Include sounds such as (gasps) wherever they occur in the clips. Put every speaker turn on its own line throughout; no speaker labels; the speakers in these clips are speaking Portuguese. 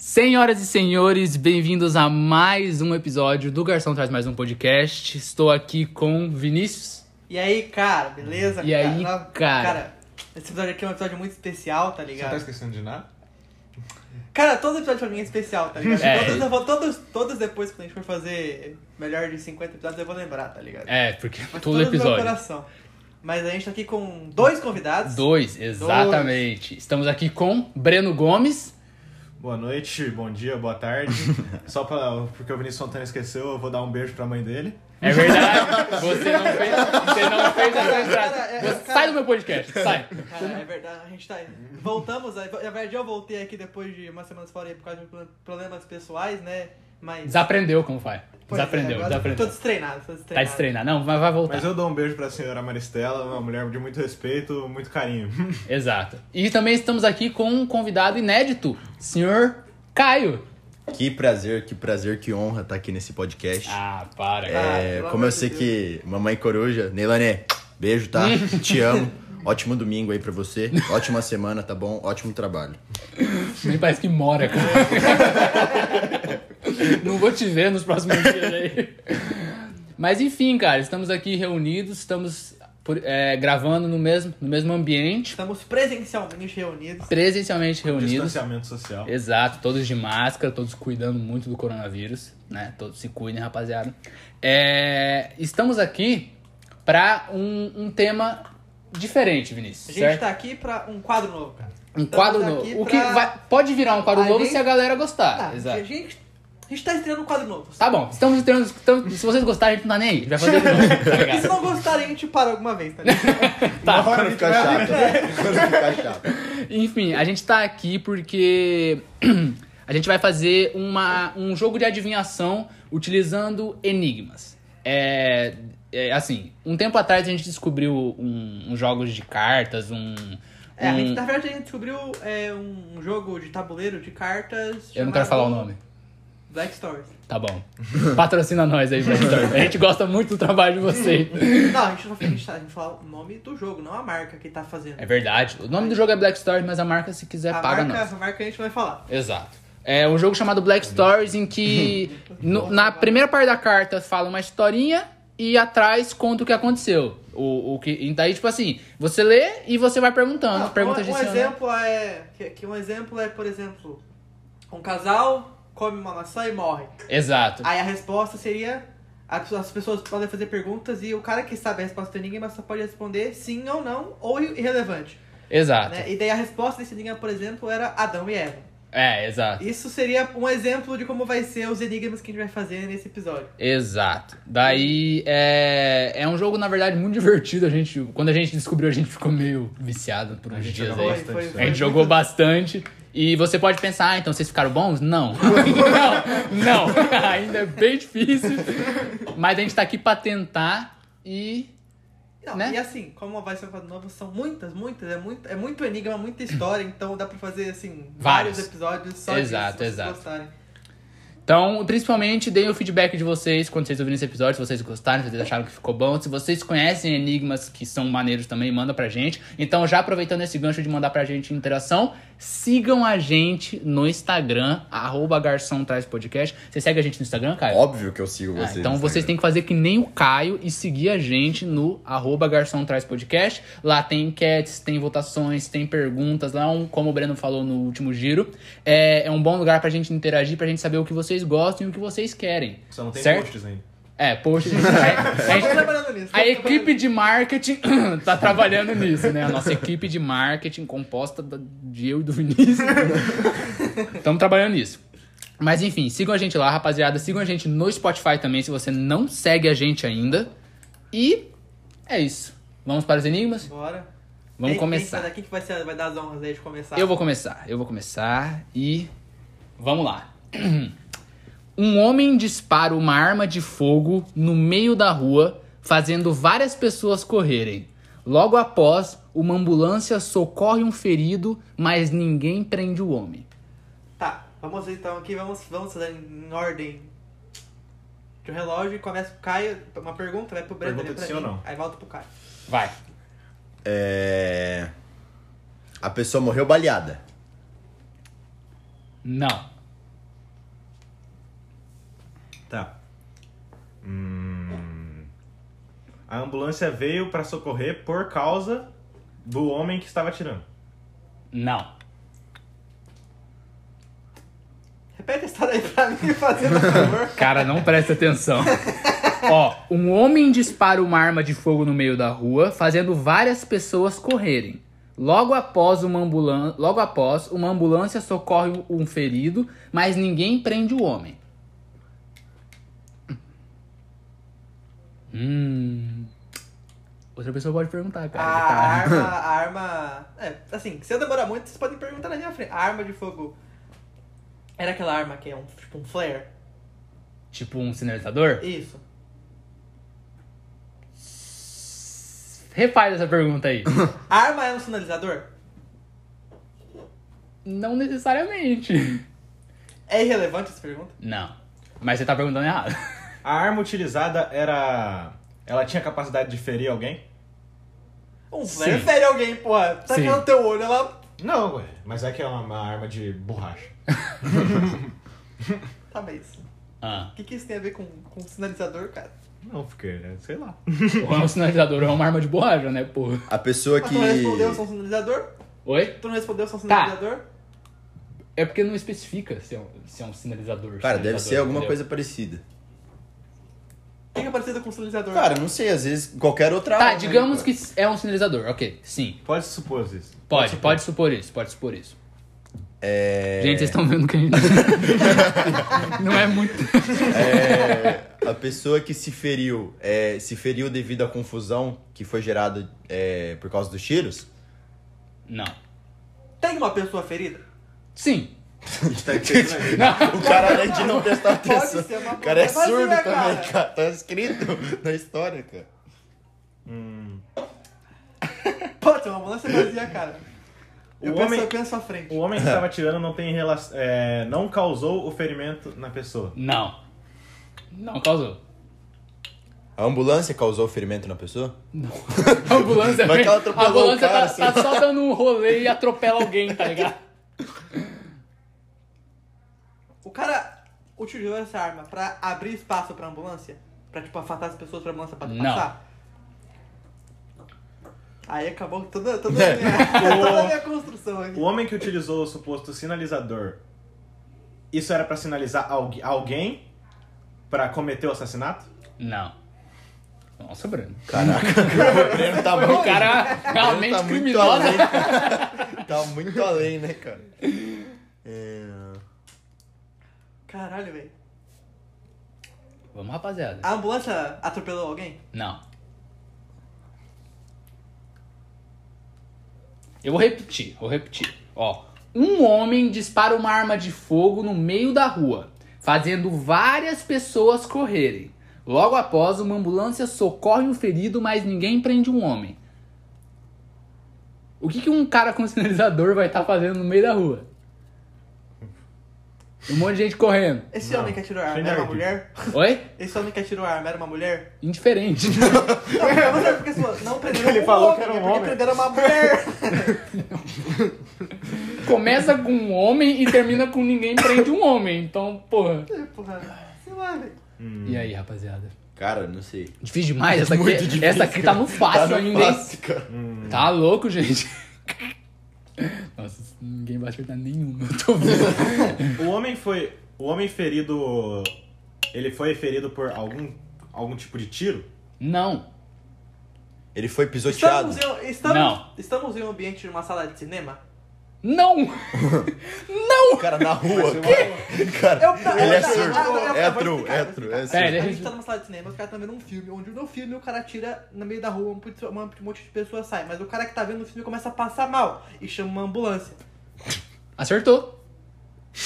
Senhoras e senhores, bem-vindos a mais um episódio do Garçom Traz Mais Um Podcast. Estou aqui com Vinícius.
E aí, cara, beleza?
E aí, cara?
esse episódio aqui é um episódio muito especial, tá
Você não tá
ligado?
esquecendo de nada?
Cara, todo episódio pra mim é especial, tá ligado?
(laughs) É.
Todos, eu vou- todos, todos depois, quando a gente for fazer melhor de 50 episódios, eu vou lembrar, tá ligado?
É, porque
Mas
todo
todos no Meu
episódio.
coração. Mas a gente tá aqui com dois convidados.
Dois, exatamente. Estamos aqui com Breno Gomes.
Boa noite, bom dia,
(laughs)
boa tarde. Só pra, porque o Vinícius Santana esqueceu, eu vou dar um beijo pra mãe dele.
É verdade, você não fez, você não fez a sua
Cara, é-
entrada. Você-
cara-
Sai do meu podcast, sai.
Cara, é verdade, a gente tá. Voltamos, a- na verdade eu voltei aqui depois de umas semanas fora aí por causa de pro- problemas pessoais, né? Mas.
Desaprendeu como faz.
Pois é,
Desaprendeu,
agora eu Tô
desaprendeu.
destreinado, tô destreinado.
Tá de treinar, não, mas vai voltar.
Mas eu dou um beijo pra senhora Maristela, uma mulher de muito respeito, muito carinho. (laughs)
Exato. E também estamos aqui com um convidado inédito, senhor Caio.
Que prazer, que prazer, que honra estar aqui nesse podcast.
Ah, para. cara.
Ah,
É,
pelo
como
amor
eu
de
sei
Deus.
que mamãe coruja, Neilane, beijo, tá? Te amo. Ótimo domingo aí pra você. Ótima semana, tá bom? Ótimo trabalho.
Nem parece que mora, cara. (laughs) Não vou te ver nos próximos dias aí. Mas enfim, cara, estamos aqui reunidos, estamos por- é, gravando no mesmo, no mesmo ambiente,
Estamos presencialmente reunidos.
presencialmente reunidos.
Distanciamento social.
Exato, todos de máscara, todos cuidando muito do coronavírus, né? Todos se cuidem, rapaziada. É, estamos aqui pra um, um tema diferente,
A
Vinícius,
gente
certo?
tá aqui pra um quadro novo, cara.
Um
Estamos
quadro
aqui
novo. O que
pra-
vai, pode virar um quadro
A
novo
gente-
se a galera gostar.
Tá,
Exato.
a gente, a gente tá estreando um quadro novo.
Tá bom, estamos entrando. estamos- se vocês gostarem, a gente não tá nem aí. A gente vai fazer de novo. tá
E
(laughs)
se
ligado?
não gostarem, a gente para alguma vez,
(laughs)
tá ligado?
Tá, quando ficar chato. Quando ficar chato.
Enfim, a gente tá aqui porque (clears throat) a gente vai fazer uma, um jogo de adivinhação utilizando enigmas. É, é, assim, um tempo atrás a gente descobriu um, um jogos de cartas, um.
É, a
um-
gente, na verdade, a gente descobriu é, um jogo de tabuleiro de cartas.
Eu não quero
chamado
falar o nome.
Black
(laughs)
Stories.
Tá bom. Patrocina nós aí, Blackstar. A gente gosta muito do trabalho de vocês.
Não, a gente não fez, a gente tá- a gente fala o nome do jogo, não a marca que tá fazendo.
É verdade. O nome do jogo é Black Stories, mas a marca, se quiser,
a,
paga
marca,
nós.
a marca a gente vai falar.
Exato. É um jogo chamado Black Stories, em que
(laughs)
no- na primeira parte da carta fala uma historinha e atrás conta o que aconteceu. O, o que, e daí, tipo assim, você lê e você vai perguntando.
Não,
perguntas
um,
de né?
um
sim ou não.
exemplo é. Que, que um exemplo é, por exemplo, um casal come uma maçã e morre.
né? Exato.
Aí a resposta seria. As as pessoas podem fazer perguntas e o cara que sabe a resposta do enigma só pode responder sim ou não, ou irrelevante.
Exato.
né? E daí a resposta desse enigma, por exemplo, era Adão e Eva.
É, exato.
Isso seria um exemplo de como vai ser os enigmas que a gente vai fazer nesse episódio.
Exato. Daí é, é um jogo, na verdade, muito (laughs) divertido. A gente, quando a gente descobriu, a gente ficou meio viciado por
A
uns
gente
dias
jogou
aí.
bastante isso
A gente
muito-
jogou bastante. E você pode pensar, ah, então vocês ficaram bons? Não. (laughs) não, não. (laughs) Ainda é bem difícil. Mas a gente tá aqui pra tentar e.
Não,
né?
E assim, como vai ser um quadro novo, são muitas, muitas, é muito, é muito enigma, muita história, então dá pra fazer assim vários,
Vários.
episódios só
Exato,
disso, se vocês
exato.
gostarem.
Então, principalmente, deem o feedback de vocês quando vocês ouvirem esse episódio, se vocês gostaram, se vocês acharam que ficou bom. Se vocês conhecem enigmas que são maneiros também, manda pra gente. Então, já aproveitando esse gancho de mandar pra gente interação, sigam a gente no Instagram, arroba garção traz podcast. Você segue a gente no Instagram, Caio?
É Óbvio que eu sigo
Ah,
vocês. no
então vocês
Instagram.
têm que fazer que nem o Caio e seguir a gente no arroba Garçom Traz Podcast. Lá tem enquetes, tem votações, tem perguntas. Lá, é um, como o Breno falou no último giro, é, é um bom lugar pra gente interagir, pra gente saber o que vocês gostam e o que vocês querem.
Só não tem
Certo?
posts ainda.
(laughs) É, poxa, a,
Eu
gente-
tô trabalhando nisso.
a equipe de marketing (clears throat) tá trabalhando nisso, né? A nossa equipe de marketing composta da- de eu e do Vinícius. Estamos trabalhando nisso. Mas enfim, sigam a gente lá, rapaziada. Sigam a gente no Spotify também, se você não segue a gente ainda. E é isso. Vamos para os enigmas?
Bora. Quem-
Vamos
quem
começar.
que vai- Quem que vai, ser, vai dar as honras aí de começar?
Eu vou começar, eu vou começar e. Vamos lá. (clears throat) Um homem dispara uma arma de fogo no meio da rua, fazendo várias pessoas correrem. Logo após, uma ambulância socorre um ferido, mas ninguém prende o homem.
Tá, vamos então aqui, vamos, vamos fazer em ordem do relógio. Começa pro Caio, uma pergunta, vai pro Breno, vai pra
Pergunta de sim
mim,
ou não?
aí volta pro Caio.
Vai.
É... A pessoa morreu baleada.
Não.
Tá. Hum... A ambulância veio pra socorrer por causa do homem que estava atirando.
Não.
Repete a história aí pra mim, (laughs) fazendo um
(laughs)
favor.
Cara, não presta atenção. Ó, um homem dispara uma arma de fogo no meio da rua, fazendo várias pessoas correrem. Logo após, uma ambulan- Logo após, uma ambulância socorre um ferido, mas ninguém prende o homem. Hum. Outra pessoa pode perguntar,
A
cara. Tá.
arma, a arma. É, assim, se eu demorar muito, vocês podem perguntar na minha frente. A arma de fogo. Era aquela arma que é um, tipo um flare?
Tipo um sinalizador?
Isso.
Refaz essa pergunta aí.
A arma é um sinalizador?
não necessariamente.
É irrelevante essa pergunta?
Não. Mas você tá perguntando errado.
A arma utilizada era. Ela tinha capacidade de ferir alguém?
Um flare
Sim.
fere alguém, porra. Tá
Sim.
no teu olho, ela.
Não, ué. Mas é que é uma, uma arma de borracha.
Tá, mas.
Ah.
O que, que isso tem a ver com, com sinalizador, cara?
Não, porque, né, sei lá.
Ou é (laughs) um sinalizador ou é uma arma de borracha, né, porra?
A pessoa
Mas
que.
tu não respondeu só um sinalizador?
Oi?
Tu não respondeu só um
Tá.
sinalizador?
É porque não especifica se é um, se é um sinalizador.
Cara, deve
sinalizador,
ser alguma
entendeu?
coisa parecida.
O que que é parecido com um sinalizador?
Cara, não sei, às vezes qualquer outra
Tá,
arma,
digamos
né,
que é um sinalizador, ok. Sim.
Pode supor isso.
Pode, pode, supor isso, pode supor isso.
cara? É.
Gente, vocês estão vendo que a gente. (laughs) não é muito.
É, a pessoa que se feriu, é, se feriu devido à confusão que foi gerada é, por causa dos tiros?
Não.
Tem uma pessoa ferida?
Sim.
Não, (laughs) o cara além de não prestar
Pode
atenção.
ser uma
O cara é
bomba vazia,
surdo também,
cara.
cara. Tá escrito na história, cara.
Pode ser uma ambulância é vazia, cara. Eu,
O
penso,
homem-
eu penso à frente.
O homem que estava atirando não tem relação. é, não causou o ferimento na pessoa.
Não. Não causou.
A ambulância causou ferimento na pessoa?
A ambulância,
Vai que ela
a
atropelou
ambulância
o cara, assim.
tá, tá só dando um rolê e atropela alguém, tá ligado?
O cara utilizou essa arma pra abrir espaço pra ambulância? Pra, tipo, afastar as pessoas pra ambulância pra
Não.
passar? Aí acabou toda,
(laughs)
toda, a
É.
minha, (laughs) toda a minha construção aqui.
O homem que utilizou o suposto sinalizador, isso era pra sinalizar algu- alguém pra cometer o assassinato?
Não. Nossa, Bruno.
O Breno tá muito.
O cara realmente
tá muito
criminoso.
além. Tá muito além, né, cara? É...
Caralho, velho.
Vamos, rapaziada.
A ambulância atropelou alguém?
Não. Eu vou repetir, vou repetir. Ó, um homem dispara uma arma de fogo no meio da rua, fazendo várias pessoas correrem. Logo após, uma ambulância socorre um ferido, mas ninguém prende um homem. O que, que um cara com (laughs) sinalizador vai estar fazendo no meio da rua? Um monte de gente correndo.
Esse
Não.
homem que atirou a arma
Sem
era uma
nerd.
mulher?
Oi?
Esse homem que atirou a arma era uma mulher?
Indiferente. (laughs)
Não, eu não sei porque esse homem- não prenderam
Ele
um
falou
homem,
que era um
é porque
homem.
prenderam uma
(laughs)
mulher.
Começa com um homem e termina com ninguém prende um homem. Então, porra.
Porra, sei lá, velho.
E aí, rapaziada?
Cara, não sei.
Difícil demais essa aqui.
Muito difícil,
essa aqui tá no fácil
Tá no
ainda. hein?
fácil, cara.
Tá louco, gente. (laughs) Nossa, ninguém vai acertar nenhuma. Eu tô vendo.
O homem foi. O homem ferido. Ele foi ferido por algum. algum tipo de tiro?
Não.
Ele foi pisoteado.
Estamos em, um, estamos,
Não.
estamos em um ambiente de uma sala de cinema?
Não!
O cara na rua.
Mas eu-
(laughs) Cara,
Eu- eu-
ele é
eu-
surdo.
eu- eu-
É
eu vou
true,
explicar,
é
vou explicar.
true, é
Pera,
surdo.
Ele-
A gente tá numa sala de cinema, os caras estão vendo um filme, onde no filme o cara tira no meio da rua, um monte de- um monte de pessoas sai, mas o cara que tá vendo o filme começa a passar mal e chama uma ambulância.
Acertou.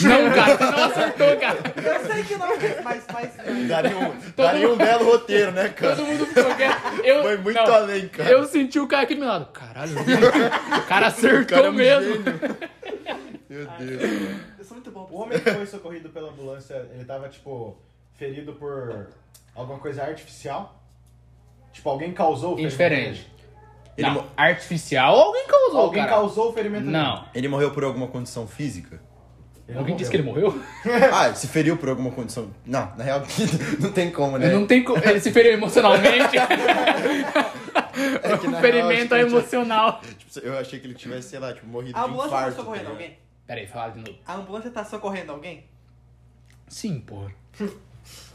Não, cara, você não acertou, cara.
Eu sei que não, é, mas, mas, mas
Daria um, daria um belo roteiro, né,
Todo
cara?
mundo ficou quieto. Eu,
Foi muito
não.
além, cara.
Eu senti o cara aqui do meu lado. Caralho,
(laughs)
o cara acertou
cara é um
mesmo.
Meu Deus.
eu sou muito bom.
O homem que foi socorrido pela ambulância, ele tava, tipo, ferido por alguma coisa artificial? Tipo, alguém causou o ferimento?
Indiferente.
nele?
Ele
Não,
mo-
artificial alguém causou,
Alguém
cara.
causou o ferimento? nele?
Não.
(laughs) Ele morreu por alguma condição física?
Ele
Alguém
morreu.
disse que ele morreu?
Ah, se feriu por alguma condição. Não, na real, (laughs) não tem como, né?
Não tem co- Ele se feriu
(laughs)
emocionalmente.
É que,
um
na real,
ferimento
acho que ele
emocional.
tinha- tipo, eu achei que ele tivesse, sei lá, tipo, morrido
A
de
ambulância tá
infarto. tá
socorrendo
ligado?
alguém?
Peraí, fala de novo.
A ambulância tá socorrendo alguém?
Sim, porra. (laughs)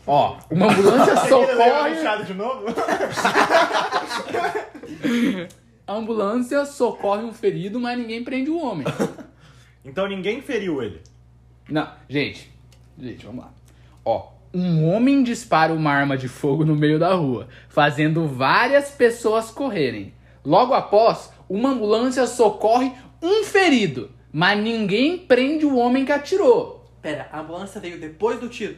Ó, uma
(laughs)
ambulância
Ele
socorre.
levou de novo?
A ambulância socorre um ferido, mas ninguém prende o homem.
(laughs) Então ninguém feriu ele.
Não, gente. Gente, vamos lá. Ó, um homem dispara uma arma de fogo no meio da rua, fazendo várias pessoas correrem. Logo após, uma ambulância socorre um ferido, mas ninguém prende o homem que atirou.
Pera, a ambulância veio depois do tiro.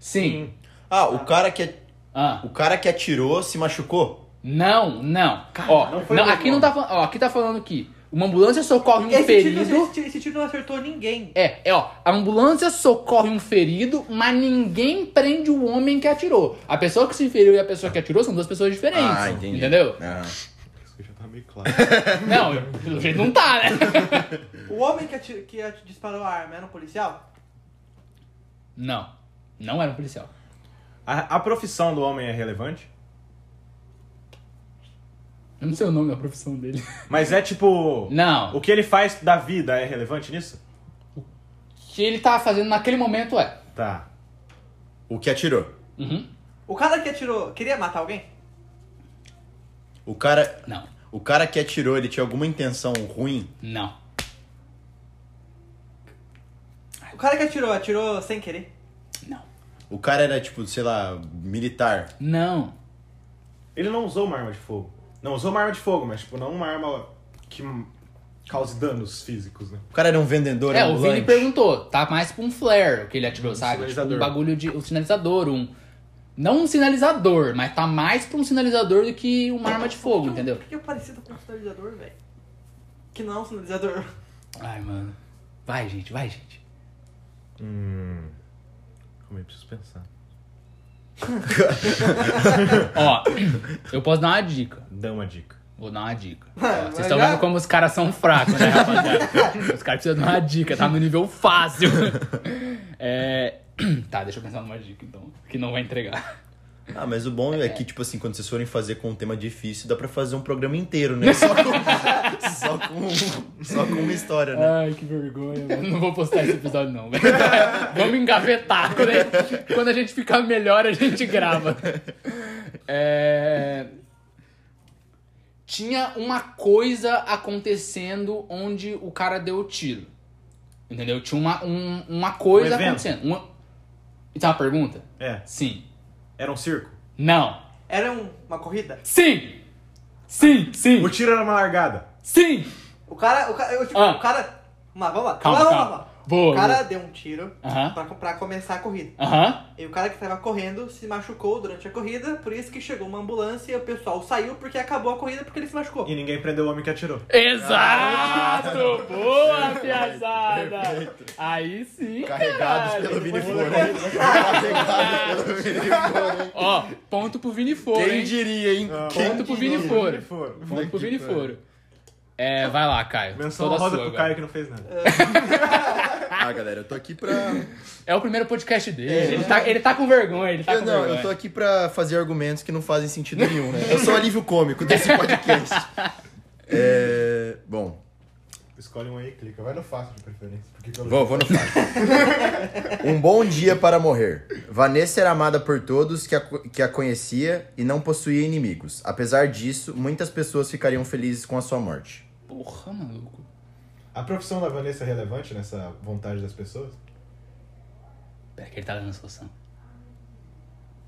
Sim.
Ah, o cara que,
Ah.
o cara que atirou se machucou?
Não, não. ó,
não foi
não,
o
aqui não tá falando. Ó, aqui tá falando que uma ambulância socorre um
Esse tipo tiro,
ferido.
esse tiro- esse tiro não acertou ninguém.
É, é, ó, a ambulância socorre um ferido, mas ninguém prende o homem que atirou. A pessoa que se feriu e a pessoa que atirou são duas pessoas diferentes.
Ah, entendi.
Entendeu?
Ah.
Isso que já tá meio claro.
Não, eu- pelo jeito não tá, né? (laughs)
O homem que, ati- que ati- disparou a arma era um policial?
Não. Não era um policial.
A, a profissão do homem é relevante,
Eu não sei o nome da profissão dele.
mas é tipo.
Não.
O que ele faz da vida é relevante nisso?
O que ele tava fazendo naquele momento é.
Tá.
O que atirou?
Uhum.
O cara que atirou queria matar alguém?
O cara,
Não.
o cara que atirou, ele tinha alguma intenção ruim?
Não.
O cara que atirou, atirou sem querer.
Não.
O cara era, tipo, sei lá, militar?
Não.
Ele não usou uma arma de fogo. Não usou uma arma de fogo, mas tipo, não uma arma que m- cause danos físicos, né?
O cara era um vendedor
É, o
ambulante?
Vini perguntou. Tá mais pra um flare que ele atirou, sabe? Tipo, um
sinalizador.
bagulho de. Um sinalizador, um. Não um sinalizador, mas tá mais pra um sinalizador do que uma arma de fogo, entendeu?
Por que eu parecido com um sinalizador, velho? Que não é um sinalizador. (laughs)
Ai, mano. Vai, gente, vai, gente.
Hum. Como eu preciso pensar.
Ó, (coughs) eu posso dar uma dica.
Dá uma dica.
Vou dar uma dica. Ó,
Vai,
Vocês
vai
estão
já?
vendo como os caras são fracos, né, rapaziada? os caras precisam de uma dica, tá no nível fácil. (laughs) É. (coughs) Tá, deixa eu pensar numa dica então, que não vai entregar.
Ah, mas o bom é que, tipo assim, quando vocês forem fazer com um tema difícil, dá pra fazer um programa inteiro, né? (laughs) Só com, só com, só com uma história, né?
Ai, que (laughs) vergonha, mano. Não vou postar esse episódio, não. (laughs) velho. Vamos engavetar. Quando a, gente, quando a gente ficar melhor, a gente grava. É... Tinha uma coisa acontecendo onde o cara deu o tiro. Entendeu? Tinha uma, um- uma coisa
Um evento.
acontecendo. Uma... Então, uma pergunta?
É.
Sim.
Era um circo?
Não.
Era um- uma corrida?
Sim! Sim, sim,
O tiro era uma largada.
sim!
O cara. O cara. eu, tipo,
Ah.
o cara. Vamos lá, vamos lá.
Calma,
vamos lá,
calma.
vamos lá.
Boa,
O cara deu um tiro
Aham.
pra, pra começar a corrida.
Aham.
E o cara que tava correndo se machucou durante a corrida, por isso que chegou uma ambulância e o pessoal saiu porque acabou a corrida porque ele se machucou.
E ninguém prendeu o homem que atirou.
Exato! Boa, piazada! Aí sim,
Carregados
caralho.
pelo Vini
Foi
Foro.
muito (laughs)
Carregados pelo Vini Foro. hein?
Ó, ponto pro Vini Foro,
Quem
hein?
diria, hein? Quem
Ponto pro
diria?
Vini Foro.
Foro.
Ponto pro Vini Foro. É, vai lá, Caio.
Menção
Toda
rosa
sua
pro
agora.
Caio que não fez nada.
Ah, galera, eu tô
(laughs)
aqui pra...
É o primeiro podcast dele. ele, tá, ele tá com vergonha, ele tá
É. Eu
com
não,
vergonha.
eu tô aqui pra fazer argumentos que não fazem sentido nenhum, né? Eu sou o alívio cômico desse
(laughs)
podcast. É... Bom,
Escolhe um aí e clica. Vai no fácil de preferência. Porque pelo
vou, vou
(laughs)
no fato. Um bom dia para morrer. Vanessa era amada por todos que a, co- que a conhecia e não possuía inimigos. Apesar disso, muitas pessoas ficariam felizes com a sua morte.
Porra, maluco.
A profissão da Vanessa é relevante nessa vontade das pessoas?
Pera que ele tá dando a solução.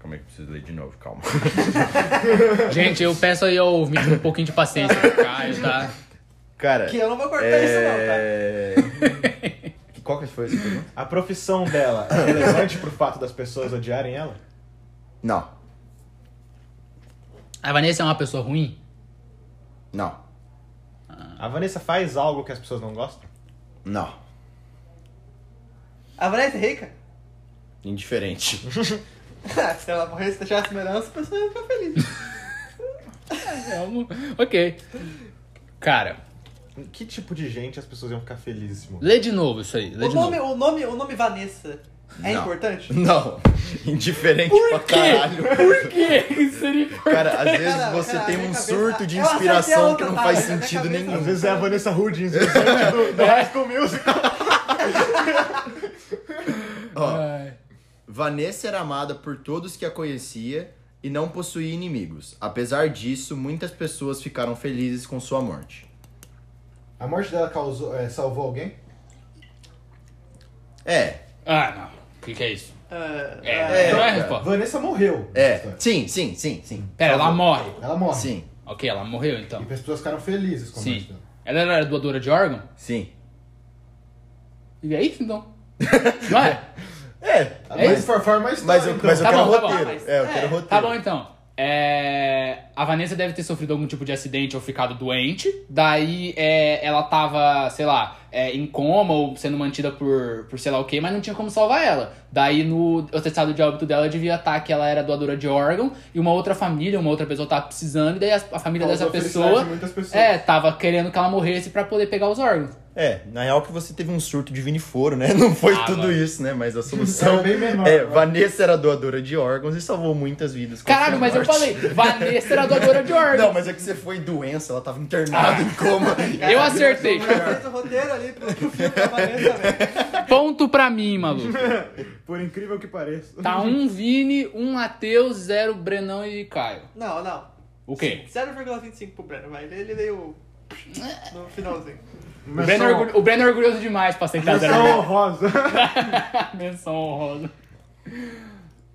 Como é que eu preciso ler de novo? Calma.
Gente, eu peço aí ao ouvinte um pouquinho de paciência pro Caio, tá?
Cara,
Que eu não tá? vou cortar isso
é... Qual que foi essa pergunta?
A profissão dela é relevante pro fato das pessoas odiarem ela?
Não,
A Vanessa é uma pessoa ruim?
não,
A Vanessa faz algo que as pessoas não gostam?
não.
não, tá? A Vanessa é rica?
Indiferente. (laughs)
Ah, (laughs) se ela morresse e deixasse uma herança, a pessoa ia ficar feliz.
É um- Ok. Cara,
Em Que tipo de gente as pessoas iam ficar felizes, mano?
Lê de novo isso aí. Lê
O
de
nome,
novo.
o, nome, o nome Vanessa é
Não.
importante?
Não, indiferente pra
Por quê?
caralho.
Por quê? que seria importante?
Cara, às vezes
Cara,
você
cara,
tem
minha
um
cabeça-
surto de
eu acertei a
inspiração
outra,
que não
tá?
faz
Minha
sentido
cabeça-
nenhum.
Às vezes é a Vanessa Hudgens, interessante do, do High School Music.
Ó,
Ai.
Vanessa era amada por todos que a conhecia e não possuía inimigos. Apesar disso, muitas pessoas ficaram felizes com sua morte.
A morte dela causou, é, salvou alguém?
É,
Ah, não. O que, que é isso?
Ah,
É,
ah,
não é a
cara.
resposta.
Vanessa morreu.
é. Sim, sim, sim, sim.
Pera, ela morre.
Ela morre.
Sim,
Ok, ela morreu
E
então.
as pessoas ficaram felizes com a morte
Sim.
dela.
Ela era doadora de órgão?
sim.
E é isso (laughs) então. Não é?
É,
A então.
É
mais
isso.
forma mais
mas eu, mas eu
Tá
quero
bom, tá bom,
roteiro.
mas-
é, eu
é,
quero roteiro.
Tá bom então. É, A Vanessa deve ter sofrido algum tipo de acidente ou ficado doente. Daí é, ela tava, sei lá, é, em coma ou sendo mantida por, por sei lá o quê, mas não tinha como salvar ela. Daí no atestado de óbito dela devia estar que ela era doadora de órgão e uma outra família, uma outra pessoa tava precisando. E daí a, a família
Causou
dessa
a felicidade
pessoa
de muitas pessoas.
é, tava querendo que ela morresse pra poder pegar os órgãos.
É, na real que você teve um surto de viniforo, né? (laughs) Não foi
Ah,
tudo
mano.
isso, né? Mas a solução
É bem menor,
é,
né?
Vanessa era doadora de órgãos e salvou muitas vidas. com
é
Caralho,
sua
mas eu
morte.
falei, Vanessa era doadora
(laughs)
de órgãos.
(laughs) Não, mas é que você foi doença, ela tava internada em
(laughs)
coma.
Eu acertei.
é. eu fiz o roteiro ali pro pro filme da Vanessa, né? velho.
Ponto pra mim, maluco.
Por incrível que pareça.
Tá um Vini, um Matheus, zero Brenão e Caio.
Não, não.
O quê?
0,25 pro Breno, vai. Ele, ele veio no finalzinho.
O Breno, é
(laughs)
orgulho- o Breno é orgulhoso demais pra aceitar
né?
zero.
honrosa.
(laughs)
(laughs)
Menção honrosa.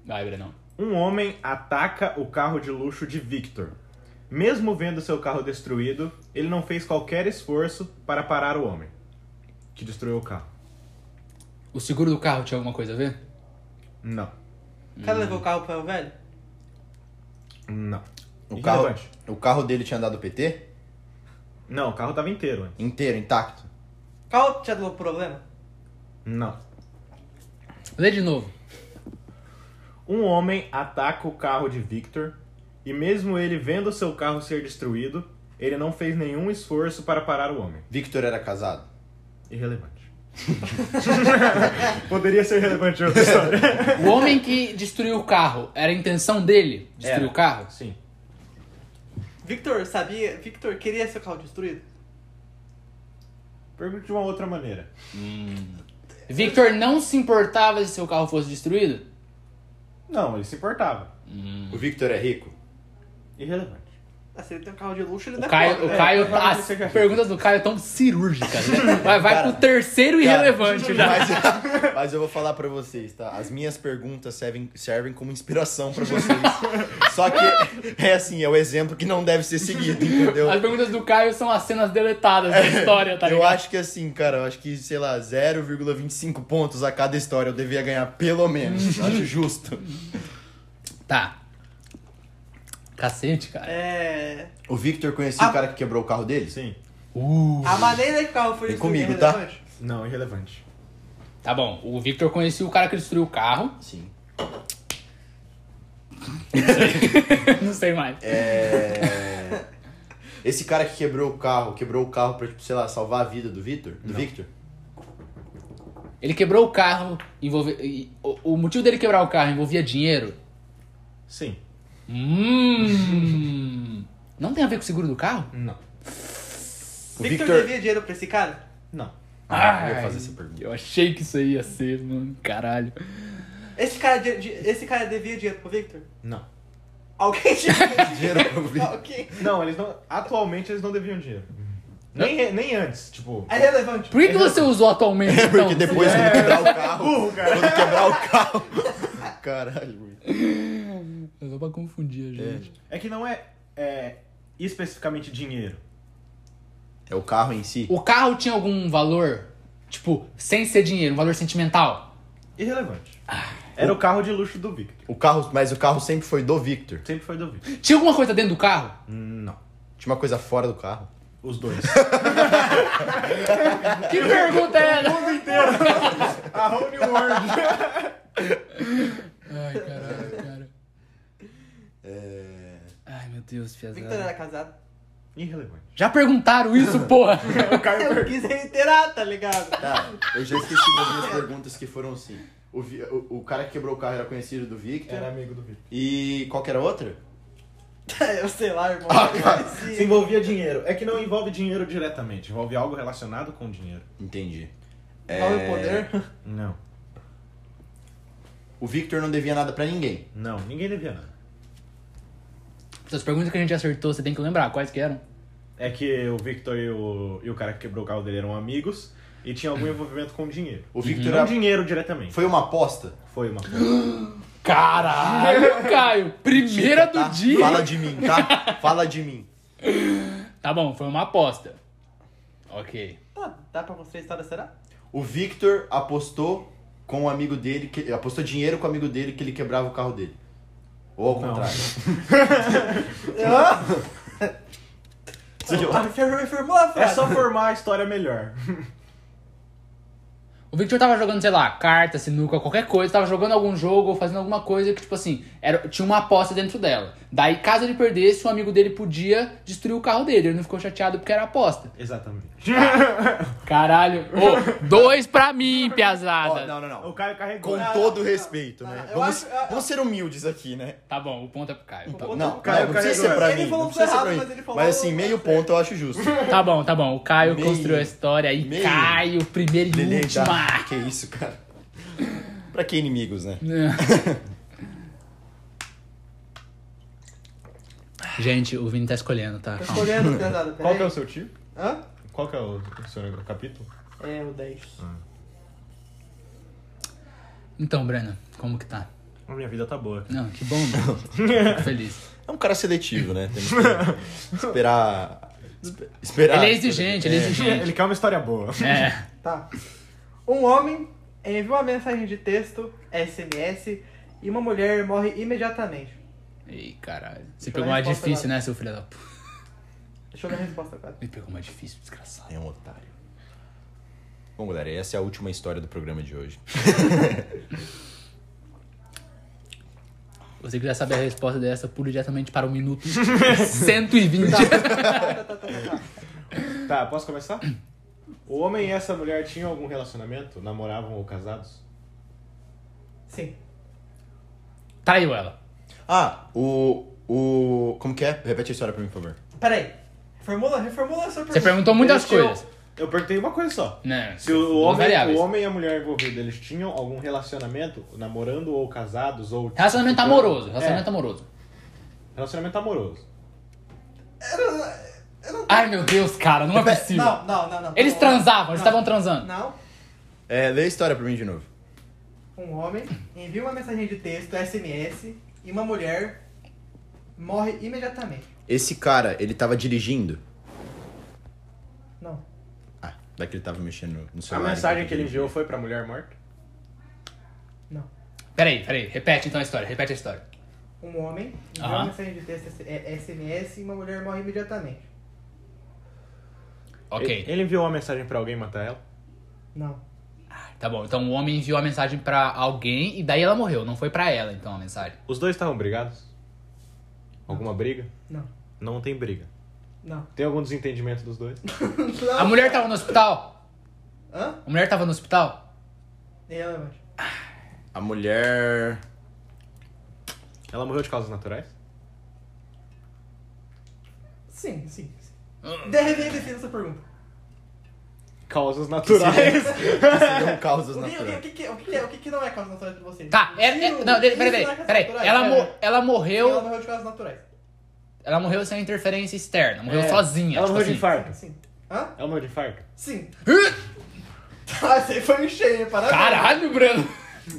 Vai, Brenão.
Um homem ataca o carro de luxo de Victor. Mesmo vendo seu carro destruído, ele não fez qualquer esforço para parar o homem que destruiu o carro.
O seguro do carro tinha alguma coisa a ver?
Não.
O
Hum.
cara levou o carro pro velho?
Não.
O carro,
Irrelevante.
o carro dele tinha dado PT?
Não, o carro tava inteiro. hein?
Inteiro, intacto.
O carro tinha dado problema?
Não.
Lê de novo.
Um homem ataca o carro de Victor e mesmo ele vendo seu carro ser destruído, ele não fez nenhum esforço para parar o homem.
Victor era casado?
Irrelevante. (laughs) Poderia ser relevante outra história.
O homem que destruiu o carro, era a intenção dele destruir
Era.
o carro?
(laughs) Sim.
Victor sabia. Victor queria seu carro destruído?
Pergunte de uma outra maneira.
Victor não se importava se seu carro fosse destruído?
Não, ele se importava.
O Victor é rico?
Irrelevante.
Ah, se ele tem um carro de luxo, ele
O
não
Caio,
pobre,
o
né?
Caio tá-
é, é,
as
é, é.
perguntas do Caio tão cirúrgicas, né? Vai, vai
Cara,
pro terceiro
Cara,
irrelevante né? já.
Mas, mas eu (laughs) vou falar pra vocês, tá? As minhas perguntas servem, servem como inspiração pra vocês. Só que é assim, é o exemplo que não deve ser seguido, entendeu?
As perguntas do Caio são as cenas deletadas da história, tá
eu
ligado?
acho que assim, cara, eu acho que, sei lá, 0,25 pontos a cada história eu devia ganhar pelo menos. acho justo.
Tá. Cacete, cara.
É.
O Victor conhecia
Ah.
o cara que quebrou o carro dele?
Sim.
Uh.
A maneira que o carro foi
Vem
destruído é
comigo, tá?
relevante?
Não, irrelevante.
Tá bom, o Victor conhecia o cara que destruiu o carro. (laughs)
Sim.
Não sei mais.
É... Esse cara que quebrou o carro, quebrou o carro pra, tipo, sei lá, salvar a vida do Victor? Do Victor?
Ele quebrou o carro, envolve... e- o, o motivo dele quebrar o carro envolvia dinheiro.
Sim.
(laughs) Hum. Não tem a ver com o seguro do carro?
Não.
O
Victor,
Victor-
devia dinheiro pra esse cara?
Não.
Ah, eu ia fazer essa pergunta.
Eu achei que isso aí ia ser, mano. Caralho.
Esse cara, de- de- esse cara devia dinheiro pro Victor?
Não.
Alguém
(laughs)
devia
Dinheiro pro Victor.
Alguém.
Não, eles não. Atualmente eles não deviam dinheiro. Uhum. Nem, nem antes, tipo.
É relevante.
Por que, que você usou atualmente, (laughs) então?
É, Porque depois quando quebrar o carro,
É. (laughs) Burro, cara.
quando quebrar o carro... (laughs) Caralho, mano.
É Só pra confundir a gente.
É que não é, é especificamente dinheiro.
É o carro em si?
O carro tinha algum valor, tipo, sem ser dinheiro, um valor sentimental?
Irrelevante. Era Ah, o carro de luxo do Victor.
O carro, mas o carro sempre foi do Victor.
Sempre foi do Victor.
Tinha alguma coisa dentro do carro?
Não.
Tinha uma coisa fora do carro.
Os dois.
Que pergunta é essa?
(laughs) A Holy World.
Ai, caralho, cara.
É...
Ai, meu Deus,
Victor era
né?
fiazada.
casado.
Irrelevante.
Já perguntaram isso,
(laughs)
porra?
É O cara
Eu quis reiterar, tá ligado? (laughs)
Tá, eu já esqueci das minhas perguntas que foram assim. O, Vi- o, o cara que quebrou o carro era conhecido do Victor.
era amigo do Victor.
E qual que era a outra?
Eu sei lá, irmão.
Ah,
Esse-
Se envolvia dinheiro. É que não envolve dinheiro diretamente, envolve algo relacionado com dinheiro.
Entendi.
Qual é o poder?
Não.
O Victor não devia nada pra ninguém.
Não, ninguém devia nada.
(laughs) Essas perguntas que a gente acertou, você tem que lembrar quais que eram.
É que o Victor e o, e o cara que quebrou o carro dele eram amigos e tinha algum envolvimento com dinheiro.
O Victor
Não
era-
dinheiro diretamente.
foi uma aposta?
Foi uma coisa.
(laughs)
Caralho, Caio! Primeira
Chica, tá?
do dia!
Fala de mim, tá? Fala de mim.
Tá bom, foi uma aposta. Ok.
Tá, dá pra mostrar a história, será?
O Victor apostou com o amigo dele, que, apostou dinheiro com o amigo dele que ele quebrava o carro dele. Ou ao
(laughs)
Não.
contrário.
Ah,
Sei lá.
me firmou- me firmou a
(laughs) É
frase.
só formar a história melhor.
O Victor tava jogando, sei lá, carta, sinuca, qualquer coisa, tava jogando algum jogo ou fazendo alguma coisa que, tipo assim, era, tinha uma aposta dentro dela. Daí, caso ele perdesse, o amigo dele podia destruir o carro dele. Ele não ficou chateado porque era aposta.
(laughs) (laughs) Exatamente.
Caralho. Ô,
(laughs)
dois pra mim,
Ó,
piazada.
não, não, não.
O cara carregou.
Com
Não,
todo
não,
respeito, né?
não, eu
Vamos,
acho- eu-
vamos ser humildes aqui, né?
Tá bom, o ponto é pro Caio.
O
Tá,
ponto-
Não,
Caio
não, não precisa ser
carregou
pra
ela.
mim.
Ele falou
Não precisa ser
errado,
pra mim.
mas ele falou
Mas assim, meio ponto eu
(laughs)
acho justo.
Tá bom, tá bom. O Caio
Meio.
construiu a história e
Meio.
Caio, primeiro e
Lele,
última.
tá? Que isso, cara? Pra que inimigos, né?
Ah. Gente, o Vini tá escolhendo, tá?
Tô
Calma.
(laughs)
escolhendo, pesado.
Qual que é o seu tio?
Hã?
Qual que é o seu negócio? capítulo?
É, o 10.
Então, Breno, como que tá?
A minha vida tá boa.
Não, que bom, Breno. Fico feliz.
É um cara seletivo, né? Temos que esperar. espe- Esperar.
Ele é exigente, ele é exigente.
(laughs) Ele quer uma história boa.
É.
Tá. Um homem envia uma mensagem de texto, SMS, e uma mulher morre imediatamente.
Ei, caralho. Você
eu
pegou
dar
mais
resposta
difícil,
agora.
né, seu filho da puta?
Deixa eu ver a resposta, (laughs) cara.
Ele pegou mais difícil, desgraçado.
É um otário. Bom, galera, essa é a última história do programa de hoje.
Se você quiser saber a resposta dessa, pula diretamente para o minuto 120.
Tá, tá, tá, tá, tá.
Tá, posso começar? O homem e essa mulher tinham algum relacionamento? Namoravam ou casados?
Sim.
Traiu ela.
Ah, o. O. Como que é? Repete a história pra mim, por favor.
Peraí. Formula, reformula a sua pergunta.
Você perguntou muitas
Eles tinham-
coisas.
Eu perguntei uma coisa só.
Né?
Se o
duas
homem,
variáveis.
o homem e a mulher envolvidos, eles tinham algum relacionamento, namorando ou casados ou...
Relacionamento amoroso.
É,
Relacionamento amoroso.
relacionamento amoroso.
Ai, meu Deus, cara, não é possível.
Não, não, não, não.
Eles
Um
transavam, eles
homem-
estavam transando.
Não.
É, lê a história pra mim de novo.
Um homem envia uma mensagem de texto, SMS, e uma mulher morre imediatamente.
Esse cara, ele tava dirigindo.
Não.
Ah, daí que ele tava mexendo no
A
celular.
mensagem que ele
enquanto
enviou foi pra mulher morta?
Não.
Peraí, peraí, repete então a história, repete a história.
Um homem envia
Aham.
uma mensagem de texto, é, SMS, e uma mulher morre imediatamente.
Ok,
Ele enviou uma mensagem pra alguém matar ela?
Não.
tá bom. Então o homem enviou a mensagem pra alguém e daí ela morreu. Não foi pra ela, então, a mensagem.
Os dois estavam brigados? Alguma briga?
Não.
Não tem briga.
Não.
Tem algum desentendimento dos dois?
A mulher tava no hospital?
Hã?
A mulher tava no hospital?
Irrelevante.
A (laughs) mulher.
Ela morreu de causas naturais?
Sim, sim. sim. Deve bem definido essa pergunta.
Causas naturais?
Seriam causas
O que, o, que, o,
naturais.
que, que- o, que, que é- o que, que não é causa natural de vocês?
Tá, é, é,
Isso-
não, peraí,
isso
peraí,
não é causas
peraí.
naturais,
Ela,
é.
mo- ela
Ela
morreu.
morreu de causas naturais.
Ela morreu sem interferência externa, morreu
É.
sozinha.
Ela
tipo
morreu de
assim.
infarto?
Sim. Hã?
Ela morreu É de infarto?
Sim. (laughs)
Ih,
Tá, você foi em cheio, hein? parabéns.
Caralho, (laughs) Breno!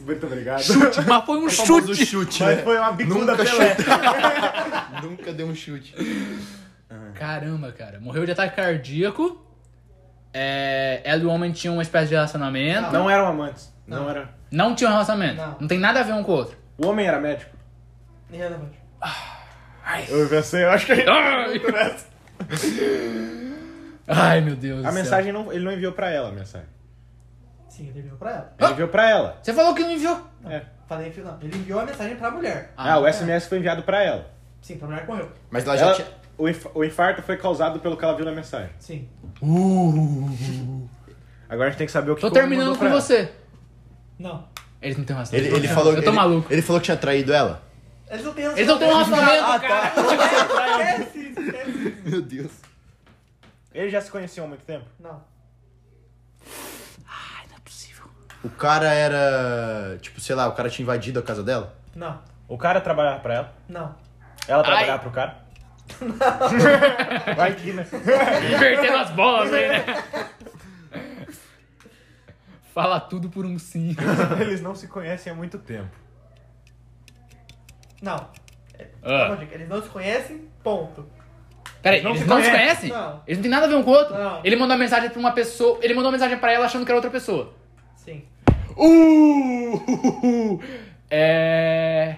Muito obrigado.
Chute, mas foi um
Famoso
chute!
chute,
Mas
né?
foi uma bicuda
Nunca
Pelé.
Nunca deu um chute.
Caramba, cara. Morreu de ataque cardíaco. É, ela e o homem tinham uma espécie de relacionamento.
Não eram amantes. Não,
Não.
era.
Não tinha um relacionamento. Não.
Não.
tem nada a ver um com o outro.
O homem era médico?
Irrelevante.
Eu pensei, eu acho que
Ai, (laughs) Ai, meu Deus.
A
do céu.
mensagem não, ele não enviou pra ela a mensagem.
Sim, ele enviou pra ela.
Ele enviou pra ela.
Você falou que não enviou.
É.
Falei, não. Ele enviou a mensagem pra mulher.
Ah, o SMS foi enviado pra ela.
Sim, pra mulher que morreu.
Mas ela já
Ela,
tinha.
o, inf- o infarto foi causado pelo que ela viu na mensagem.
Sim.
Agora a gente tem que saber o que
Tô
que o homem
terminando
mandou
com
pra ela.
você.
Não.
Eles não têm razão.
Ele, ele falou
Eu tô
ele-
maluco.
Ele falou que tinha traído ela.
Eles não têm razão.
Eles não
(laughs)
têm um relacionamento, cara.
Esquece, esquece.
Meu Deus.
Eles já se conheciam há muito tempo?
Não.
Ai, não é possível.
O cara era. Tipo, sei lá, o cara tinha invadido a casa dela?
Não.
O cara trabalhava pra ela?
Não.
Ela
Ai.
trabalhava pro cara? (laughs) Vai que, né?
Invertendo as bolas aí, né? (laughs) Fala tudo por um sim.
Eles não se conhecem há muito tempo.
Não. Tá bom,
Ah.
dica. Eles não se conhecem, ponto.
Peraí,
Eles não
eles
se
não se conhecem?
conhecem.
Não.
Eles não têm nada a ver um com o outro?
Não.
Ele mandou uma mensagem pra uma pessoa. Ele mandou uma mensagem pra ela achando que era outra pessoa.
Sim.
Uh! (laughs) É.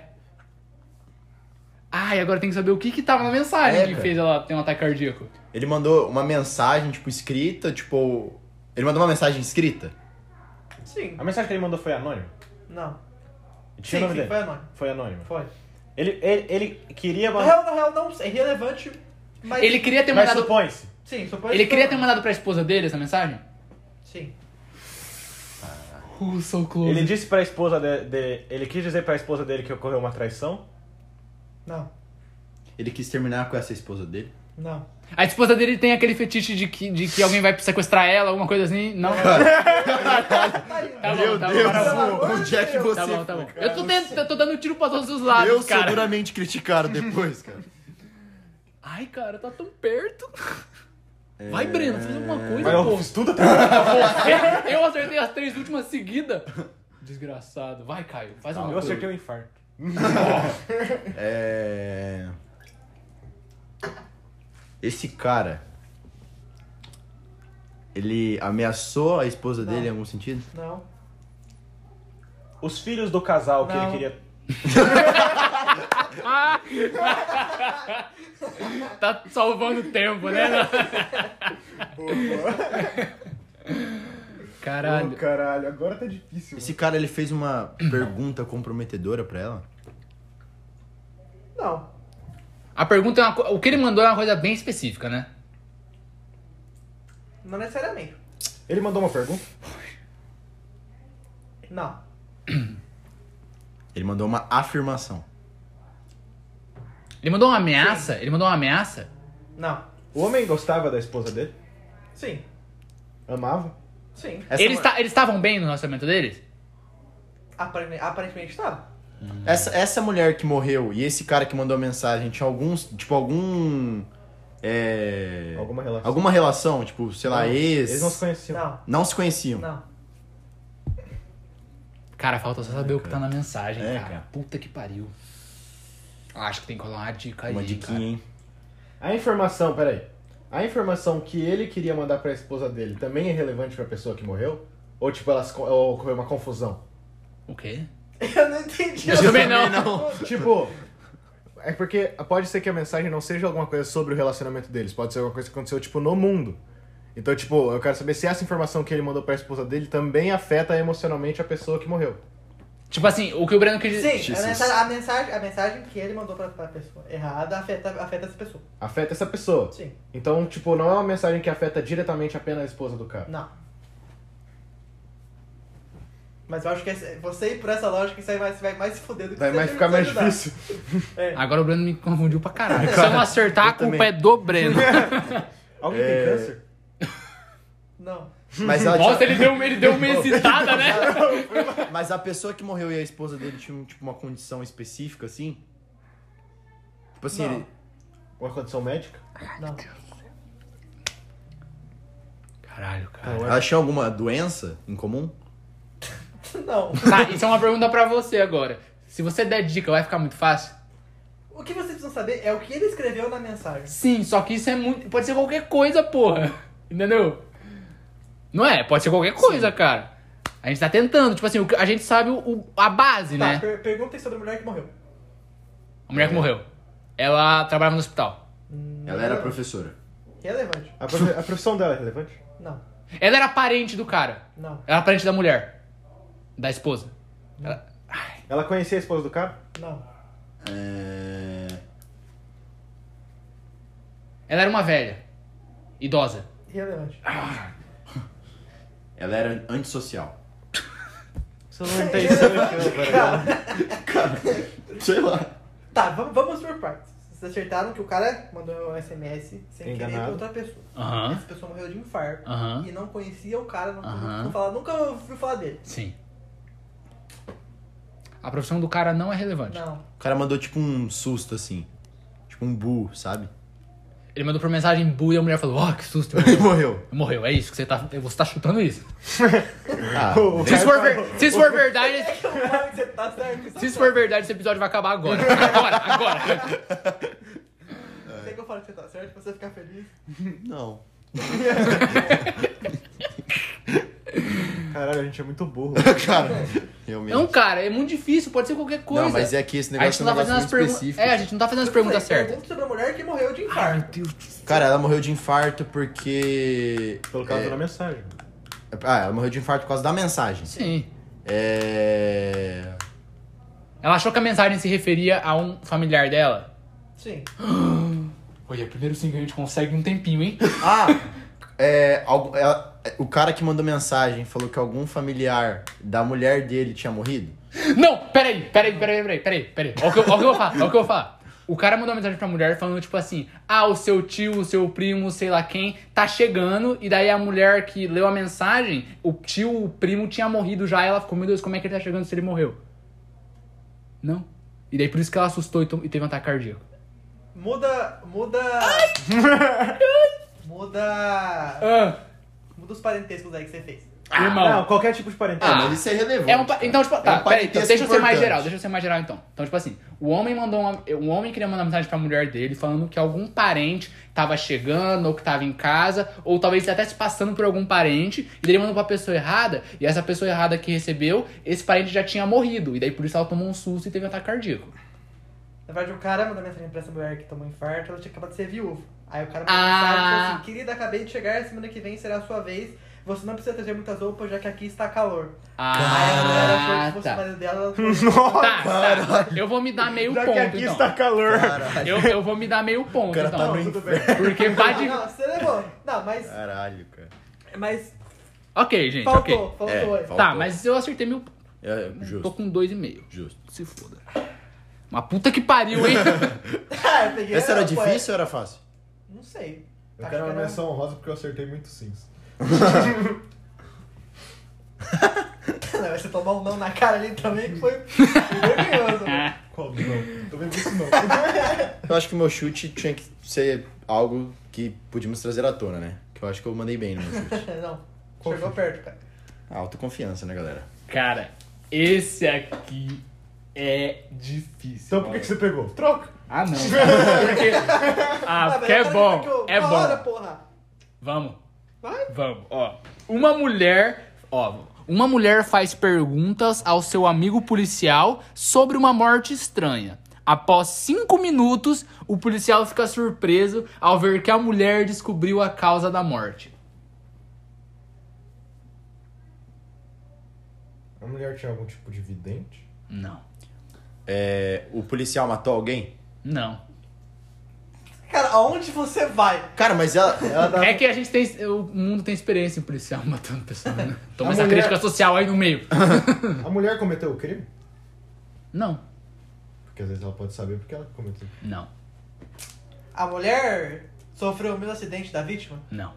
Ai, agora tem que saber o que que tava na mensagem
É,
que
cara.
fez ela ter um ataque cardíaco.
Ele mandou uma mensagem, tipo, escrita, tipo. Ele mandou uma mensagem escrita?
Sim.
A mensagem que ele mandou foi anônima?
Não.
Tinha
Sim,
o nome
sim,
dele?
foi anônimo.
Foi anônimo.
Foi.
Ele, ele, ele queria
Na
mandar.
real, na real, não é relevante, mas...
Ele queria ter
Mas
mandado.
supõe-se.
Sim, só pode...
Ele queria ter mandado pra esposa dele essa mensagem?
Sim.
Uh, so close.
Ele disse pra esposa dele. De, ele quis dizer pra esposa dele que ocorreu uma traição.
Não.
Ele quis terminar com essa esposa dele?
Não.
A esposa dele tem aquele fetiche de que, de que alguém vai sequestrar ela, alguma coisa assim? Não?
Tá aí, né?
Tá bom, tá bom, tá bom.
bom.
(laughs) onde é que você.
Tá bom, tá bom.
foi,
Eu tô,
cara?
tendo, eu tô dando tiro pra todos os lados,
Eu sou
cara.
duramente criticado depois, (laughs) cara.
Ai, cara, tá tão perto.
É.
Vai, Breno, faz alguma coisa,
Mas eu
pô.
fiz tudo
Eu- Eu acertei as três últimas seguidas. Desgraçado. Vai, Caio, faz alguma
Eu
coisa.
acertei o infarto.
É. Esse cara. Ele ameaçou a esposa dele em algum sentido?
Não.
Os filhos do casal que ele
Não.
queria.
Tá salvando tempo, né? Caralho.
caralho, agora tá difícil.
Esse cara ele fez (clears throat) uma pergunta comprometedora pra ela?
Não.
A pergunta é uma, co- O que ele mandou é uma coisa bem específica, né?
Não necessariamente.
Ele mandou uma pergunta?
Não.
Ele mandou uma afirmação.
Ele mandou uma ameaça? Ele mandou uma ameaça?
Não.
O homem gostava da esposa dele?
Sim.
Amava?
Sim.
Essa é
Eles
mu-
ta- eles estavam bem no relacionamento deles?
Aparente- Aparentemente tá.
Essa, essa mulher que morreu e esse cara que mandou a mensagem tinha alguns. Tipo, algum. É.
Alguma relação?
Alguma relação? Tipo, sei lá, ex.
Eles não se conheciam.
Não.
Não se conheciam.
Não. (laughs)
Cara, falta só saber o que tá na mensagem,
É,
cara.
cara.
Puta que pariu. Acho que tem que rolar uma dica aí.
Uma
cara.
diquinha, hein?
A informação, peraí. A informação que ele queria mandar pra esposa dele também é relevante pra pessoa que morreu? Ou tipo, elas co- ou ocorreu uma
(laughs)
confusão?
O quê?
Eu não entendi.
Eu também não.
Tipo, é porque pode ser que a mensagem não seja alguma coisa sobre o relacionamento deles, pode ser alguma coisa que aconteceu tipo no mundo. Então, tipo, eu quero saber se essa informação que ele mandou pra esposa dele também afeta emocionalmente a pessoa que morreu.
Tipo assim, o que o Breno quis dizer.
Sim, é a mensagem, a, mensagem, a mensagem que ele mandou pra, pra pessoa errada afeta, afeta essa pessoa.
Afeta essa pessoa.
Sim.
Então, tipo, não é uma mensagem que afeta diretamente apenas a esposa do cara.
Não. Mas eu acho que essa- você ir por essa lógica, isso aí vai, você vai mais se fuder do que
Vai
você
mais
vai
ficar mais
ajudar. É.
difícil.
Agora o Breno me confundiu pra caralho. Se eu não acertar, a culpa é do (laughs) Breno.
Alguém
É.
tem câncer?
Não.
Mas, ela
Nossa,
tinha-
ele deu, um- ele deu uma hesitada, né?
mas a pessoa que morreu e a esposa dele tinham, tipo, uma condição específica, assim? Tipo assim,
Não.
ele-
Uma condição médica?
Não.
Caralho, cara.
Não, é-
ela tinha alguma doença em comum?
(laughs) Não.
Tá, isso é uma pergunta pra você agora. Se você der dica, vai ficar muito fácil?
O que vocês precisam saber é o que ele escreveu na mensagem.
Sim, só que isso é muito. Pode ser qualquer coisa, porra. Entendeu? Não é? Pode ser qualquer coisa, cara. A gente tá tentando. Tipo assim, o que- a gente sabe o- o- a base,
Tá,
né?
per- perguntem sobre a mulher que morreu.
A mulher que morreu. Ela trabalhava no hospital.
Ela era professora.
Relevante.
A, profe- a profissão dela é relevante?
Não.
Ela era parente do cara.
Não.
Ela era parente da mulher. Da esposa. Ela-
Ela conhecia a esposa do cara?
Não.
É...
Ela era uma velha. Idosa.
Irrelevante.
Ela era antissocial.
Você não tem isso
né?
Sei lá.
Tá, vamos, vamos por partes. Vocês acertaram que o cara mandou um SMS sem querer pra
Enganado.
outra pessoa.
Aham.
Essa pessoa morreu de infarto
Aham.
e não conhecia o cara, não,
Aham.
não falava- nunca ouviu falar dele.
Sim. A profissão do cara não é relevante. (laughs)
Não.
O cara mandou tipo um susto assim. Tipo um bu, sabe?
Ele mandou por mensagem bu e a mulher falou: Ó, que susto.
(laughs) E morreu.
(laughs) Morreu, é isso que você tá. Você tá chutando isso.
Ah,
Se isso for, ver- se isso for verdade, esse-
Eu falo que você tá certo.
se isso for verdade, esse episódio vai acabar
(laughs)
agora. Agora, agora.
Sei que eu falo que você tá certo, pra você ficar feliz.
não.
(laughs) Caralho, a gente é muito burro.
cara, realmente.
Não, cara, é muito difícil, pode ser qualquer coisa.
Não, mas é que esse
a
negócio
gente
é um
não tá fazendo
negócio muito
as perguntas.
específico.
É, a gente não tá fazendo as perguntas certas.
Pergunta sobre a mulher que morreu de infarto.
Cara, ela morreu de infarto porque.
Pelo causa
é...
da mensagem.
Ah, ela morreu de infarto por causa da mensagem.
Sim.
É.
Ela achou que a mensagem se referia a um familiar dela.
Sim.
Olha, primeiro sim que a gente consegue um tempinho, hein? (laughs)
Ah! é, algum- ela- o cara que mandou mensagem falou que algum familiar da mulher dele tinha morrido.
Não, peraí, peraí, peraí, peraí, peraí, peraí. Olha o que eu, ó o que eu vou falar, olha o que eu vou falar. O cara mandou uma mensagem pra mulher falando, tipo assim, ah, o seu tio, o seu primo, sei lá quem, tá chegando. E daí a mulher que leu a mensagem, o tio, o primo tinha morrido já. E ela ficou, meu Deus, como é que ele tá chegando se ele morreu? Não. E daí por isso que ela assustou e, tom- e teve um ataque cardíaco.
Muda. Muda. muda.
Ah,
Muda os parentescos aí que você fez.
irmão.
Não, qualquer tipo de parentesco.
Ah,
Mas isso é relevante.
É um pa-
cara.
Então, tipo, tá,
um
peraí, então,
parentesco
deixa eu ser mais
importante.
geral, deixa eu ser mais geral então. Então, tipo assim, o homem mandou uma. O homem queria mandar mensagem pra mulher dele falando que algum parente tava chegando, ou que tava em casa, ou talvez até se passando por algum parente, e daí ele mandou pra pessoa errada, e essa pessoa errada que recebeu, esse parente já tinha morrido. E daí por isso ela tomou um susto e teve um ataque cardíaco.
Na verdade, o cara mandou mensagem pra essa mulher que tomou infarto, ela tinha acabado de ser viúva. Aí o cara mandou
Ah.
mensagem e falou assim: Querida, acabei de chegar, semana que vem será a sua vez. Você não precisa trazer muitas roupas, já que aqui está calor. Aí a mulher achou
Ah,
que fosse o
tá.
marido dela.
(laughs)
ela
(laughs)
falou,
Tá, tá. Eu vou me dar meio
Já
ponto.
que aqui
então.
está calor.
Caralho.
eu, eu vou me dar meio ponto,
cara tá
então.
no
tudo bem.
Porque vai de.
assim, Não, você levou. Não, mas.
Caralho, cara.
Mas
Ok, gente,
faltou,
ok.
faltou.
É,
esse.
faltou.
Tá, mas eu acertei meu
É,
Tô
justo,
com dois e meio.
justo.
Se foda. Uma puta que pariu, hein?
Ah, (laughs) eu peguei,
Essa era
não, pô, é-
difícil ou era fácil?
Não sei.
Eu
Acho
quero
que
uma
era-
menção honrosa porque eu acertei muito (laughs) sims.
Não, você tomar um (laughs) não na cara ali também que foi
(laughs)
vergonhoso.
É.
Qual? Não. Tô vendo isso não.
Eu acho que o meu chute tinha que ser algo que podíamos trazer à tona, né? Que eu acho que eu mandei bem no meu chute.
(laughs) Não,
Qual
chegou
foi?
perto, cara.
A autoconfiança, né, galera?
(laughs) Cara, esse aqui é difícil.
Então por que,
mano.
que você pegou? Troca!
Ah, não. (laughs)
(laughs)
Porque... Ah, porque é
velho,
bom.
olha que eu-
É
uma Hora,
bom.
porra.
Vamos.
Vai.
Vamos. Ó, uma mulher... Ó, uma mulher faz perguntas ao seu amigo policial sobre uma morte estranha. Após cinco minutos, o policial fica surpreso ao ver que a mulher descobriu a causa da morte.
A mulher tinha algum tipo de vidente?
Não.
É, o policial matou alguém?
Não.
Cara, aonde você vai?
Cara, mas ela. ela
Tá.
dá-
É que a gente tem. O mundo tem experiência em policial (laughs) matando pessoas, né? Toma
A
essa
mulher-
crítica social aí no
(laughs)
meio.
A mulher cometeu o crime?
Não,
Porque às vezes ela pode saber porque ela cometeu.
não,
A mulher sofreu o mesmo acidente da vítima?
não.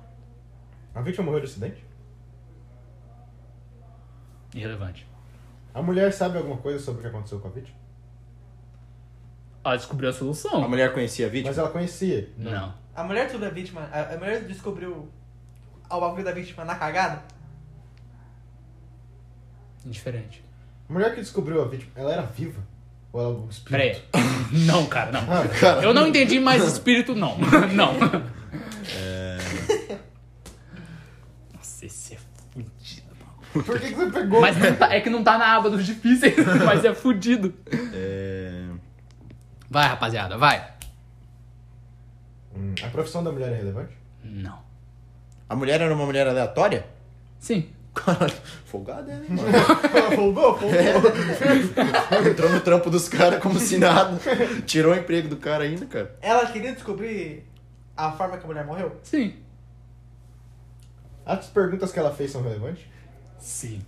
A vítima morreu de acidente?
Irrelevante.
A mulher sabe alguma coisa sobre o que aconteceu com a vítima?
Ela Ah, descobriu a
A
solução.
mulher conhecia a vítima?
Mas ela conhecia.
Não.
A mulher sobre a vítima, a, a mulher descobriu o bagulho da vítima na cagada?
Indiferente.
A mulher que descobriu a vítima, ela era viva? Ou ela um espírito?
Peraí. (laughs) Não, cara, não.
Ah, cara.
Eu não entendi mais espírito,
(laughs)
não. Não.
É.
Nossa, esse é fudido, mano.
Por que, que você pegou?
Mas não tá- é que não tá na aba dos difíceis, (laughs) mas é fudido.
É,
Vai, rapaziada, vai.
Hum, a profissão da mulher é relevante? (laughs)
Não.
A mulher era uma mulher aleatória? (laughs)
Sim.
Caralho, folgada é, né, mano?
(laughs)
folgou, folgou.
Entrou no trampo dos caras como se nada. Tirou o emprego do cara ainda, cara.
Ela queria descobrir a forma que a mulher morreu?
Sim.
As perguntas que ela fez são relevantes?
Sim.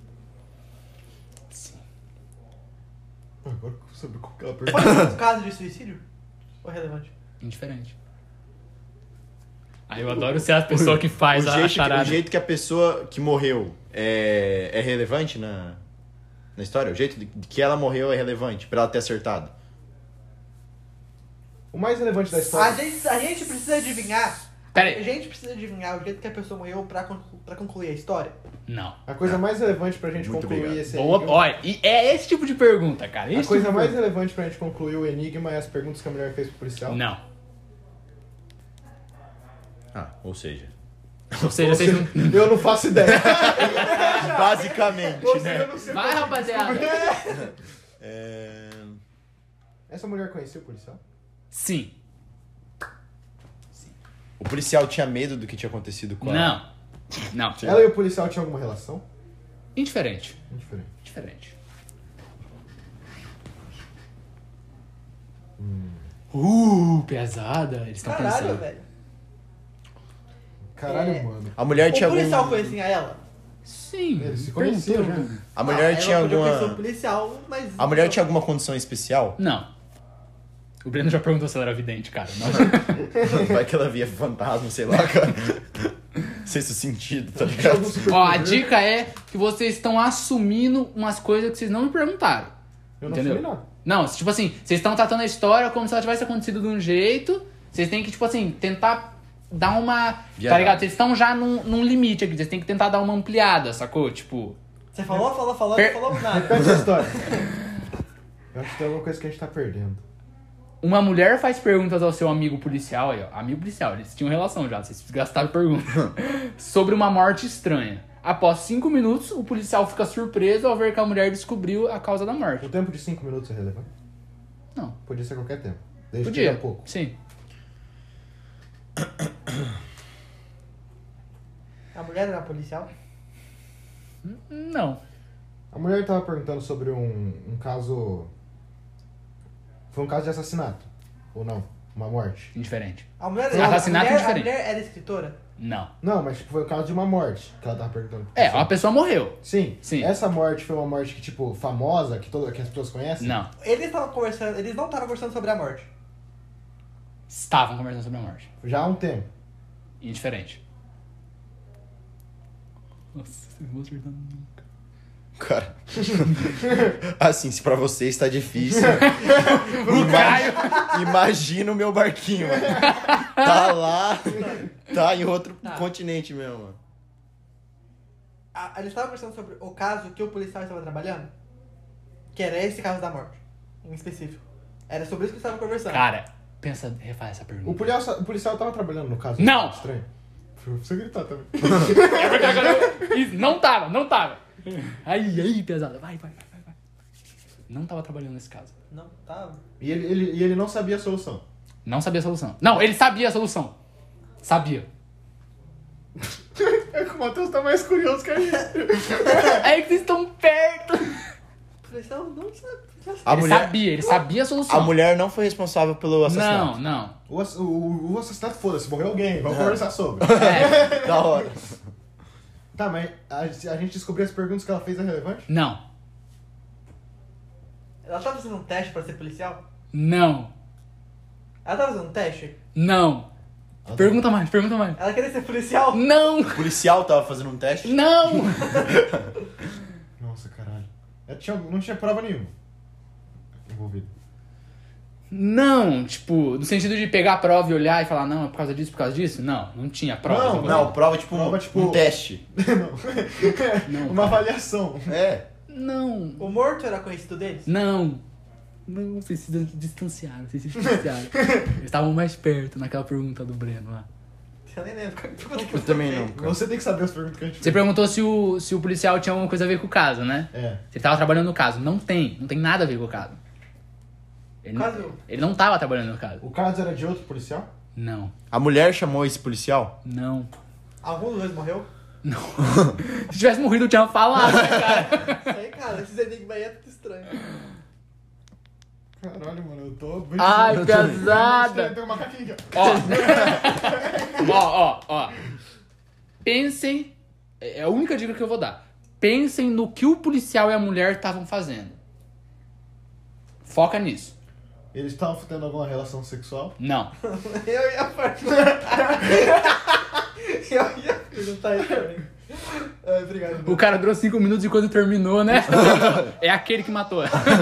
Sim.
Agora eu quero saber qual que é ela
Foi
perguntou.
(coughs)
um caso de suicídio? Ou é relevante?
Indiferente. Aí eu adoro ser a pessoa que faz
o,
a
jeito que, o
charada.
jeito que a pessoa que morreu é, é relevante na, na história? O jeito de, de que ela morreu é relevante pra ela ter acertado?
(laughs) O mais relevante da
É
A
história.
gente, a gente precisa adivinhar.
Pera
A
aí.
gente precisa adivinhar o jeito que a pessoa morreu pra, conclu- pra concluir a história.
Não.
A coisa mais relevante pra gente
Muito
concluir
obrigado.
esse
Boa,
enigma-
olha, e é esse tipo de pergunta, cara.
A
Esse
coisa
tipo de
mais relevante pra gente concluir o enigma é as perguntas que a mulher fez pro policial.
pergunta. Não.
Ah, ou seja.
Ou seja, vocês não.
(laughs) Eu não faço ideia.
Basicamente, né?
(laughs) Vai, rapaziada.
É...
Essa mulher conhecia o policial?
Sim.
O policial tinha medo do que tinha acontecido com ela.
Não. Não.
Ela e o policial tinham alguma relação?
Indiferente.
Indiferente.
Indiferente. Hum. Uh, pesada. Eles estão
Caralho,
pensando.
velho.
Caralho,
(laughs)
É.
mano.
A mulher tinha
O policial
algum...
conhecia ela?
Sim.
Eles se
perguntou,
conheciam já.
né?
A mulher
Não,
tinha
Ah, ela podia conhecer o
alguma...
policial, mas...
A mulher tinha alguma condição especial?
Não. O Breno já perguntou se ela era vidente, cara. Não.
(laughs) Vai que ela via fantasma, sei lá, cara. Não sei se o sentido, tá ligado?
Algum super
Ó, a
poder?
dica é que vocês estão assumindo umas coisas que vocês não me perguntaram.
Eu não
entendeu?
fui, não.
Não, tipo assim, vocês estão tratando a história como se ela tivesse acontecido de um jeito. Vocês têm que, tipo assim, tentar dar uma. Tá
Viajar.
ligado? Vocês estão já num, num limite aqui. Vocês têm que tentar dar uma ampliada, sacou? Tipo.
Você falou, falou, falou,
Per-
não falou nada.
Repete a história. (laughs) Eu acho que tem alguma coisa que a gente tá perdendo.
Uma mulher faz perguntas ao seu amigo policial aí, ó. Amigo policial, eles tinham relação já, vocês gastaram pergunta. sobre uma morte estranha. Após cinco minutos, o policial fica surpreso ao ver que a mulher descobriu a causa da morte.
O tempo de 5 minutos é relevante?
Não.
Podia ser qualquer tempo. Desde que
Podia.
tenha um pouco.
Sim.
A mulher era policial?
Não.
A mulher tava perguntando sobre um, um caso. Foi um caso de assassinato. Ou não? Uma morte.
Indiferente.
A mulher,
Não,
a
assassinato é
mulher, a
diferente.
mulher era escritora?
Não.
Não, mas tipo, foi o caso de uma morte que ela tava perguntando. pro
É,
policial.
uma pessoa morreu.
Sim.
Sim.
Essa morte foi uma morte que, tipo, famosa, que, toda, que as pessoas conhecem?
Não.
Eles estavam conversando, eles não estavam conversando sobre a morte.
Estavam conversando sobre a morte.
Já há um tempo.
Indiferente. Nossa, vocês não vão acertar nunca.
Cara. Assim, se pra você está
(laughs)
difícil. ima- Imagina o meu barquinho, mano. Tá lá. Tá em outro
Tá.
continente mesmo, mano.
A- eles estavam conversando sobre o caso que o policial estava trabalhando? Que era esse caso da morte, em específico. Era sobre isso que eles estavam conversando.
Cara, pensa, refaz essa pergunta.
O
(laughs)
policial, o policial tava trabalhando no caso.
Não!
Estranho. Você gritar também. (laughs)
É porque agora eu- Isso, Não tava, não tava. Aí, aí, pesada. Vai, vai, vai, vai, vai. Não tava trabalhando nesse caso.
Não, tá.
E ele, ele, e ele não sabia a solução.
Não sabia a solução. Não, ele sabia a solução.
(laughs)
Sabia.
É que o Matheus tá mais curioso que a gente.
É que vocês estão perto.
O policial não sabe. já sabe.
A
ele
mulher,
sabia, ele sabia a solução.
a mulher não foi responsável pelo assassinato.
Não, não.
O, ass- o, o assassinato, foda-se, morreu alguém, vamos conversar sobre.
É,
Da hora.
tá, mas a, a gente descobriu as perguntas que ela fez é relevante?
não,
Ela tava fazendo um teste pra ser policial?
não,
Ela tava fazendo um teste?
não. Pergunta mais, pergunta mais.
Ela queria ser policial?
Não,
O policial tava fazendo um teste.
não.
Nossa, caralho. Ela tinha- não tinha prova nenhuma envolvida.
Não, tipo, no sentido de pegar a prova e olhar e falar, não, é por causa disso, por causa disso? Não, não tinha prova.
Não,
por
Não,
causa-
prova tipo,
Prova,
um,
tipo-
um teste.
não. Uma avaliação.
É.
Não,
O morto era conhecido deles?
não. Não, vocês se distanciaram, vocês se
(laughs)
distanciaram. Eles estavam mais perto naquela pergunta do Breno lá.
Eu nem lembro. qual que foi que
Eu também não. cara.
Você tem que saber as perguntas que a gente
Você
fez.
perguntou se o, se o policial tinha alguma coisa a ver com o caso, né?
É.
Ele tava trabalhando no caso. Não tem, não tem nada a ver com o caso. Ele,
Caso-
ele não tava trabalhando no caso.
O caso era de outro policial?
Não,
A mulher chamou esse policial?
não.
Algum dos dois morreu?
Se tivesse morrido, eu tinha falado, né, cara.
Isso aí, cara, esses enigmas aí é tudo estranho.
Caralho, mano, eu tô bem.
Ai, pesada!
Tem um macaquinho aqui,
Ó, (laughs) ó, ó, ó. Pensem, é a única dica que eu vou dar. Pensem no que o policial e a mulher estavam fazendo. Foca nisso.
ó. Eles estavam tendo alguma relação sexual?
Não.
Eu ia perguntar. Eu ia perguntar isso também. Ai, obrigado.
O cara durou cinco minutos e quando terminou, né? (laughs) É aquele que matou. (laughs)
Eles
Eles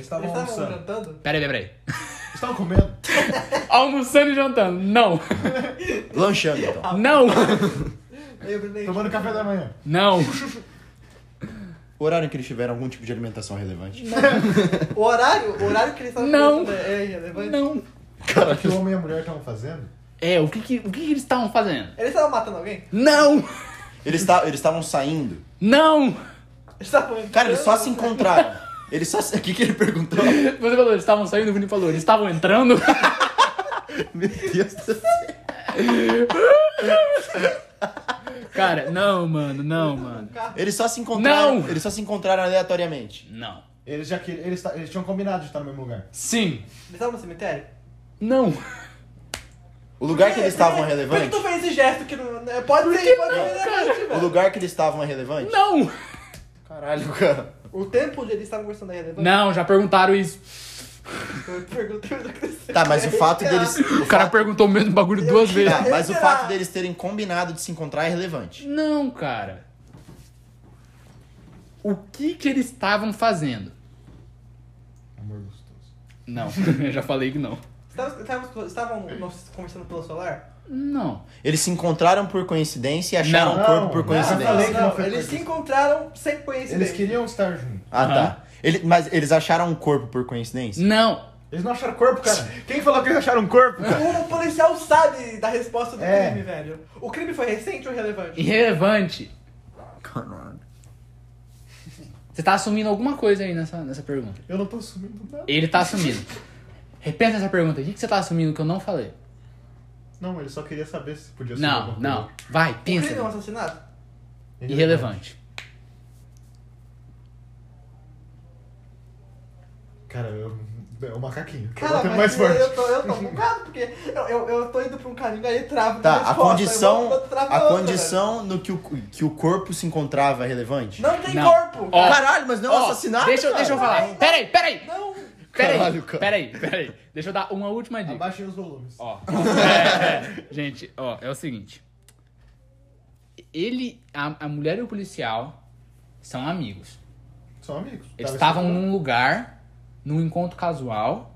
estavam
estavam
almoçando.
jantando?
Peraí, peraí, peraí.
Eles estavam comendo.
Almoçando e jantando. Não.
Lanchando, então.
Não.
Eu brindei.
Tomando café da manhã.
Não.
O horário em que eles tiveram algum tipo de alimentação relevante.
O horário? O horário que eles estavam
Não.
jantando é irrelevante?
Não.
O que o homem e a mulher estavam fazendo?
É, o que que, o que que eles estavam fazendo?
Eles estavam matando alguém?
Não.
Eles ta- eles estavam saindo.
Não.
Eles estavam
Cara, eles só
entrando?
se encontraram. Eles só se... O que, que ele perguntou?
Você falou, eles estavam saindo, o Vini falou, eles estavam entrando.
Meu Deus do céu.
Cara, não, mano, não, mano.
Eles só se encontraram.
Não!
Eles só se encontraram aleatoriamente.
Não.
Eles, já, que- eles, ta- eles tinham combinado de estar no mesmo lugar.
Sim.
Eles estavam no cemitério?
Não.
O lugar que eles estavam é
Por que
relevante?
tu fez esse gesto que não. né? Pode ser, pode ser relevante,
O
velho.
lugar que eles estavam é relevante?
Não.
Caralho, cara.
O tempo onde eles estavam conversando é relevante?
Não, já perguntaram isso.
Eu perguntei o que aconteceu.
Tá, mas o fato deles.
O cara perguntou o mesmo bagulho duas vezes.
Tá, mas o
Será?
fato deles terem combinado de se encontrar é relevante.
Não, cara. O que que eles estavam fazendo?
Amor gostoso.
Não, (laughs) eu já falei que não.
Estavam, estavam, estavam nós conversando pelo celular?
Não.
Eles se encontraram por coincidência e acharam
Não.
o corpo por
Não,
coincidência.
eu falei que não foi
eles
por
se encontraram sem conhecer.
Eles queriam estar juntos.
Ah,
Aham.
tá. Ele- mas eles acharam um corpo por coincidência?
Não.
Eles não acharam corpo, cara. Quem falou que eles acharam um corpo, cara?
O policial sabe da resposta do
É.
crime, velho. O crime foi recente ou relevante?
Irrelevante. Você tá assumindo alguma coisa aí nessa, nessa pergunta.
Eu não tô assumindo nada.
Ele tá assumindo. Repensa essa pergunta. O que que você tá assumindo que eu não falei?
Não, ele só queria saber se podia assumir
Não,
alguma coisa.
não. Vai,
O crime é um
pensa.
assassinato?
Irrelevante.
Cara, eu, é o macaquinho.
Cara,
eu
mas
mais forte.
eu tô, eu tô bugado, porque eu, eu, eu tô indo pra um caminho aí travo.
Tá, a condição, a
outra,
condição no que o, que o corpo se encontrava é relevante?
velho. Não tem
Não.
corpo.
Ó,
Caralho, mas não é um
Ó,
assassinato?
Deixa, eu-
cara.
deixa eu falar. Peraí, peraí.
Não.
Peraí,
Caralho, cara.
peraí, peraí. Deixa eu dar uma última dica.
Abaixem os volumes.
Ó, é, é. Gente, ó, é o seguinte. Ele, a, a mulher e o policial são amigos.
São amigos.
Eles
Tava
estavam
escutando.
num lugar, num encontro casual,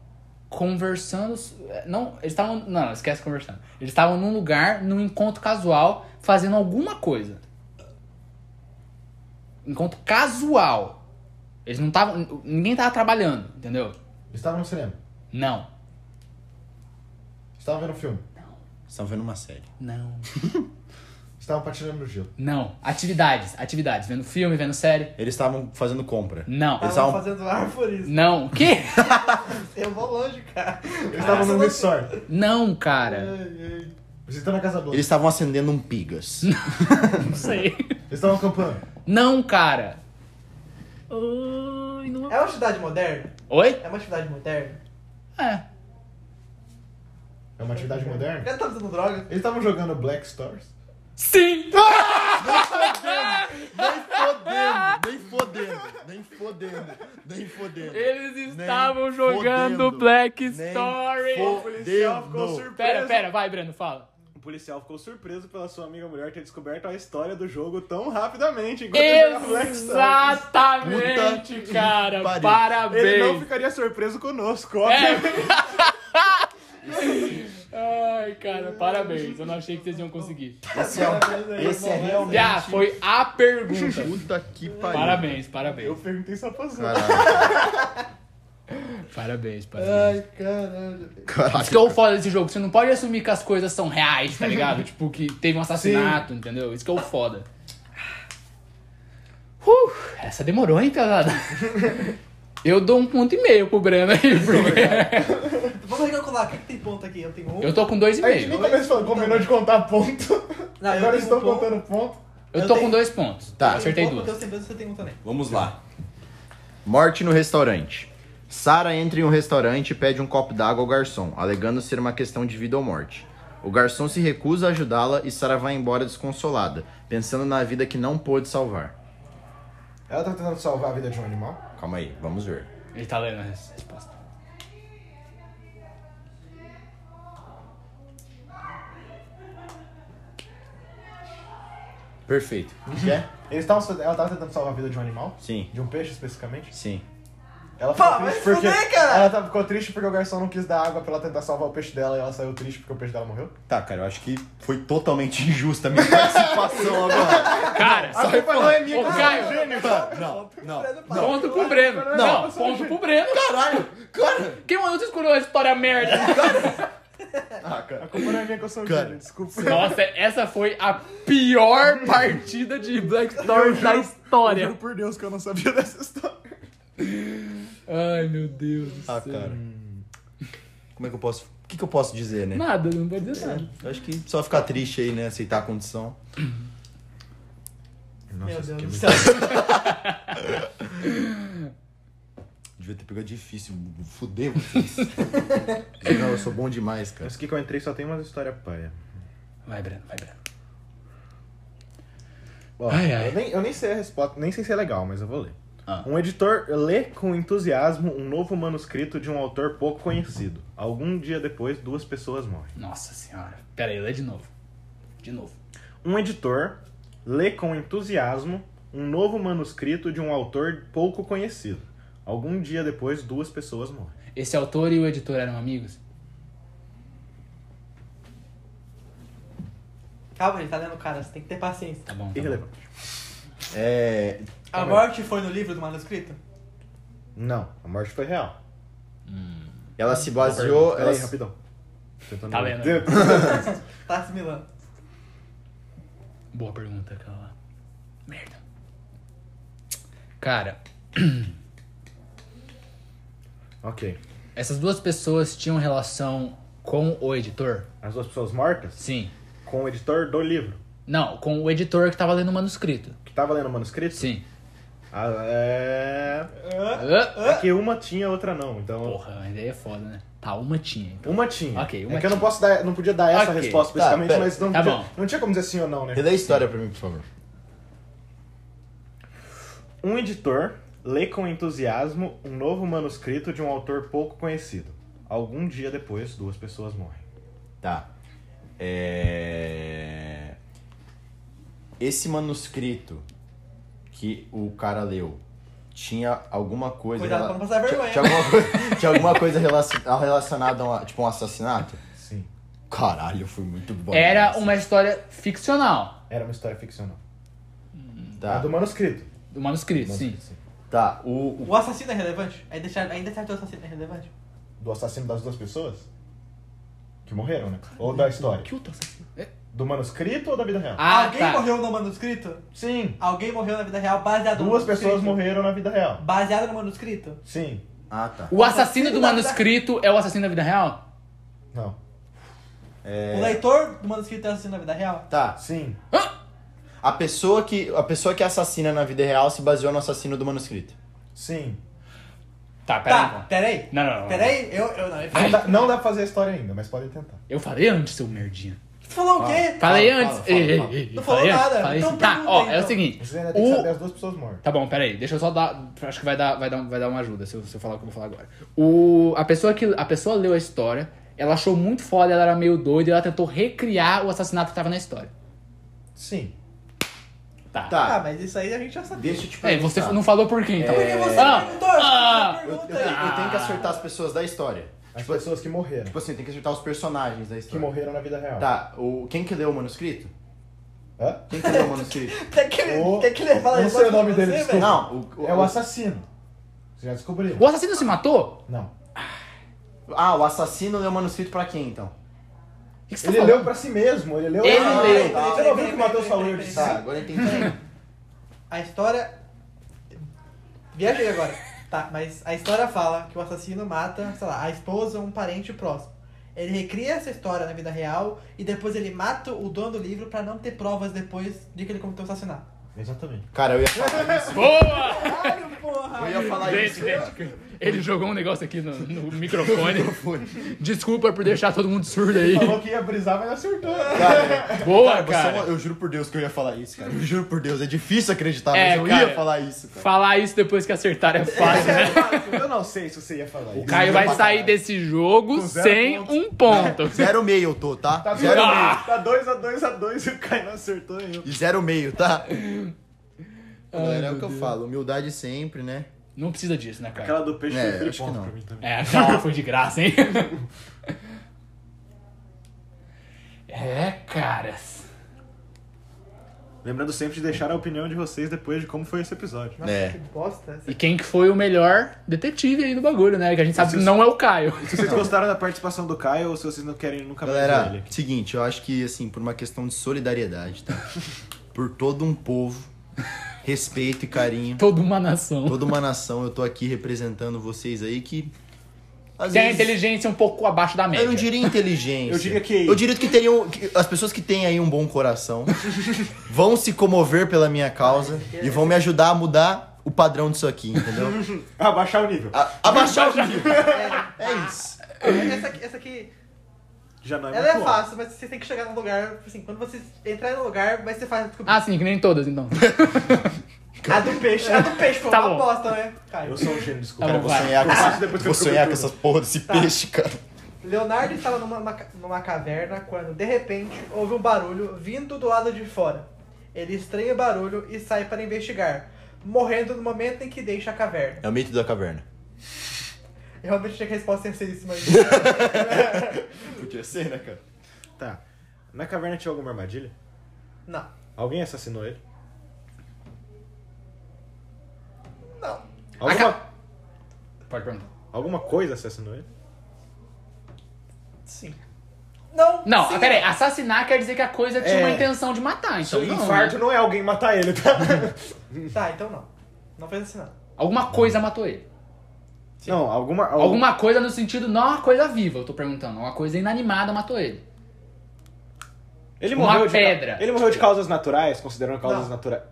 conversando. eh, Não, eles estavam. Não, esquece conversando. Eles estavam num lugar, num encontro casual, fazendo alguma coisa. Encontro casual. Eles não estavam. Ninguém tava trabalhando, entendeu?
Eles estavam no cinema.
Não.
Eles estavam vendo um filme.
Vocês estão vendo uma série.
Não.
Eles estavam patinando no gelo.
Não. Atividades, atividades. Vendo filme, vendo série.
Eles estavam fazendo compra.
Não.
Estavam
estavam-
fazendo árvores.
Não. O quê?
Eu vou longe, cara.
Ah,
Eles estavam no Missor.
Não, cara.
Visitando a Casa Blanca.
Eles estavam acendendo um (laughs) pigas.
Não sei.
Eles estavam acampando.
Não, cara.
É uma atividade moderna?
Oi?
É uma atividade moderna?
É.
É uma atividade
O
moderna.
cara tá usando droga?
Eles estavam jogando Black Stars.
(laughs)
Sim!
Nem fodendo, nem fodendo, nem fodendo.
Eles
Nem
estavam jogando
fodendo,
Black
nem
Story.
Fodendo.
Pera, pera, vai, Breno, fala.
O policial ficou surpreso pela sua amiga mulher ter descoberto a história do jogo tão rapidamente enquanto ele jogava Black Stars.
Exatamente,
Puta que
cara.
pariu.
Parabéns.
Ele não ficaria surpreso conosco, ó.
(laughs)
É. Ai, cara, parabéns. Eu não achei que vocês iam conseguir.
Esse é, o- esse é realmente.
Já, foi a pergunta.
(laughs) Puta que pariu.
Parabéns,
Eu
parabéns.
perguntei só pra zoar.
Caralho,
Parabéns, parabéns.
caralho. velho.
Isso que é o foda desse jogo. Você não pode assumir que as coisas são reais, tá ligado? tipo, que teve um assassinato, entendeu? Isso que é o foda. Uh, essa demorou, hein, casada? (laughs) Eu dou um ponto e meio pro Breno aí, porque
Vamos recalcular. O que, que tem ponto aqui? Eu tenho um.
eu tô com dois e
A gente nem
meio.
começou, combinou de contar ponto.
(laughs) Não, eu
Agora
tenho
estão
um ponto.
contando ponto.
Eu
eu
tô
tenho-
com dois pontos.
Tá.
Acertei
um ponto,
duas.
Eu tenho dois, você tem um também.
vamos lá.
Morte no restaurante.
Sara entra em um restaurante e pede um copo d'água ao garçom, alegando ser uma questão de vida ou morte. O garçom se recusa a ajudá-la e Sara vai embora desconsolada, pensando na vida que não pôde salvar.
Ela tá tentando salvar a vida de um animal?
Calma aí, vamos ver.
Ele tá lendo a resposta.
Perfeito.
Quer? Eles tavam- ela tava tentando salvar a vida de um animal?
é? Sim.
De um peixe, especificamente?
Sim.
Ela ficou
Pá,
triste
vai
porque...
fuder, cara!
Ela tá- ficou triste porque o garçom não quis dar água pra ela tentar salvar o peixe dela e ela saiu triste porque o peixe dela morreu?
Tá, cara, eu acho que foi totalmente (laughs) injusta a minha participação agora.
Cara,
A culpa não é minha,
Ô,
cara.
Caio,
Não, não.
ponto pro Breno. Não, ponto pro Breno.
Caralho, cara.
Quem mandou você escolher uma história merda?
Ah, cara.
A culpa não é minha que eu sou um
Cara,
gênio, desculpa.
Nossa, essa foi a pior partida de Black Stories da
Eu
história.
juro por Deus que eu não sabia dessa história.
Ai, meu Deus do
Ah,
céu.
cara. Como é que eu posso... O que, que eu posso dizer, né?
Nada, não vou dizer nada.
Eu acho que só ficar triste aí, né? Aceitar a condição.
Meu
é
Deus do
muito-
céu.
Devia ter pegado difícil. Fudeu vocês. (laughs) não, eu sou bom demais, cara.
Esse aqui que eu entrei só tem umas histórias paia.
Vai, Breno, vai, Breno.
Ó,
Ai, ai.
Eu, nem, eu nem sei a resposta, nem sei se é legal, mas eu vou ler.
Ah.
Um editor lê com entusiasmo um novo manuscrito de um autor pouco conhecido. Algum dia depois, duas pessoas morrem.
Nossa senhora. Pera aí, lê de novo. De novo.
Um editor lê com entusiasmo um novo manuscrito de um autor pouco conhecido. Algum dia depois, duas pessoas morrem.
Esse autor e o editor eram amigos?
Calma, ele tá lendo, cara. Você tem que ter paciência.
Tá bom. Tá bom.
Irrelevante.
É.
A morte foi no livro do
(laughs)
manuscrito?
Não, a morte foi real.
Ela se baseou.
Peraí,
Ela...
rapidão. Tentando
Tá lendo.
Tá assimilando.
Boa pergunta, aquela lá. Merda. Cara,
Ok.
essas duas pessoas tinham relação com o editor?
As duas pessoas mortas
Sim.
com o editor do livro,
Não, com o editor que tava lendo o manuscrito.
que tava lendo o manuscrito.
Sim.
Ah, é...
Ah,
é que uma tinha, outra não. Então,
Porra, a ideia é foda, né? Tá, uma tinha. então.
uma tinha.
Ok, uma
é que eu não
tinha.
posso dar, não podia dar essa
Ok,
resposta
tá,
especificamente,
pera.
mas não,
Tá
podia,
bom.
não tinha como dizer sim ou não, né?
Relê a história pra mim, por favor.
Um editor lê com entusiasmo um novo manuscrito de um autor pouco conhecido. Algum dia depois, duas pessoas morrem.
Tá. É. Esse manuscrito que o cara leu tinha alguma
é,
coisa.
Cuidado pra não passar vergonha.
Tinha, tinha alguma, tinha alguma coisa relacion- relacionada a um, tipo um assassinato?
Sim.
Caralho, eu fui muito bom.
Era
nessa.
uma história ficcional
Era uma história ficcional. A
Tá,
do manuscrito.
do manuscrito, sim.
Manuscrito, sim.
tá. O, o-
O assassino é relevante? Aí deixar, ainda certo o assassino é relevante?
Do assassino das duas pessoas? Que morreram, né? Ou da história?
Que outro assassino? É.
Do manuscrito ou da vida real?
Ah,
Alguém
tá.
morreu no manuscrito?
Sim.
Alguém morreu na vida real baseado no
Duas
Ah,
manuscrito?
pessoas morreram na vida real.
Baseado no manuscrito?
Sim.
Ah, tá.
O assassino do manuscrito é o assassino da vida real?
Não.
O leitor do manuscrito é assassino na vida real?
É, Tá.
Sim.
A pessoa que a pessoa que assassina na vida real se baseou no assassino do manuscrito.
Sim.
Tá, pera aí,
Tá,
então.
peraí.
Não, não, não, não.
Peraí, eu, eu não. eu-
Não dá, não dá pra fazer a história ainda, mas podem tentar.
Eu falei antes, seu merdinha.
Tu falou o quê?
Falei
fala,
antes.
fala,
Ei, ei,
fala.
ei, falei
Não falou
antes,
nada,
falei
então
assim. Tá,
pergunta
ó,
aí,
é o
então.
seguinte.
Vocês ainda tem que saber
O...
as duas pessoas mortas.
Tá bom, peraí. Deixa eu só dar. Acho que vai dar, vai dar, vai dar uma ajuda se eu, se eu falar o que eu vou falar agora. O... A, pessoa que, a pessoa leu a história, ela achou muito foda, ela era meio doida e ela tentou recriar o assassinato que tava na história.
Sim.
Tá.
Ah,
Tá.
mas isso aí tá. É. a gente já sabia.
Deixa eu te
É,
perguntar.
você não falou por quê, então.
Porque você
É.
Ah,
perguntou, eu
ah,
fiz uma
Eu, eu
pergunta
tenho-
aí.
eu tenho que acertar as pessoas da história.
As pessoas que morreram.
Tipo assim, tem que acertar os personagens da
Que
história.
morreram na vida real.
Tá, o quem que leu o manuscrito?
Hã?
Quem que leu
(laughs)
o manuscrito?
Tem que,
O-
tem que levar
Ah! não sei o nome
velho.
dele, desculpa.
Não, o, o-
É o assassino. Você já descobriu?
O assassino se matou?
Não.
Ah, o assassino leu o manuscrito pra quem então?
O que, que você
Ele
tá
leu
falando?
pra si mesmo, ele leu...
Ele
Ah,
leu.
tá. Você não viu o que o Matheus falou? Eu disse,
Tá, agora eu entendi.
A história. Viajei agora. Tá, mas a história fala que o assassino mata, sei lá, a esposa ou um parente próximo. Ele recria essa história na vida real e depois ele mata o dono do livro pra não ter provas depois de que ele cometeu o assassinato.
Exatamente.
Cara, eu ia falar isso.
Boa!
Caralho, porra!
Eu ia falar
Gente,
isso.
gente. Ele jogou um negócio aqui no, no microfone. Desculpa por deixar todo mundo surdo aí.
Falou que ia brisar, mas acertou.
Cara,
Boa,
você é
um
uma-
cara.
eu juro por Deus que eu ia falar isso, cara. Eu juro por Deus, é difícil acreditar, mas
É,
eu
cara.
ia falar isso, cara.
Falar isso depois que acertar é fácil, né?
Eu não sei se você ia falar
O
isso.
Caio vai sair desse jogo
Com zero
sem um ponto.
Zero meio eu tô, tá?
Tá 2
zero meio.
a 2 tá dois a 2 a 2 e o Caio não acertou nenhum.
E zero meio, tá?
Galera, é o que eu falo. Humildade sempre, né?
Não precisa disso, né, cara?
Aquela do peixe
É,
foi free
acho que
ponto
não.
pra mim também.
É, aquela foi de graça, hein? É, caras.
Lembrando sempre de deixar a opinião de vocês depois de como foi esse episódio.
Nossa,
É.
que bosta
(laughs)
essa.
E quem que foi o melhor detetive aí do bagulho, né? Que a gente sabe que não é o Caio. (laughs)
Se vocês gostaram da participação do Caio ou se vocês não querem nunca Tá mais ver ele
Galera,
aqui.
seguinte, eu acho que, assim, por uma questão de solidariedade, tá? Por todo um povo, respeito e carinho,
Toda uma nação.
toda uma nação, eu tô aqui representando vocês aí que. Às
Tem a inteligência um pouco abaixo da média.
Eu não diria inteligência.
Eu diria que-
Eu diria que teriam. que as pessoas que têm aí um bom coração vão se comover pela minha causa e vão me ajudar a mudar o padrão disso aqui, entendeu?
Abaixar Ah, o nível.
A-
(laughs)
abaixar o nível. É isso.
Essa aqui, essa aqui
Já não é
ela é
muito alto.
fácil, mas vocês têm que chegar num lugar, assim, quando vocês entrarem no lugar, vai ser fácil descobrir.
Ah, sim, que nem todas, então.
a do peixe, a do peixe, foi
Tá
uma
bom.
bosta, né? Caio.
Eu sou um gênio, desculpa.
Tá
Cara,
bom,
Vou
eu
vai.
sonhar com,
faço depois
essa,
que
vou
eu
sonhar com
procuro.
essas porra desse
Tá.
peixe, cara.
Leonardo estava numa, numa ca- numa caverna quando, de repente, houve um barulho vindo do lado de fora. Ele estranha o barulho e sai para investigar, morrendo no momento em que deixa a caverna.
É o mito da caverna.
Eu realmente achei que a resposta ia ser isso, mas.
Podia ser, né, cara?
Tá. Na caverna tinha alguma armadilha?
Não.
Alguém assassinou ele?
Não.
Alguma,
Pode perguntar.
alguma coisa assassinou ele?
Sim. Não.
Não,
sim.
peraí, assassinar quer dizer que a coisa tinha
É.
uma intenção de matar, então
Seu
não,
infarto
né?
não é alguém matar ele, tá?
Tá, então não. Não fez assim, não.
Alguma coisa matou ele.
(laughs) Não, alguma... algum-
Alguma coisa no sentido, não uma coisa viva, eu tô perguntando. Uma coisa inanimada matou ele.
Ele
uma
morreu de ca-
pedra.
Ele morreu de causas naturais, considerando causas
Não.
naturais.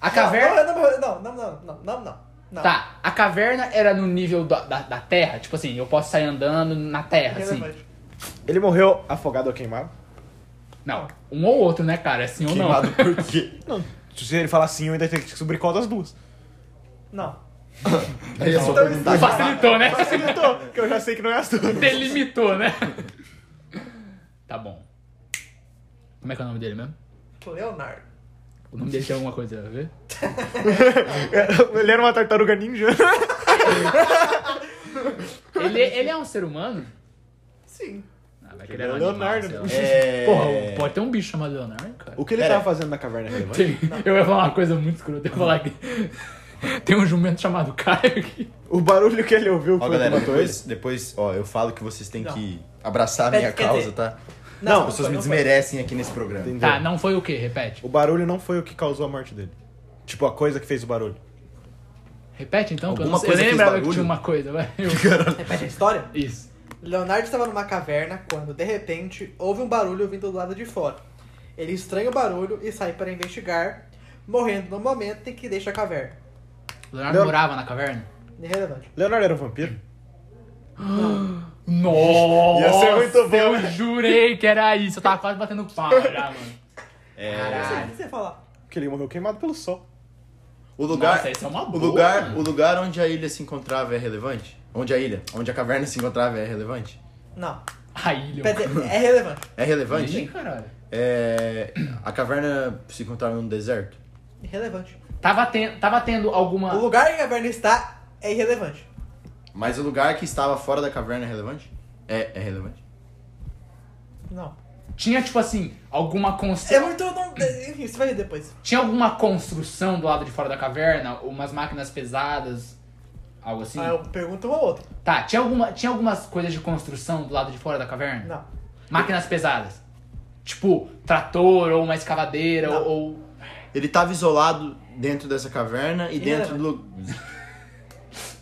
A caverna.
Não, é. não, não, não, não, não. não, não.
Tá, a caverna era no nível da, da, da terra, tipo assim, eu posso sair andando na terra, assim.
Relevante.
Ele morreu afogado ou queimado?
Não, um ou outro, né, cara? Assim ou não.
Queimado por quê?
Não. Se ele falar sim, eu ainda tenho que descobrir qual das duas.
Não.
Aí é só perguntar.
(laughs) Facilitou, né? (laughs)
Então, que eu já sei que não é as duas.
Delimitou, né? Tá bom. Como é que é o nome dele mesmo?
Leonardo.
O nome dele tem alguma coisa a ver?
É, Ele era uma tartaruga ninja.
Ele, ele é um ser humano?
Sim.
Ah, vai que ele era um
Leonardo.
né?
animal, sei lá.
É...
Porra, pode ter um bicho chamado Leonardo, cara.
O que ele
Pera.
tava fazendo na caverna relevante?
Tem- eu ia falar uma coisa muito escrota. Eu ia falar que tem um jumento chamado Caio aqui.
O barulho que ele ouviu
Ó,
foi
galera,
uma coisa.
depois, depois, ó, eu falo que vocês têm
Não.
que abraçar a minha
Quer
causa,
dizer,
tá?
Não,
As pessoas
foi,
me
foi.
desmerecem aqui nesse programa.
Entendeu?
Tá, não foi o quê? Repete.
O barulho não foi o que causou a morte dele. Tipo, a coisa que fez o barulho.
Repete então, que eu,
Alguma
não sei. eu
coisa
nem
fez
lembrava que
barulho?
tinha uma coisa, vai. Eu-
Repete a história?
Isso.
Leonardo estava numa caverna quando, de repente, houve um barulho vindo do lado de fora. Ele estranha o barulho e sai para investigar, morrendo no momento em que deixa a caverna.
O Leonardo
Leon-
morava na caverna?
Irrelevante.
Leonardo era um vampiro?
Nossa!
Ia ser muito bom,
Eu
né?
jurei que era isso. Eu tava quase batendo pau já, mano.
É,
Não sei o
Caralho.
que você ia falar.
Porque ele morreu queimado pelo sol.
O lugar,
Nossa, isso é uma
o
boa,
lugar,
mano.
o lugar onde a ilha se encontrava é relevante? Onde a ilha, onde a caverna se encontrava é relevante?
Não.
Aí,
Quer
Leonardo.
dizer, é relevante.
É relevante?
caralho.
É, a caverna se encontrava num deserto?
Irrelevante.
Tava, ten- tava tendo
O
alguma.
lugar em que a caverna está é irrelevante.
Mas o lugar que estava fora da caverna é relevante? É, é relevante.
Não.
Tinha, tipo assim, alguma
É
construção.
muito. Não, enfim, você vai ver depois.
Tinha alguma construção do lado de fora da caverna? Umas máquinas pesadas? Algo assim?
Ah, eu pergunto uma ou outra.
Tá, tinha, alguma, tinha algumas coisas de construção do lado de fora da caverna?
Não.
Máquinas pesadas. Tipo, trator ou uma escavadeira
Não.
ou. ou-
Ele estava isolado dentro dessa caverna e dentro do lu-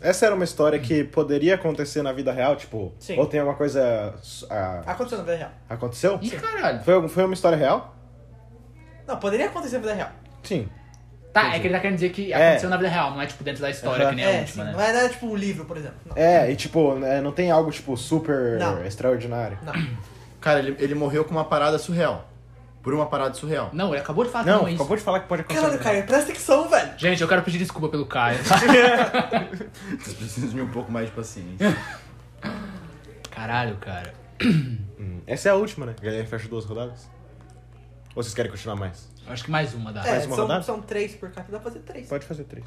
Essa era uma história que poderia acontecer na vida real, tipo,
Sim.
ou tem alguma coisa. ah,
Aconteceu na vida real.
aconteceu?
Ih, caralho.
Foi, algum- foi uma história real?
Não, poderia acontecer na vida real.
Sim.
Tá, é que ele tá querendo dizer que
É.
aconteceu na vida real, não é tipo dentro da história,
Aham.
que nem a
É, sim.
última, né?
Não é, não é tipo um livro, por exemplo. Não.
É, e tipo, né, não tem algo, tipo, super
Não.
extraordinário.
Cara, ele, ele morreu com uma parada surreal. Por uma parada
(laughs)
surreal.
Não, ele acabou de falar que
Não,
não é isso.
acabou de falar que pode acontecer.
Ah, Caralho, Caio, presta atenção, velho.
Gente, eu quero pedir desculpa pelo Caio. (laughs)
Vocês precisam de um pouco mais de
(laughs)
paciência.
Caralho, cara.
Hum, Essa é a última, né? Galera, fecha duas rodadas. Ou vocês querem continuar mais?
Eu acho que mais Ah, uma dá.
É,
uma
são,
rodada?
são três por carta, dá pra fazer três.
Pode fazer três.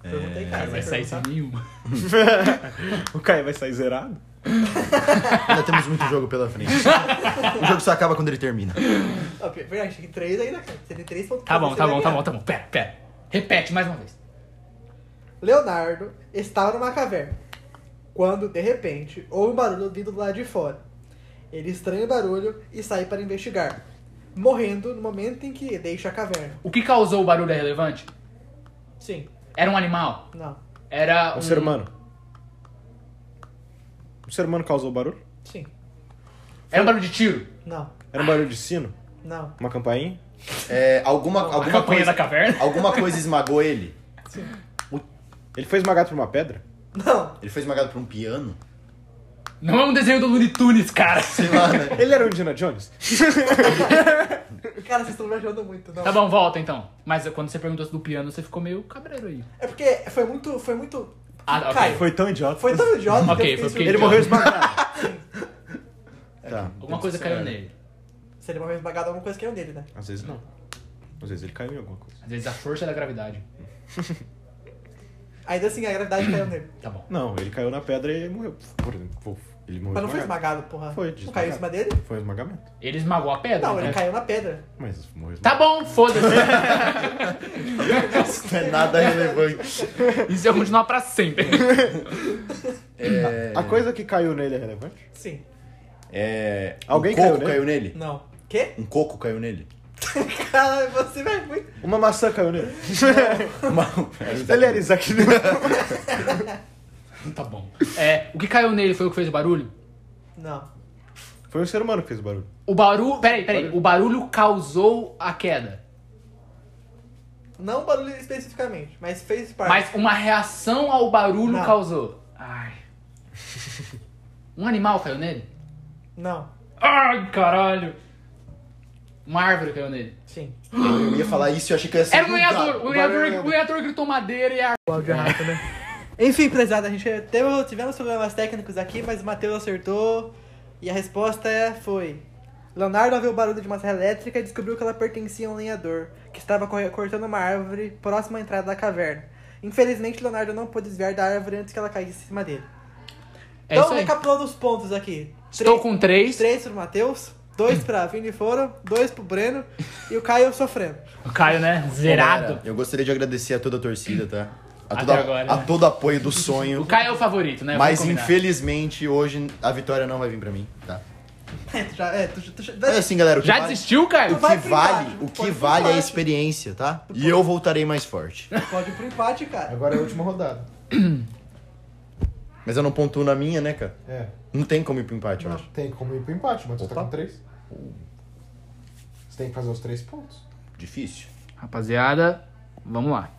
Perguntei,
Cara,
cara.
É, vai sair
sem
sem
perguntar.
nenhuma.
(laughs) O Caio vai sair zerado?
Ainda temos muito jogo pela (laughs) frente. O jogo só acaba quando ele termina.
Ah, Verdade, tem três ainda, cara. Você tem três pontos.
Tá bom, tá bom, tá bom, tá bom. Pera, pera. Repete mais uma vez.
Leonardo estava numa caverna quando, de repente, houve um barulho vindo do lado de fora. Ele estranha o barulho e sai para investigar, morrendo no momento em que deixa a caverna.
O que causou o barulho é relevante?
Sim,
Era um animal?
não,
Era um...
Ah,
Um
hum.
ser humano. O ser humano causou barulho?
sim,
Era um barulho de tiro?
não,
Era um barulho de sino?
não,
Uma campainha?
É, alguma,
A
alguma,
campanha da
coisa,
caverna?
alguma coisa esmagou ele.
Ele foi esmagado por uma pedra?
não.
Ele foi esmagado por um piano.
Não é um desenho do Looney Tunes, cara. (laughs)
Sei lá, né?
(laughs) Ele era o Indiana Jones?
Cara, vocês estão viajando muito, não.
Tá bom, volta então. Mas quando você perguntou do piano, você ficou meio cabreiro aí.
É porque foi muito, foi muito...
Ah, ok.
Caio, foi...
Foi tão idiota.
tão idiota
Ok,
que eu
foi
fiquei
porque-
(laughs) Ele morreu
surpreso. (laughs)
esmagado.
Tá.
Alguma coisa caiu nele.
Se ele morreu esmagado, alguma coisa caiu nele, né?
Às vezes não. Às vezes ele caiu em alguma coisa.
Às vezes a força da gravidade.
Ainda assim, a gravidade caiu nele.
Tá bom.
Não, ele caiu na pedra e morreu. Por exemplo, ele morreu
Mas não foi
esmagado.
esmagado, É. porra.
Foi,
Não caiu em cima dele?
Foi um esmagamento.
Ele esmagou a pedra?
Não,
então.
ele caiu na pedra.
Mas morreu
Tá bom, foda-se. (laughs)
Isso não é nada relevante.
Isso ia continuar pra sempre. (laughs)
A coisa que caiu nele é relevante?
Sim,
É,
Alguém
um coco
caiu nele?
caiu nele?
não. Quê?
Um coco caiu
(laughs)
nele?
Cara, você vai muito...
Uma maçã caiu (laughs) nele.
Uma-
(laughs) ele era É, Isaac Newton.
tá bom. É, o que caiu nele foi o que fez o barulho?
Não.
Foi o ser humano que fez o barulho.
O barulho. Peraí, peraí. O barulho causou a queda.
Não o barulho especificamente, mas fez parte.
Mas uma reação ao barulho
É. Não.
causou. Ai. (laughs) Um animal caiu nele?
Não.
Ai, caralho. Uma árvore caiu nele.
Sim.
Eu ia falar isso e eu achei que eu ia ser
Era o
julgado.
É um ganhador. O é
barulho
ganhador,
era-
o ganhador gritou madeira e a
O áudio é rápido, né? (laughs) Enfim, prezada, a gente teve, tivemos problemas técnicos aqui, mas o Matheus acertou. E a resposta é- foi... Leonardo ouviu o barulho de uma serra elétrica e descobriu que ela pertencia a um lenhador, que estava corre- cortando uma árvore próxima à entrada da caverna. Infelizmente, Leonardo não pôde desviar da árvore antes que ela caísse em cima dele.
É
então,
isso aí.
recapitulando os pontos aqui.
Estou
Três-
com três.
Três pro Matheus, dois
(laughs)
pra Vini Foro, dois pro Breno e o Caio sofrendo. (laughs)
O Caio, né? Zerado.
Eu gostaria de agradecer a toda a torcida, tá? A,
Até
toda-
agora,
a
né?
todo apoio do sonho.
O Caio é o favorito, né? Vamos
Mas
combinar.
infelizmente hoje a vitória não vai vir pra mim, tá?
É, tu já, é, tu, tu, tu,
É assim, galera. O que
Já
vale,
desistiu, Caio?
O
Vai
que
pro
vale,
empate,
o
pode
que
ir pro
vale é a
empate.
experiência, tá? E eu voltarei mais forte.
pode ir pro empate, cara.
Agora é a última rodada.
Mas eu não pontuo na minha, né, cara?
É.
Não tem como ir pro empate, eu acho.
Tem como ir pro empate, mas você tá
Opa.
com três. Você tem que fazer os três pontos.
Difícil.
Rapaziada, vamos lá.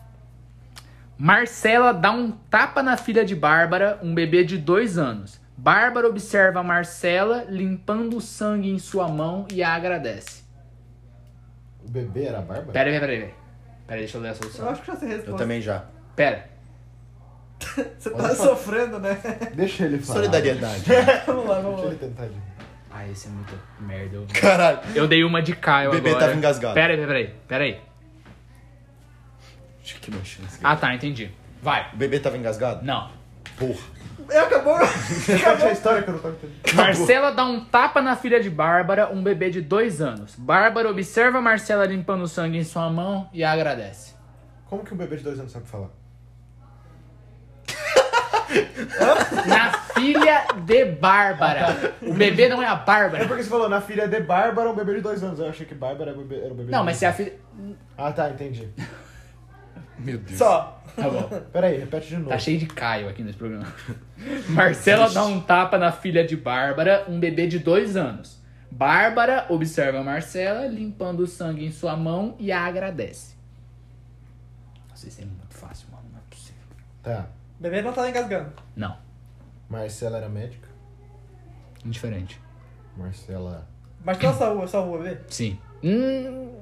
Marcela dá um tapa na filha de Bárbara, um bebê de dois anos. Bárbara observa Marcela limpando o sangue em sua mão e a agradece.
O bebê era a Bárbara?
Pera aí, pera aí, pera aí. Pera aí, deixa eu ler a
Eu
solução.
acho que já sei a resposta.
Eu também já.
Pera.
Você tá sofrendo, né? (laughs)
Deixa ele falar.
Solidariedade.
vamos lá, vamos
Deixa
lá.
ele tentar de
(laughs)
novo.
Ai, esse é muito merda. eu-
Caralho.
Eu dei uma de Caio
O
agora.
bebê tava engasgado.
Pera aí, pera aí, pera aí.
Acho que não chance.
Ah, tá, entendi. Vai.
O bebê tava engasgado?
Não.
Porra.
É, acabou.
Conte a história que eu não tava entendendo.
Marcela dá um tapa na filha de Bárbara, um bebê de dois anos. Bárbara observa Marcela limpando o sangue em sua mão e a agradece.
Como que um bebê de dois anos sabe falar?
Na filha de
Ah, tá.
Bárbara. O bebê não é a
É
Bárbara.
porque você falou, na filha de Bárbara, um bebê de dois anos. Eu achei que Bárbara era o bebê, era o bebê
Não,
de
mas
dois
se é a filha.
anos. Ah, tá, entendi.
Meu Deus.
Só.
Tá bom.
Pera aí, repete de novo.
Tá cheio de Caio aqui nesse programa. (laughs) Marcela dá um tapa na filha de Bárbara, um bebê de dois anos. Bárbara observa Marcela limpando o sangue em sua mão e a agradece. Nossa, isso é muito fácil, mano. Não é possível.
Tá.
Bebê não tá engasgando.
Não.
Marcela era médica?
Indiferente.
Marcela.
Mas tu salvou, salvou o bebê?
Sim. Hum,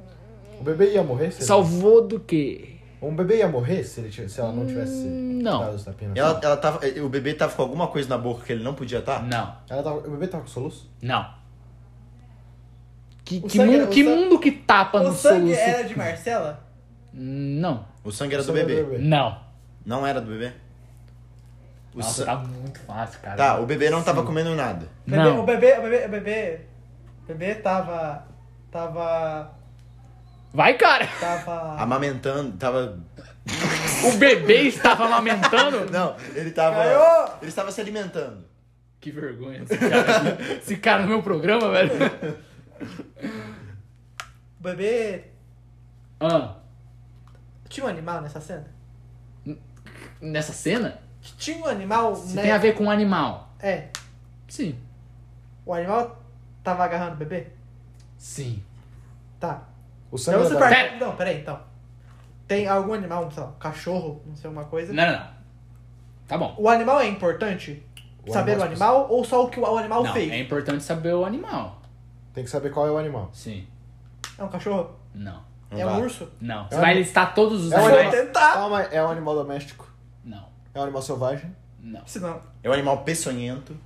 O Um bebê ia morrer? Se
salvou do quê? Hum,
Ele... Um bebê ia morrer se, ele tivesse- se ela não tivesse.
Não.
dado os tapinhas?
Ela, ela tava, o bebê tava com alguma coisa na boca que ele não podia tá? estar?
Não.
Ela tava- O bebê tava com soluço?
Não. Que,
O
que
sangue-
é
mundo,
o
que
sangue-
mundo que tapa
O
no
sangue
soluço? Hum,
era de Marcela?
Não.
O sangue era do
é
Só era
bebê.
Não.
Não era do bebê? O
Nossa,
san-
tá muito fácil, cara.
Tá, o bebê não tava comendo nada.
Bebê-
Não.
O bebê, o bebê, o bebê, o bebê tava, tava,
Vai, cara. Ah.
tava...
Amamentando, tava.
O bebê estava amamentando?
Não, ele tava.
Ganhou!
Ele estava se alimentando.
(laughs) Que vergonha esse cara. aqui. esse cara no meu programa, velho.
O bebê
Ah,
tinha um animal nessa cena?
nessa cena,
Tinha um animal,
se
né?
tem a ver com um animal.
É,
Sim.
o animal tava agarrando o bebê?
Sim.
Tá.
O sangue
Então
era
você
da-
parte...
Pera.
Não, peraí, então. Tem algum animal, sei lá, um cachorro, não sei, alguma coisa.
Não, não, não. Tá bom.
O animal é importante?
O
saber o
animal-
animal ou só o que o animal
Não,
fez?
é importante saber o animal.
Tem que saber qual é o animal.
Sim.
É um cachorro?
Não.
Não
é
dá.
um urso?
Não. Você
É um-
vai listar todos os
É um
Vou
animais?
animal.
tentar!
Calma, é um animal doméstico?
Não.
É um animal selvagem?
Não.
Se não,
É um animal peçonhento.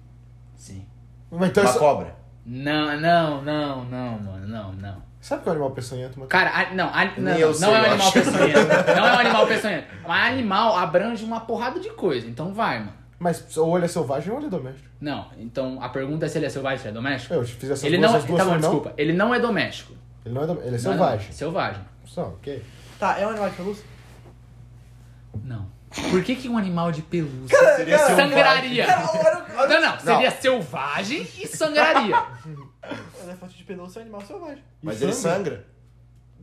Sim.
Mas então é
Uma
só-
cobra.
Não, não, não, não, mano. Não, não.
Sabe qual é o animal peçonhento, Matheus?
Cara, a- não, a- não,
eu
não
sei,
é um
eu
animal
acho.
peçonhento. Não é um animal peçonhento. Mas animal abrange uma porrada de coisa. Então vai, mano.
Mas o olho é selvagem ou olho é doméstico?
Não. Então a pergunta é se ele é selvagem, se ele é doméstico?
Eu fiz essas
Ele
duas,
não é.
essas duas
Tá bom,
foi não?
desculpa. Ele não é doméstico.
Ele não é doméstico, ele é
Não, não,
selvagem.
Selvagem.
Só, ok.
tá, é um animal de pelúcia?
Não. (laughs) Por que, que um animal de pelúcia
Seria
cara,
selvagem.
sangraria?
Olha, olha,
Não, não. Seria selvagem e sangraria.
elefante de pelúcia é um animal selvagem.
Mas ele sangra.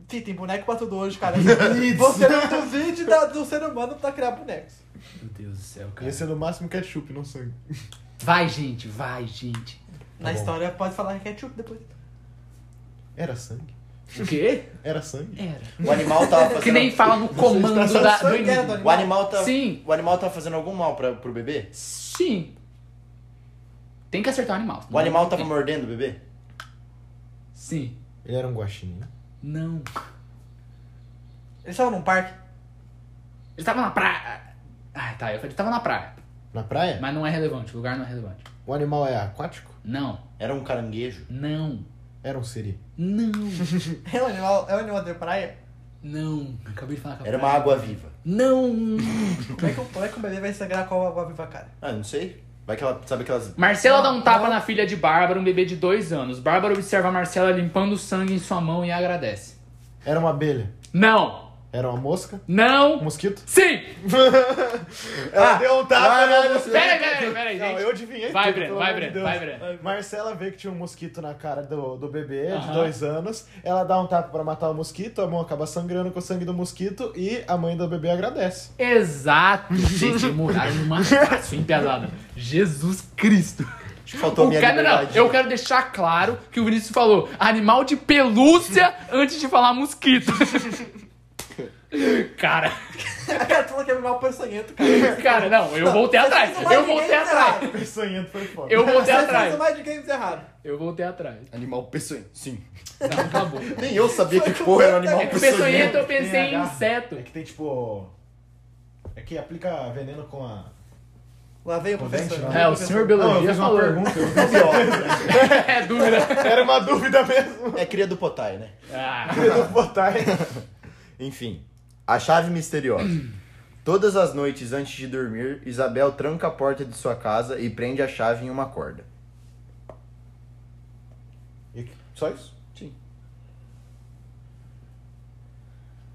Sim, tem boneco pra tudo hoje, cara. Você não duvide da- do ser humano pra criar bonecos.
(laughs) Meu Deus do céu, cara.
Ia ser no máximo ketchup, não sangue.
Vai, gente. Vai, gente.
Na
bom.
história pode falar ketchup depois.
Era sangue?
O quê?
Era sangue?
Era.
O animal tava
(laughs)
fazendo.
Que nem fala no comando
Você está
da, do
sangrando,
inimigo.
O animal tá.
Sim.
O animal tava fazendo algum mal pra, pro bebê?
Sim. Tem que acertar o animal.
O animal tava mordendo o bebê?
Sim.
Ele era um guaxinim.
Não.
Eles estavam num parque.
Ele tava na praia. Ah, tá. Eu falei, ele tava na praia.
Na praia?
Mas não é relevante. O lugar não é relevante.
O animal é aquático?
Não.
Era um caranguejo?
Não.
Era um siri.
Não.
É um animal, é um animal de praia.
Não. Acabei de falar com a
Era uma
praia.
água viva.
Não.
Como é que, o- como é que o bebê vai sangrar com a água viva, cara? (laughs)
Ah, não sei. Vai que ela. Sabe aquelas.
Marcela dá um tapa
Não.
na filha de Bárbara, um bebê de dois anos. Bárbara observa a Marcela limpando o sangue em sua mão e agradece.
Era uma abelha?
Não!
Era uma mosca?
Não!
Um mosquito?
Sim!
Ela deu um tapa na
não, você-
Peraí, peraí, peraí,
Não,
gente.
eu adivinhei.
Ah, Vai,
tudo,
Breno,
pelo
vai,
amor de
Breno, vai,
Deus.
Breno.
Marcela vê que tinha um mosquito na cara do, do bebê de
Aham.
dois anos. Ela dá um tapa pra matar o mosquito, a mão acaba sangrando com o sangue do mosquito e a mãe do bebê agradece. (laughs)
Exato! Gente, moraram numa fácil, hein, pesada? Jesus Cristo!
Acho que faltou
O
minha
cara- não,
liberdade.
eu quero deixar claro que o Vinícius falou animal de pelúcia antes de falar mosquito. (laughs) cara,
A cara falou que é um animal peçonhento, cara.
cara, não, eu voltei atrás. Eu voltei atrás.
Sonhando foi foda.
Eu voltei
Você fez
atrás.
o Mind Games errado.
Eu voltei atrás.
Animal peçonhento. Sim.
Não, tá acabou.
Nem eu sabia que porra era um animal
É que peçonhento
peçonhento.
eu pensei
Tem
em
H.
inseto.
É que tem tipo. É que aplica veneno com a.
Lá veio o professor.
Convence, né? não.
É, o senhor biologia falou.
eu- (laughs)
é dúvida.
Era uma dúvida mesmo.
É cria do Potai, né?
Ah,
Eu vou botar aí.
Enfim, a chave misteriosa. Todas as noites antes de dormir, Isabel tranca a porta de sua casa e prende a chave em uma corda.
E Só isso?
Sim.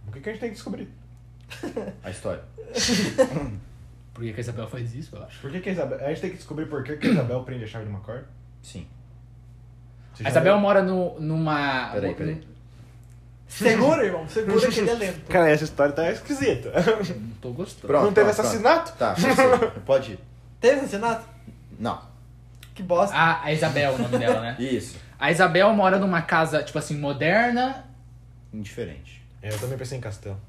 O que, que a gente tem que descobrir?
A história.
por que, que a Isabel faz isso, eu acho?
Por que, que a Isabel. A gente tem que descobrir por que, que a Isabel prende a chave numa corda?
Sim.
A
Você já
Isabel é
leu?
mora no, numa.
Peraí, peraí.
Segura, irmão. Segura que ele é lento.
Cara, essa história tá (laughs) esquisita.
Não tô gostando.
Pronto.
Não teve
pronto,
assassinato?
Tá,
(laughs)
você. Pode ir.
Teve assassinato?
Não.
Que bosta.
A, a Isabel, o nome dela, né?
Isso.
A Isabel mora numa casa, tipo assim, moderna.
Indiferente.
É, eu também pensei em castelo.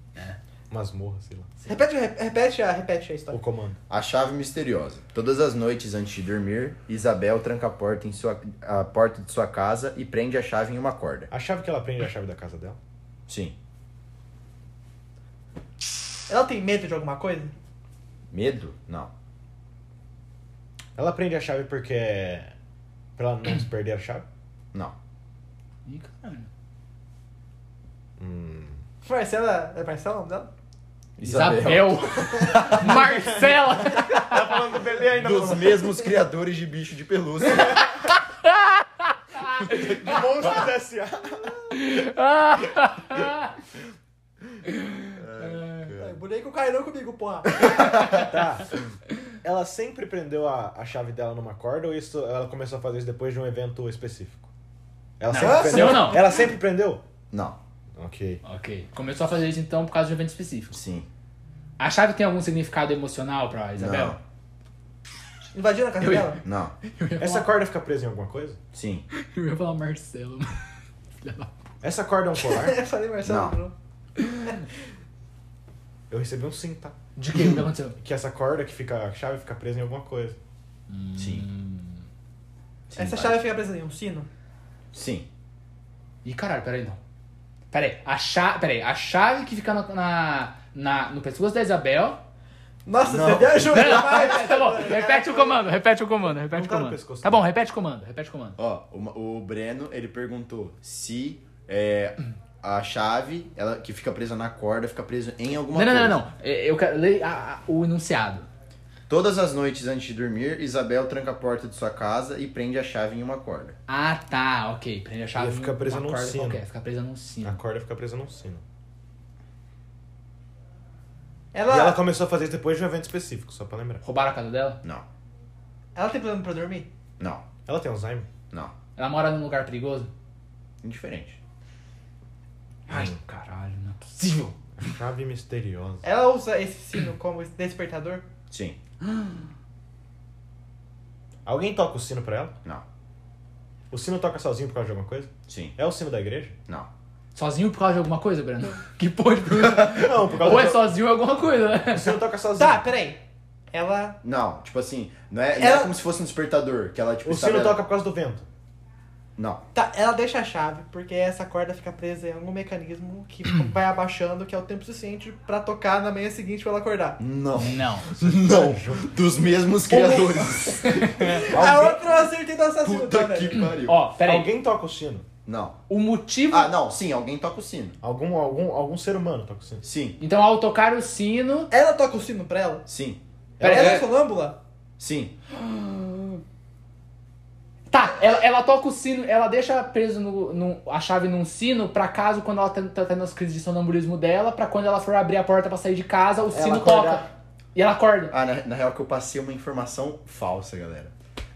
Masmorra, sei lá.
Repete, re- repete, a, repete a
O
história.
comando.
A chave misteriosa. Todas as noites antes de dormir, Isabel tranca a porta, em sua, a porta de sua casa e prende a chave em uma corda.
A chave que ela prende é a chave da casa dela?
Sim.
Ela tem medo de alguma coisa?
Medo? Não.
Ela prende a chave porque. é- Pra ela não se perder a chave?
Não.
Ih, caralho.
Marcela. É Marcela o nome dela?
Isabel. (laughs) Marcela. (laughs)
Tá falando do bebê ainda,
É um Dos mesmos criadores de bicho de pelúcia.
Monstros S.A.
É, Bulei com o Cairão comigo, porra.
Tá. (laughs) Ela sempre prendeu a, a chave dela numa corda ou isso ela começou a fazer isso depois de um evento específico? Ela
Não,
sempre
eu
prendeu?
não.
Ela sempre prendeu?
(laughs) Não.
Ok.
ok. Começou a fazer isso então por causa de um evento específico.
Sim.
A chave tem algum significado emocional pra Isabel?
Invadiram a casa
Eu ia-
dela? (laughs)
Não.
Essa corda fica presa em alguma coisa?
Sim.
(laughs) Eu ia falar Marcelo. Filha da-
Essa corda é um (laughs) colar?
Eu falei Marcela.
Não.
não.
Eu recebi um sim, tá?
De quem? O que aconteceu?
Que essa corda que fica. A chave fica presa em alguma coisa.
Sim. Sim,
Essa
vai.
chave fica presa em um sino?
Sim.
Ih, caralho, peraí não. Peraí, a chave, peraí, a chave que fica na, na, na- no pescoço da Isabel.
(laughs)
Nossa, você deu ajuda
Não,
demais.
tá bom, repete o comando, repete o comando, repete
Não
o
tá no
comando.
pescoço,
Tá
não.
bom, repete o comando, repete o comando.
Ó, o, o Breno, ele perguntou se é, a chave, ela que fica presa na corda, fica presa em alguma
Não, não,
coisa.
não, não. É, Eu quero ler a- a- o enunciado.
Todas as noites antes de dormir, Isabel tranca a porta de sua casa e prende a chave em uma corda.
Ah, tá, ok. Prende a chave.
Ia ficar
num-
presa
numa
num
corda
sino. Ah.
Qualquer, fica presa num
A
sino.
corda fica presa num sino.
Ela,
E ela
ela...
começou a fazer isso depois de um evento específico, só pra lembrar.
Roubaram a casa dela?
Não.
tem plano pra dormir?
Não.
Ela tem Alzheimer?
Não.
Ela mora num lugar perigoso?
Indiferente.
Ai, caralho, não é possível.
Chave misteriosa.
Ela usa esse sino como despertador?
Sim.
Alguém toca o sino pra ela?
Não.
O sino toca sozinho por causa de alguma coisa?
Sim.
É o sino da igreja?
Não.
Sozinho por causa de alguma coisa, Breno? Que porra
(laughs)
de pergunta?
Não, por causa
Ou é
do-
sozinho ou é alguma coisa,
O
né?
sino toca sozinho.
Tá, peraí. Ela.
Não. Tipo assim, não é, não
Ela-
é como se fosse um despertador, que ela tipo
O
sabe,
sino
ela-
toca por causa do vento.
Não.
Tá, ela deixa a chave, porque essa corda fica presa em algum mecanismo que vai abaixando, que é o tempo suficiente pra tocar na manhã seguinte pra ela acordar.
Não.
Não.
Não. (laughs) Dos mesmos
(laughs)
criadores.
A outra Ah, eu acertei do assassino tá,
Puta
também.
que pariu.
Ó, peraí.
Alguém toca o sino.
Não.
O motivo.
Ah, não. Sim, alguém toca o sino.
Algum, algum, algum ser humano toca o sino.
Sim.
Então, ao tocar o sino.
Ela toca o sino pra ela?
Sim.
Pera-
ela é,
é-
sonâmbula?
Sim.
Tá, ela, ela toca o sino, ela deixa preso no, no- a chave num sino pra caso quando ela tá, tá tendo as crises de sonambulismo dela, pra quando ela for abrir a porta pra sair de casa, o sino
acorda-
toca. E ela acorda.
Ah, na, na real que eu passei uma informação falsa, galera.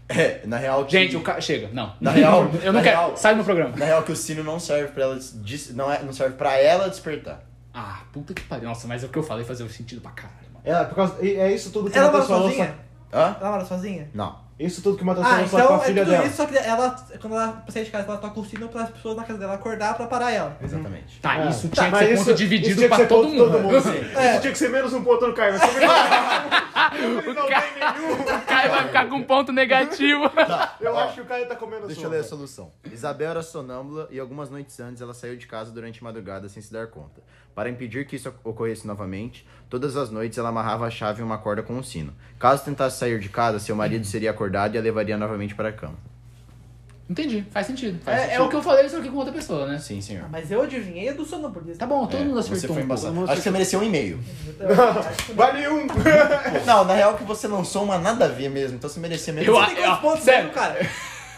É, na real que...
Gente, o ca... chega. Não.
(laughs) Na real,
(laughs) eu não
na
quero.
real.
Sai do meu programa.
Na real que o sino não serve pra ela... des- Não, é, não serve pra ela despertar.
Ah, puta que pariu. Nossa, mas é o que eu falei fazia sentido pra caralho, mano.
É, por causa, e- é isso tudo que
Ela
matou
mora
sua
sozinha?
nossa-
Hã?
Ela mora sozinha?
Não.
Isso tudo que matou sua
Ah,
nossa
então
com a
é
filha
tudo
dela.
isso, só que ela, quando ela sai de casa, ela toca o sino pras pessoas na casa dela acordar pra parar ela.
Exatamente.
Tá,
É.
isso
Tá,
tinha que
mas
ser
isso-
ponto
isso
dividido
tinha que
pra
ser
todo
ponto
mundo. É.
todo mundo. Isso tinha que ser menos um ponto no Caio. mas também
(laughs)
não tem nenhum.
O Caio vai ficar com um ponto negativo.
Eu acho que o Caio tá comendo
Deixa
sua,
eu ler a
velho.
solução. Isabel era sonâmbula e algumas noites antes ela saiu de casa durante a madrugada sem se dar conta. Para impedir que isso ocorresse novamente, todas as noites ela amarrava a chave em uma corda com um sino. Caso tentasse sair de casa, seu marido seria acordado e a levaria novamente para a cama.
(laughs) Entendi, faz sentido.
Faz
é, é
sentido.
o que eu falei, só que com outra pessoa, né?
Sim,
Ah,
senhor. É,
Mas eu adivinhei do sonambulismo.
Tá bom, todo mundo acertou.
Você foi
um pouco.
embaçado. Acho que você mereceu um e-mail.
Vale
(laughs)
um.
(laughs) Não, na real que você lançou uma nada a ver mesmo, então você merecia mesmo.
Eu
Você tem quantos
ó,
pontos
sério.
mesmo, cara?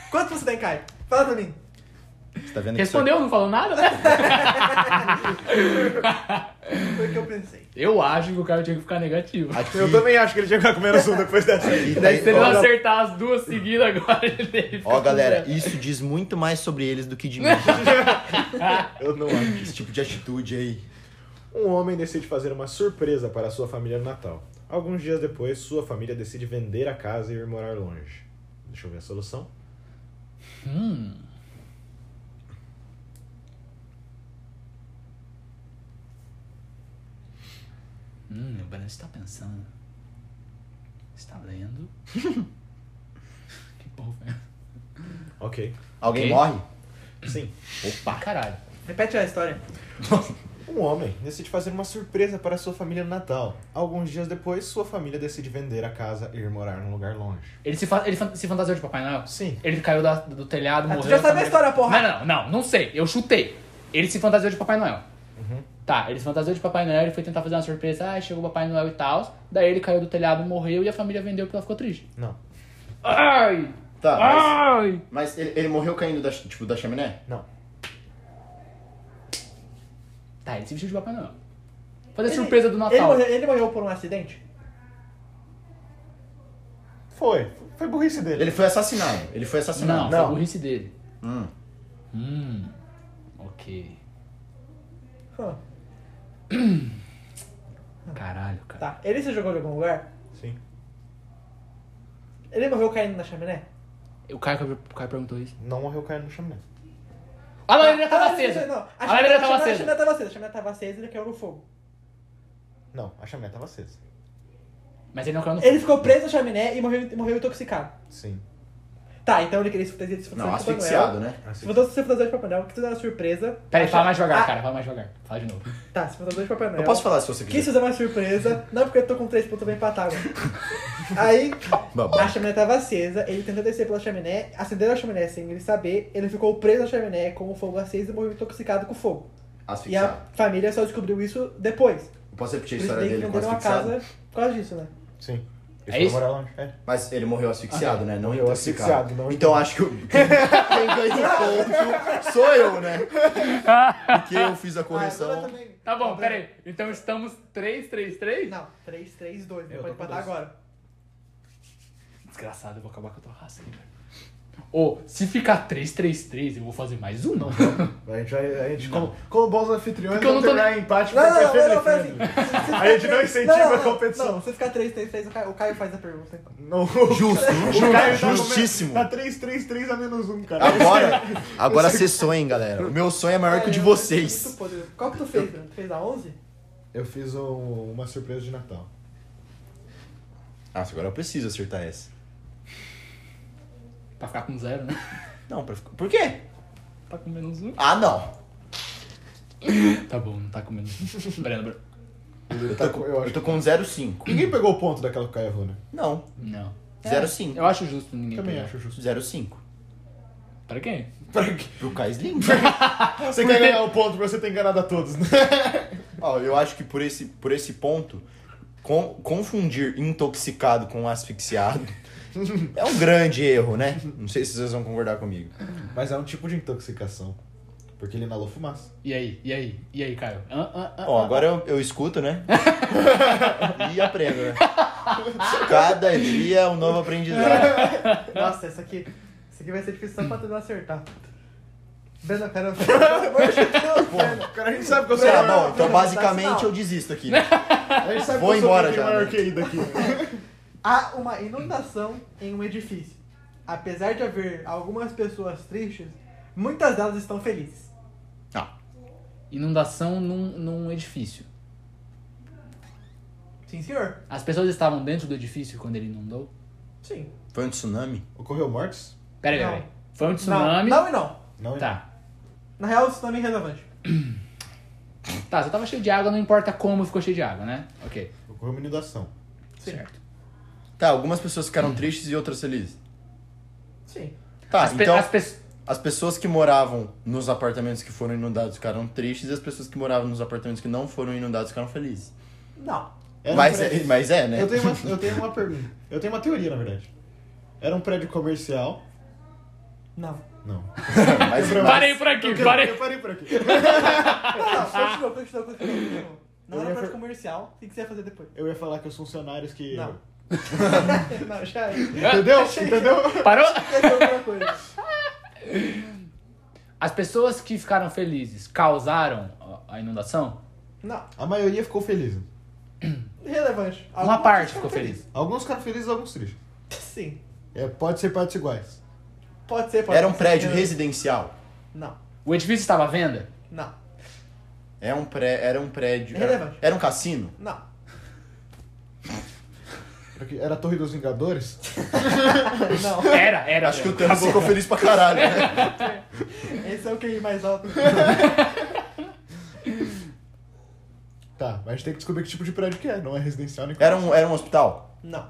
Quantos você tem, Caio? Fala pra mim.
Você tá vendo que isso-
Respondeu, não falou nada, né?
Foi o que eu pensei.
Eu acho que o Caio tinha que ficar negativo.
é Aqui,
Eu também acho que ele tinha que ficar comendo sua depois dessa.
aqui
(laughs)
tá
Daí se ele
ó,
não acertar as duas seguidas agora, (laughs) ele fica
ó,
com
galera,
zero.
isso diz muito mais sobre eles do que de (laughs) mim. tá?
Eu não acho.
Esse tipo de atitude aí.
Um homem decide fazer uma surpresa para sua família no Natal. Alguns dias depois, sua família decide vender a casa e ir morar longe. Deixa eu ver a solução.
Hum. Hum, o Branco está pensando. Está (laughs) lendo. que porra é? essa?
Ok.
Alguém
Ok.
morre?
Sim.
Caralho.
Repete a história.
Um homem decide fazer uma surpresa para sua família no Natal. Alguns dias depois, sua família decide vender a casa e ir morar num lugar longe.
Ele se, fa- ele fan- se fantasiou de Papai Noel?
Sim.
Ele caiu da- do telhado,
Ah, tu
morreu.
já sabe a
família-
história, porra.
Não, não, não, não sei. Eu chutei. Ele se fantasiou de Papai Noel.
Uhum.
Tá, ele se fantasiou de Papai Noel, ele foi tentar fazer uma surpresa, ah, chegou o Papai Noel e tal. Daí ele caiu do telhado, morreu e a família vendeu porque ela ficou triste.
Não.
Ai!
Tá,
Ah!
mas,
Ai!
mas ele, ele morreu caindo da, ch- tipo, da chaminé?
Não.
Tá, ele se vestiu de Papai Noel. Fazer
Ele-
surpresa do
Ele
Natal.
morreu, ele morreu por um acidente?
Foi. Foi burrice dele.
Ele foi assassinado. Ele foi
Não,
assassinado.
foi a
Não.
burrice dele.
Hum.
Hum. Ok.
Hum,
Caralho, cara.
Tá. Ele se jogou de algum lugar?
Sim.
Ele morreu caindo na chaminé?
O cara, o cara perguntou isso.
Não morreu caindo no chaminé.
A lareira tava
Ah, sim,
acesa.
sim, não.
A lareira tava
A
acesa.
chaminé tava acesa. A chaminé tava acesa e ele caiu no fogo.
Não, a chaminé tava acesa.
Mas ele não caiu no
Ele ficou preso na chaminé e morreu, e morreu intoxicado.
Sim.
Tá, então ele queria se fantasiar de se
Não,
fantasiar de Papai Noel.
asfixiado, né?
Ah,
Se fantasiou- se fantasiou de Papai Noel, que tudo era surpresa.
Peraí,
A
fala
cha-
mais devagar,
Ah,
cara. Fala mais devagar. Fala de novo.
Tá, se fantasiou de Papai Noel.
Eu posso falar se você
Quis
quiser.
fazer uma surpresa, não porque eu tô com três pontos pra empatar,
(laughs)
mano. Aí,
Babaca.
a chaminé tava acesa, ele tentou descer pela chaminé, acenderam a chaminé sem ele saber, ele ficou preso na chaminé com o fogo aceso e morreu intoxicado com o fogo. E a
Asfixiado.
família só descobriu isso depois.
Eu Posso
Por
repetir a
isso
história
daí que
dele com
venderam a
asfixiado?
casa por causa disso, né?
Sim.
É
foi
isso?
morar longe. É.
Mas ele morreu asfixiado, né? Não
Morreu
intoxicado.
asfixiado, não
então acho que o- quem ganha ponto sou eu, né? Porque eu fiz a
Ah,
correção.
Tá bom, peraí. Então estamos 3, 3, 3?
Não, 3, 3, 2, não
Eu
pode
tô com
empatar
dois.
agora.
Desgraçado, eu vou acabar com a tua raça aqui, velho. Ô, se ficar 3, 3, 3, eu vou fazer mais um, não.
A gente vai. A gente, como, como bons anfitriões,
Porque eu
vamos
não tô
terminar em empate
Não,
porque
não, não,
foi
não, não, foi
feio,
assim.
né?
Se ficar
A gente não
três-
incentiva
não, não,
a competição.
Não, se ficar 3, 3, 3, o Caio- o Caio faz a pergunta.
Não,
Justo,
o Caio tá no-
justíssimo.
Tá 3-3-3 a menos 1, cara.
Agora, agora vocês sonhem, galera. O meu sonho é maior que o de
É,
vocês.
muito poderoso. Qual que tu fez, Bruno? Tu fez a 11?
Eu fiz um- uma surpresa de Natal.
Nossa, agora eu preciso acertar essa.
pra ficar com zero, né?
Não, pra... ficar- por quê?
Tá com menos um.
Ah, não.
Tá bom, não tá com menos um. Breno, Breno.
Tá, Eu,
Eu tô com, eu tô com 0,5.
Ninguém pegou o ponto daquela que o Caio errou, né?
Não,
Não.
0,5.
Eu acho justo ninguém
Também
pegar.
acho É justo.
0,5.
Pra quem?
Pro Cais
(laughs)
Lima.
Você quer ganhar o ponto pra você ter enganado a todos, né?
Ó, eu acho que por esse, por esse ponto, con- confundir intoxicado
(laughs)
com asfixiado é um grande erro, né? Não sei se vocês vão concordar comigo.
Mas é um tipo de intoxicação.
Porque ele inalou fumaça.
E aí, e aí, e aí, Caio? Hã, hã, hã,
Ó,
hã?
agora eu, eu
(laughs)
escuto, né? e aprendo, né? Cada dia é um novo
(laughs)
aprendizado.
Nossa, essa aqui. Isso aqui vai ser difícil só pra tu não acertar. Breno, cara. Breno,
Cara, a gente sabe que eu sou
Tá
a
bom,
maior.
então
assim,
basicamente eu
(laughs)
desisto aqui. Né?
A gente sabe
Vou
que eu sou
embora
o
já,
maior
né?
que ainda aqui.
Há uma inundação em um edifício. Apesar de haver algumas pessoas tristes, muitas delas estão felizes.
Inundação num, num edifício.
Sim, senhor?
As pessoas estavam dentro do edifício quando ele inundou?
Sim.
Foi um tsunami?
Ocorreu mortes?
Peraí,
Não.
peraí. Foi um tsunami.
Não, não e não.
Não.
Tá.
Na real, isso não é irrelevante.
Tá, só tava cheio de água, não importa como ficou cheio de água, né? Ok.
Ocorreu uma inundação.
Certo.
Tá, algumas pessoas ficaram tristes e outras felizes.
Sim.
Tá,
As pe-
então
as pessoas.
as pessoas que moravam nos apartamentos que foram inundados ficaram tristes e as pessoas que moravam nos apartamentos que não foram inundados ficaram felizes.
Não.
Era um
Mas
prédio-
é, mas é, né?
Eu tenho, uma, eu tenho
(laughs)
uma pergunta. Eu tenho uma teoria, na verdade. Era um prédio comercial.
Não.
Não.
Mas, mas-
Parei por aqui, parei.
Eu parei
(laughs)
por aqui.
Não, não, continua, continua, continua. continua. Não
Eu
era
ia
parte
fa-
comercial. O que que você ia fazer depois?
Eu ia falar que os
um
funcionários que.
Não. não, já era. (laughs)
Entendeu?
Achei que-
Entendeu?
Parou?
Essa é outra coisa.
As pessoas que ficaram felizes causaram a- a inundação?
Não,
A maioria ficou feliz.
relevante.
Uma parte ficou feliz.
Alguns ficaram felizes, alguns tristes.
Sim.
É, pode ser partes iguais.
Pode ser, pode
Era um
ser.
prédio residencial.
Não,
O edifício estava à venda?
não,
É um pré, era um prédio. Era,
Relevante.
era um cassino?
não. (laughs)
Porque era a Torre dos Vingadores?
Não,
Era, era.
Acho que
velho.
o
É.
Thanos ficou feliz pra
(laughs)
caralho, né?
esse é o QI mais alto.
Tá, mas a gente tem que descobrir que tipo de prédio que é, não é residencial nem
Era um, era um hospital?
Não,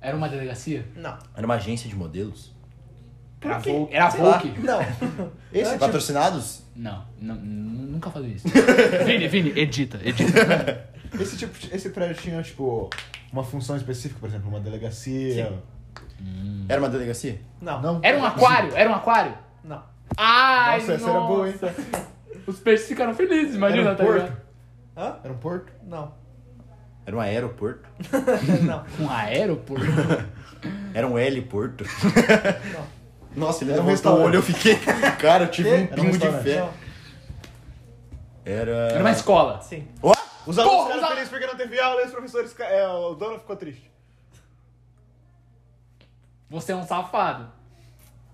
Era uma delegacia?
não.
Era uma agência de modelos?
Era
quê?
Volk. Era
Sei lá.
Volk?
Não.
é
Esse,
tipo-
patrocinados?
Não, não, nunca fazer isso. (laughs) Vini, Vini, edita, edita.
Esse tipo, de- esse prédio tinha tipo uma função específica, por exemplo, uma delegacia.
Era uma delegacia?
Não, não.
Não.
Era um aquário, era um aquário.
não.
Ai,
Nossa, essa era um boa, hein?
Os peixes ficaram felizes, imagina,
Era um
tá ligado?
porto.
Hã?
Era um porto?
Não.
Era um aeroporto?
não.
Um aeroporto.
Era
(laughs)
um heliporto? Nossa, ele
Era um
levantou
restaurante.
o olho, eu fiquei... (laughs) Cara, eu tive um
Era um
pingo de
restaurante.
fé.
Não.
Era...
Era uma escola.
Sim.
Os
Porra,
alunos
os
ficaram
al-
felizes porque não teve aula e os professores. fica- É, o dono ficou triste.
Você é um safado.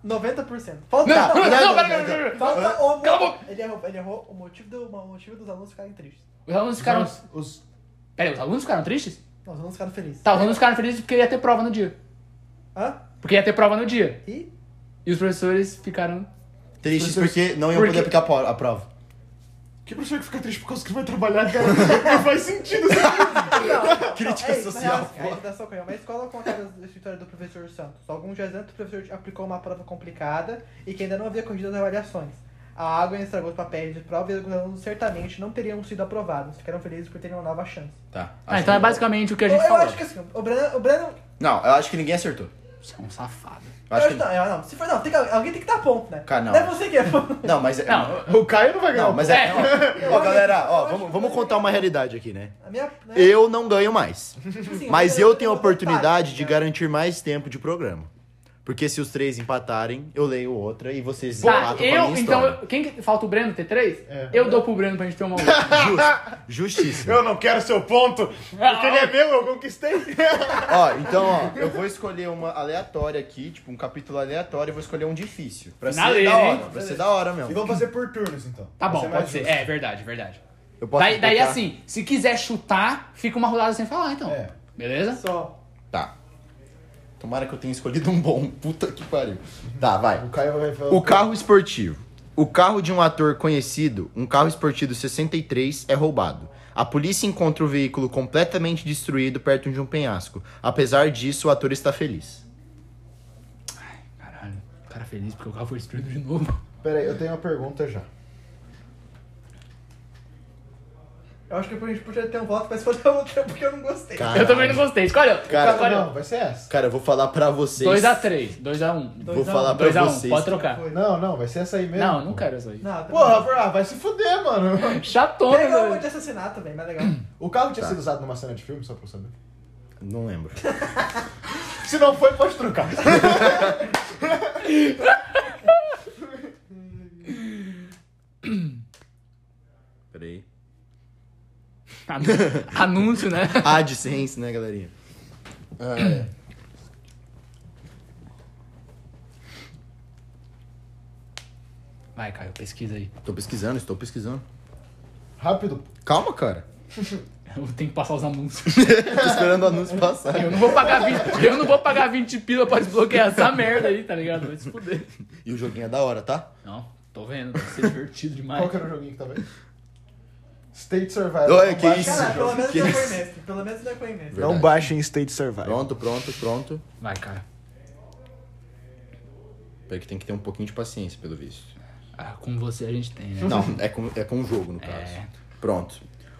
90%. Falta
Não, não, não, pera, pera, pera, pera.
Falta o.
Cala a
Ele errou, ele errou o motivo, do, o motivo dos alunos ficarem tristes.
Os alunos ficaram.
Os- os-
Pera, os alunos ficaram tristes?
Não, os alunos ficaram felizes.
Tá, os alunos ficaram felizes porque ia ter prova no dia.
Hã?
Porque ia ter prova no dia.
E?
E os professores ficaram.
Tristes porque não iam
Por quê?
poder aplicar po- a prova.
Que professor que fica triste por causa que vai trabalhar, cara? (laughs) Não faz sentido. sabe?
Crítica
Não, é isso, na real,
social.
assim, A redação caiu uma escola com a cara da história do professor Santos. Alguns dias antes, o professor aplicou uma prova complicada e que ainda não havia corrigido as avaliações. A água estragou os papéis de prova e alguns alunos certamente não teriam sido aprovados. Ficaram felizes por terem uma nova chance.
Tá.
Ah,
acho
então é
que-
basicamente o que a
Eu,
gente
eu
falou.
acho que assim, o Breno. O Breno
Não, eu acho que ninguém acertou.
Você é um safado.
Eu acho
eu
que... tá.
acho- não, eu- não, se for, não, tem que- alguém tem que dar ponto, né?
Cara, não.
é você que é ponto.
Não, mas... é-
Não,
(laughs) O Caio não vai ganhar.
Não,
o
mas
É.
é... ó, Ó, galera,
Eu
ó,
acho
vamos,
que-
vamos contar uma realidade aqui, né?
A minha, né?
Eu não ganho mais.
Tipo assim,
Mas eu tenho a oportunidade de
né?
garantir mais tempo de programa. Porque se os três empatarem, eu leio outra e vocês
Tá,
empatam com a
eu,
minha
então.
história.
eu- Quem que- falta o Breno ter três?
É.
Eu dou pro Breno pra gente ter uma
(laughs)
outra.
Justi- Justiça.
Eu não quero seu ponto, porque ele é meu, eu (laughs) conquistei.
ó, então, ó, eu vou escolher uma aleatória aqui, tipo, um capítulo aleatório, e vou escolher um difícil. Pra
Na
ser
lei,
da
hein?
hora, pra ser da hora
E
mesmo.
vamos fazer por turnos, então.
Tá
Vai
bom,
mais
pode ser.
justo.
É, verdade, verdade.
Eu posso
Daí, daí
explicar?
assim, se quiser chutar, fica uma rodada sem falar, então.
É.
Beleza?
Só.
Tá. Tomara que eu tenha escolhido um bom. (laughs) Puta que pariu. Tá, vai.
O Caio vai falar.
O carro esportivo. O carro de um ator conhecido, um carro esportivo 63, é roubado. A polícia encontra o veículo completamente destruído perto de um penhasco. Apesar disso, o ator está feliz.
Caralho, o cara feliz porque o carro foi destruído de novo. (laughs)
Pera aí, eu tenho uma pergunta já.
Eu acho que a gente podia ter um voto, mas foi outra porque eu não gostei.
Cara.
Eu também não gostei. Escolhe outro.
Cara,
Escolhe
não,
outro.
vai ser essa.
Cara, eu vou falar pra vocês.
2x3, 2x1.
Vou
Dois a
falar
um,
pra
2x1,
vocês.
pode trocar.
Foi. tá
Não, não, vai ser essa aí mesmo.
Não, não quero isso aí. né?
Não,
Porra, porra, vai se fuder, mano.
Chatona,
Pega uma
velho.
de assassinato, velho, mas legal.
O carro tinha
Tá.
sido usado numa cena de filme, só pra eu saber.
Não lembro.
(laughs)
Se não foi,
(laughs)
pode trocar.
Peraí.
Anú- (laughs) Anúncio, né?
AdSense, né, galerinha? Ah, é.
Vai, Caio, pesquisa aí.
Tô pesquisando, estou pesquisando.
Rápido.
Calma, cara. (laughs)
Eu tenho que passar os anúncios.
Tô esperando o anúncio passar.
Eu não vou pagar 20, eu não vou pagar 20 pila pra desbloquear essa merda aí, tá ligado? Vai se fuder.
E o joguinho é da hora, tá?
Não, tô vendo, vai ser divertido demais.
Qual que é? era o joguinho que tava aí? State Survival.
Olha, que
baixa-
isso.
Cara, pelo menos
Que
não foi
isso?
mestre. Pelo menos não foi mestre.
Verdade.
baixem State Survival.
Pronto, pronto, pronto.
Vai, cara.
Peraí que tem que ter um pouquinho de paciência, pelo visto.
Ah, com você a gente tem, né?
Não, é com, é com o jogo, no caso.
É.
Pronto.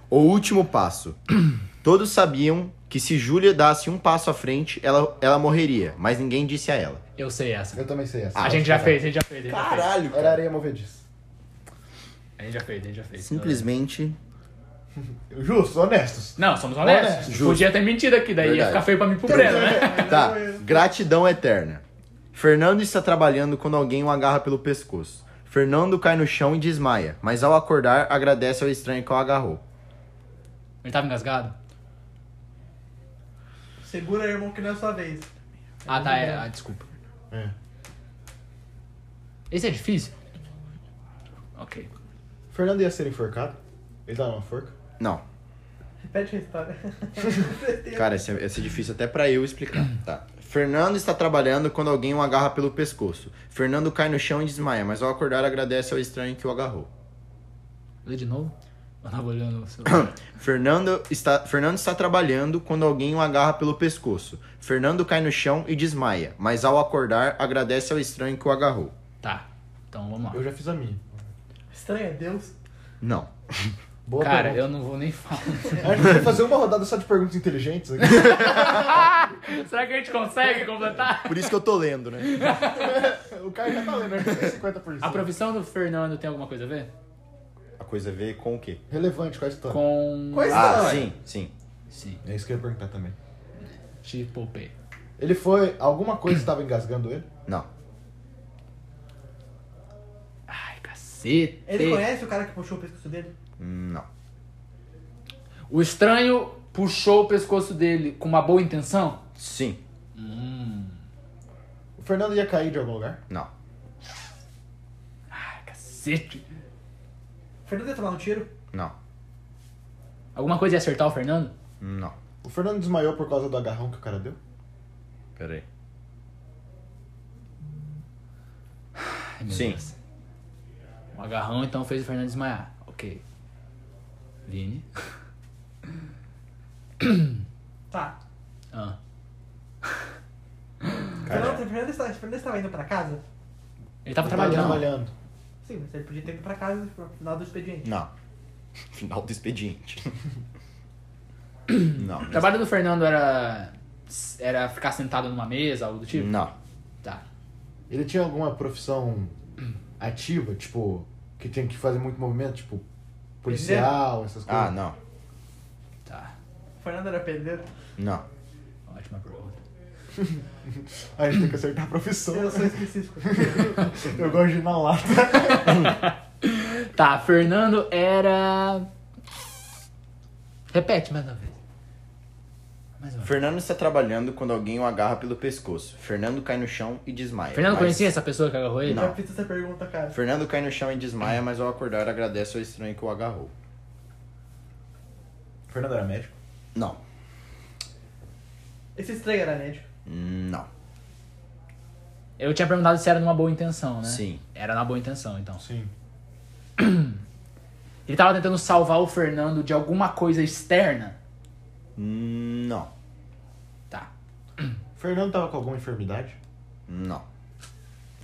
O último passo. (clears throat) Todos sabiam que se Júlia dasse um passo à frente, ela, ela morreria, mas ninguém disse a ela.
Eu sei essa.
Eu também sei essa.
A gente já fez, a gente já fez. a gente já fez.
Era areia movediça.
A gente já fez, a gente já fez.
Simplesmente.
Justos, honestos.
Não, somos honestos.
Honesto,
justo.
Podia ter mentido aqui, daí ia
Verdade.
ficar feio pra mim e pro Breno, né?
(laughs)
Tá. Gratidão eterna. Fernando está trabalhando quando alguém o agarra pelo pescoço. Fernando cai no chão e desmaia, mas ao acordar, agradece ao estranho que o agarrou.
Ele tava engasgado?
Segura, irmão, que não é sua vez.
Ah, tá, é. Ah, desculpa.
É.
Esse é difícil? Ok.
Fernando ia ser enforcado. Ele tava numa forca.
Não.
Repete a
(laughs)
história. Certeza.
Cara, esse é, esse é difícil até pra eu explicar. Tá. Fernando está trabalhando quando alguém o agarra pelo pescoço. Fernando cai no chão e desmaia, mas ao acordar agradece ao estranho que o agarrou.
Lê de novo? Eu tava olhando o celular.
Fernando está, Fernando está trabalhando quando alguém o agarra pelo pescoço. Fernando cai no chão e desmaia, mas ao acordar agradece ao estranho que o agarrou.
Tá, então vamos lá.
Eu já fiz a minha.
Estranho, é Deus.
Não.
Boa
Cara,
pergunta.
eu não vou nem (laughs) falar.
A gente vai fazer uma rodada só de perguntas
(laughs)
inteligentes aqui.
Será que a gente consegue completar?
Por isso que eu tô lendo, né?
o cara já tá lendo, acho que tem 50%.
A profissão do Fernando tem alguma coisa a ver?
A coisa a ver com o quê?
Relevante com a história.
Com.
Coisa
Ah,
não,
sim, sim.
Sim,
É isso que eu ia perguntar também.
te poupei.
Ele foi. Alguma coisa estava engasgando ele?
Não.
Ai, cacete.
Ele conhece o cara que puxou o pescoço dele?
Não.
O estranho puxou o pescoço dele com uma boa intenção? Hum.
Sim.
O Fernando ia cair de algum lugar?
Não.
Ai, cacete.
O Fernando ia tomar um tiro?
Não.
Alguma coisa ia acertar o Fernando?
Não.
O Fernando desmaiou por causa do agarrão que o cara deu?
Pera aí.
Ai, meu
Sim.
Deus. Um agarrão então fez o Fernando desmaiar. Ok. Vini.
Tá.
Ah.
O Fernando, o Fernando estava, o Fernando estava indo pra casa?
Ele tava
Tava
trabalhando.
trabalhando.
Sim, mas ele podia ter ido pra casa no final do expediente.
Não. (laughs) Final
(coughs)
do expediente. Não.
O trabalho do Fernando era. Era ficar sentado numa mesa, algo do tipo?
Não.
Tá.
Ele tinha alguma profissão ativa, tipo, que tinha que fazer muito movimento, tipo, policial, essas coisas? (laughs)
Ah, não.
Tá.
O Fernando era pedreiro?
Não.
Ótima pergunta.
A gente tem que acertar a profissão.
Eu sou
(laughs)
específico.
(laughs) Eu gosto de ir na lata.
(laughs) Tá, Fernando era. Repete mais uma vez. Mais uma vez.
Fernando está trabalhando quando alguém o agarra pelo pescoço. Fernando cai no chão e desmaia.
Fernando
mas-
conhecia essa pessoa que agarrou ele?
Eu já fiz essa pergunta, cara.
Fernando cai no chão e desmaia, mas ao acordar agradece ao estranho que o agarrou.
O Fernando era médico?
Não.
Esse estranho era médico.
Não.
Né? Eu tinha perguntado se era numa boa intenção, né?
Sim.
Era na boa intenção, então.
Sim.
Ele tava tentando salvar o Fernando de alguma coisa externa?
Não.
Tá.
O Fernando tava com alguma enfermidade?
Não.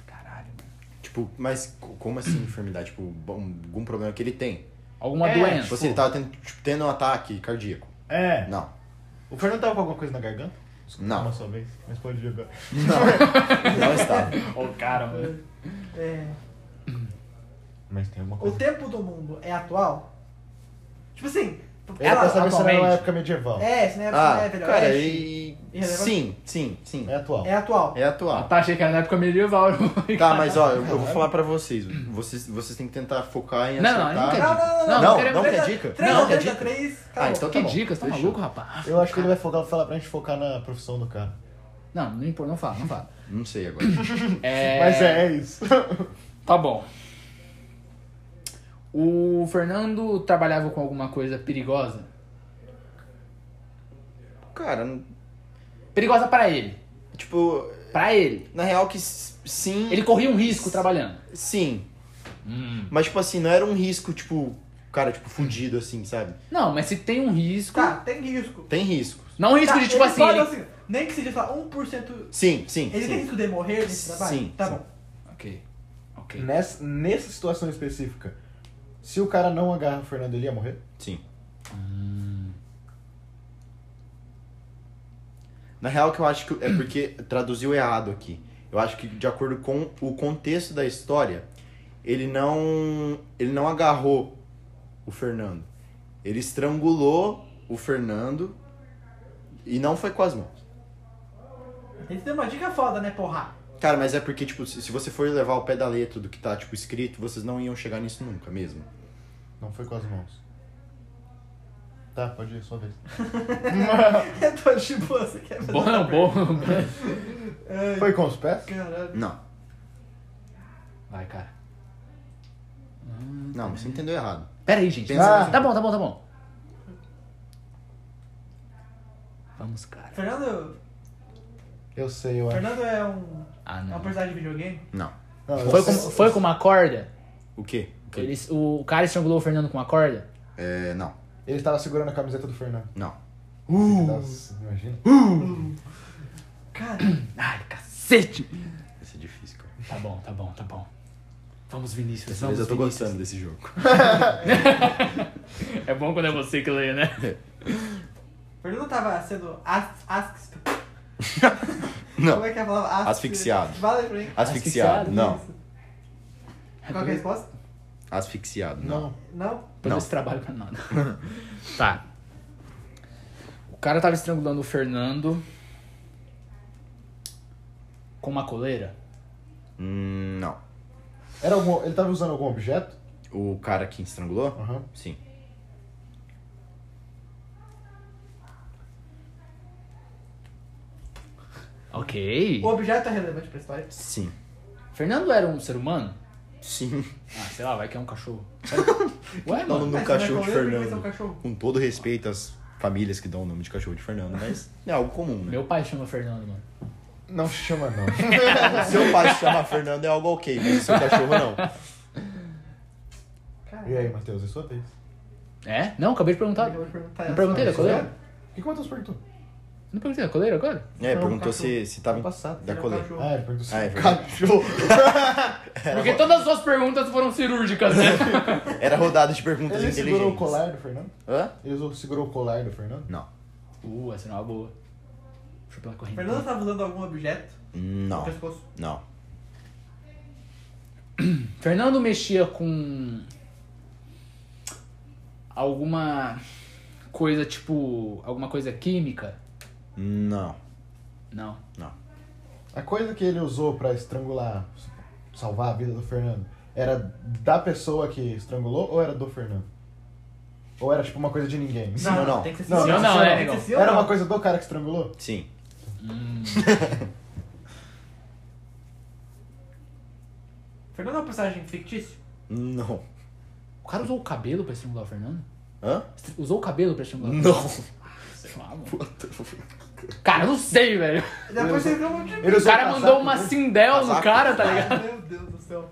Caralho, mano.
Tipo, mas co- como assim enfermidade? Tipo, bom, algum problema que ele tem?
Alguma
É,
doença.
Tipo assim, ele tava tendo, tipo, tendo um ataque cardíaco.
É.
Não.
O Fernando tava com alguma coisa na garganta?
Não.
Uma só vez, mas pode jogar.
Não (laughs) estava.
Ô, cara, mano.
É,
Mas tem alguma
O
coisa.
tempo do mundo é atual? Tipo assim.
É
Eu quero
Ela-
saber se era uma
atualmente.
época medieval.
É, isso não é, isso não
Ah,
é velho
cara,
oeste.
e...
Irrelevante?
Sim, sim, sim.
É atual.
É atual. (laughs)
É atual.
Tá, achei que era na época medieval. (laughs)
Tá, mas ó, eu, eu vou
é
falar pra vocês. Vocês, vocês têm que tentar focar em
Não,
acertar.
não, não
Não, não, não, não.
Não,
queremos
não quer
três a-
dica?
Três,
Não
a
quer
três a
dica?
três,
Ah,
acabou.
então tá
Que
bom.
dicas, tá
Fechou.
maluco, rapaz?
Eu acho que ele vai focar, falar pra gente focar na profissão do cara.
Não, não importa, não fala, não fala.
Não sei
(laughs)
agora.
É...
Mas é, é isso. (laughs)
Tá bom. O Fernando trabalhava com alguma coisa perigosa?
Cara, não-
Perigosa pra ele.
tipo,
Pra ele.
na real que s- sim.
Ele corria um risco trabalhando.
Sim.
Hum.
Mas, tipo assim, não era um risco, tipo, cara, tipo, fudido, assim, sabe?
Não, mas se tem um risco.
Tá, tem risco.
Tem riscos.
Não um risco
Tá,
de tipo
ele
assim.
pode,
ele-
Nem que seja só 1%.
Sim, sim.
Ele tem
sim.
risco de morrer nesse trabalho?
Sim,
Tá
sim.
bom.
Ok. (laughs) Ok.
Nessa, nessa situação específica, se o cara não agarra o Fernando, ele ia morrer?
Sim. Na real, que eu acho que é porque traduziu errado aqui. Eu acho que, de acordo com o contexto da história, ele não, ele não agarrou o Fernando. Ele estrangulou o Fernando e não foi com as mãos.
Ele deu uma dica foda, né, porra?
Cara, mas é porque, tipo, se se você for levar o pé da letra do que tá, tipo, escrito, vocês não iam chegar nisso nunca mesmo.
Não foi com as mãos. Tá, pode ir, sua vez.
(laughs) Eu tô tipo, você quer fazer
Bom,
uma
bom.
pergunta?
Foi com os pés?
Ai, Caralho.
Não,
Vai, cara.
não, você entendeu errado.
Pera aí, gente.
Pensa
Tá bom, tá bom, tá bom. Vamos, cara.
Fernando,
Eu sei, eu acho.
Fernando é um,
Ah,
é um
não.
personagem de videogame?
Não.
Foi com, foi com uma corda?
O quê?
Ele, o cara estrangulou o Fernando com uma corda?
É, não.
Ele tava segurando a camiseta do Fernando.
Não.
Uh. Nossa, imagina.
Uh. Cara,
Ai, cacete!
Esse é difícil, cara.
Tá bom, tá bom, tá bom. Vamos, Vinícius,
Mas
vamos,
eu tô
Vinícius.
gostando desse jogo.
É bom quando é você que lê, né?
Fernando tava sendo as, as,
Não.
como é que é a palavra? As-
Asfixiado.
Fala aí pra mim.
Asfixiado.
Asfixiado,
Não.
Qual que é a resposta?
Asfixiado. Não.
Não?
Todo
Não.
esse trabalho pra
(laughs)
nada. tá. O cara tava estrangulando o Fernando com uma coleira.
Hum, Não.
Era algum, ele tava usando algum objeto?
O cara que estrangulou?
Aham.
Sim.
Ok.
O objeto é relevante pra história?
Sim.
Fernando era um ser humano?
Sim.
Ah, sei lá, vai que é um cachorro.
(laughs)
Ué,
Dá o
mano.
nome do
Mas
cachorro
não é
de
coleira, porque é um
Fernando.
cachorro.
Com todo respeito às famílias que dão o nome de cachorro de Fernando, mas é algo comum, né?
Meu pai chama Fernando, mano.
Não se chama, (laughs) não.
Seu pai se chama Fernando é algo ok, mas seu cachorro não.
Cara,
e aí, Matheus, é sua vez.
É? Não, acabei de perguntar.
eu vou perguntar
Não perguntei é da
essa.
coleira?
O que que o Matheus perguntou?
Não perguntei da coleira agora?
É,
Não,
perguntou
cachorro.
se, se tava em...
Passado.
da
Ele é um
coleira.
cachorro.
Ah, ele perguntou se
Ah, é verdade.
cachorro.
Porque todas as suas perguntas foram cirúrgicas, né?
Era rodada de perguntas
Ele segurou o
inteligentes.
colar do Fernando?
Hã?
Ele usou- segurou o colar do Fernando?
Não.
uh, essa não é uma boa. Deixa eu pela corrente.
Fernando tava usando tá algum objeto?
Não.
No pescoço?
Não.
Fernando mexia com alguma coisa tipo alguma coisa química?
Não.
Não.
A coisa que ele usou pra estrangular, salvar a vida do Fernando, era da pessoa que estrangulou ou era do Fernando? Ou era tipo uma coisa de ninguém?
Sim ou não?
Tem que ser
Não,
sim ou
não,
não.
é
Tem que
legal.
ser sim ou
Era
não.
uma coisa do cara que estrangulou?
Sim.
Fernando é um personagem fictício?
Não.
O cara usou o cabelo pra estrangular o Fernando?
Hã?
Est- Usou o cabelo pra estrangular? o
Não. (laughs)
Fernando? Sei lá, mano. Cara, eu não sei, velho.
Depois você reclama de mim.
Ele
O cara
casaco,
mandou uma
né?
sindel no cara, tá
(laughs)
ligado?
Meu Deus do céu.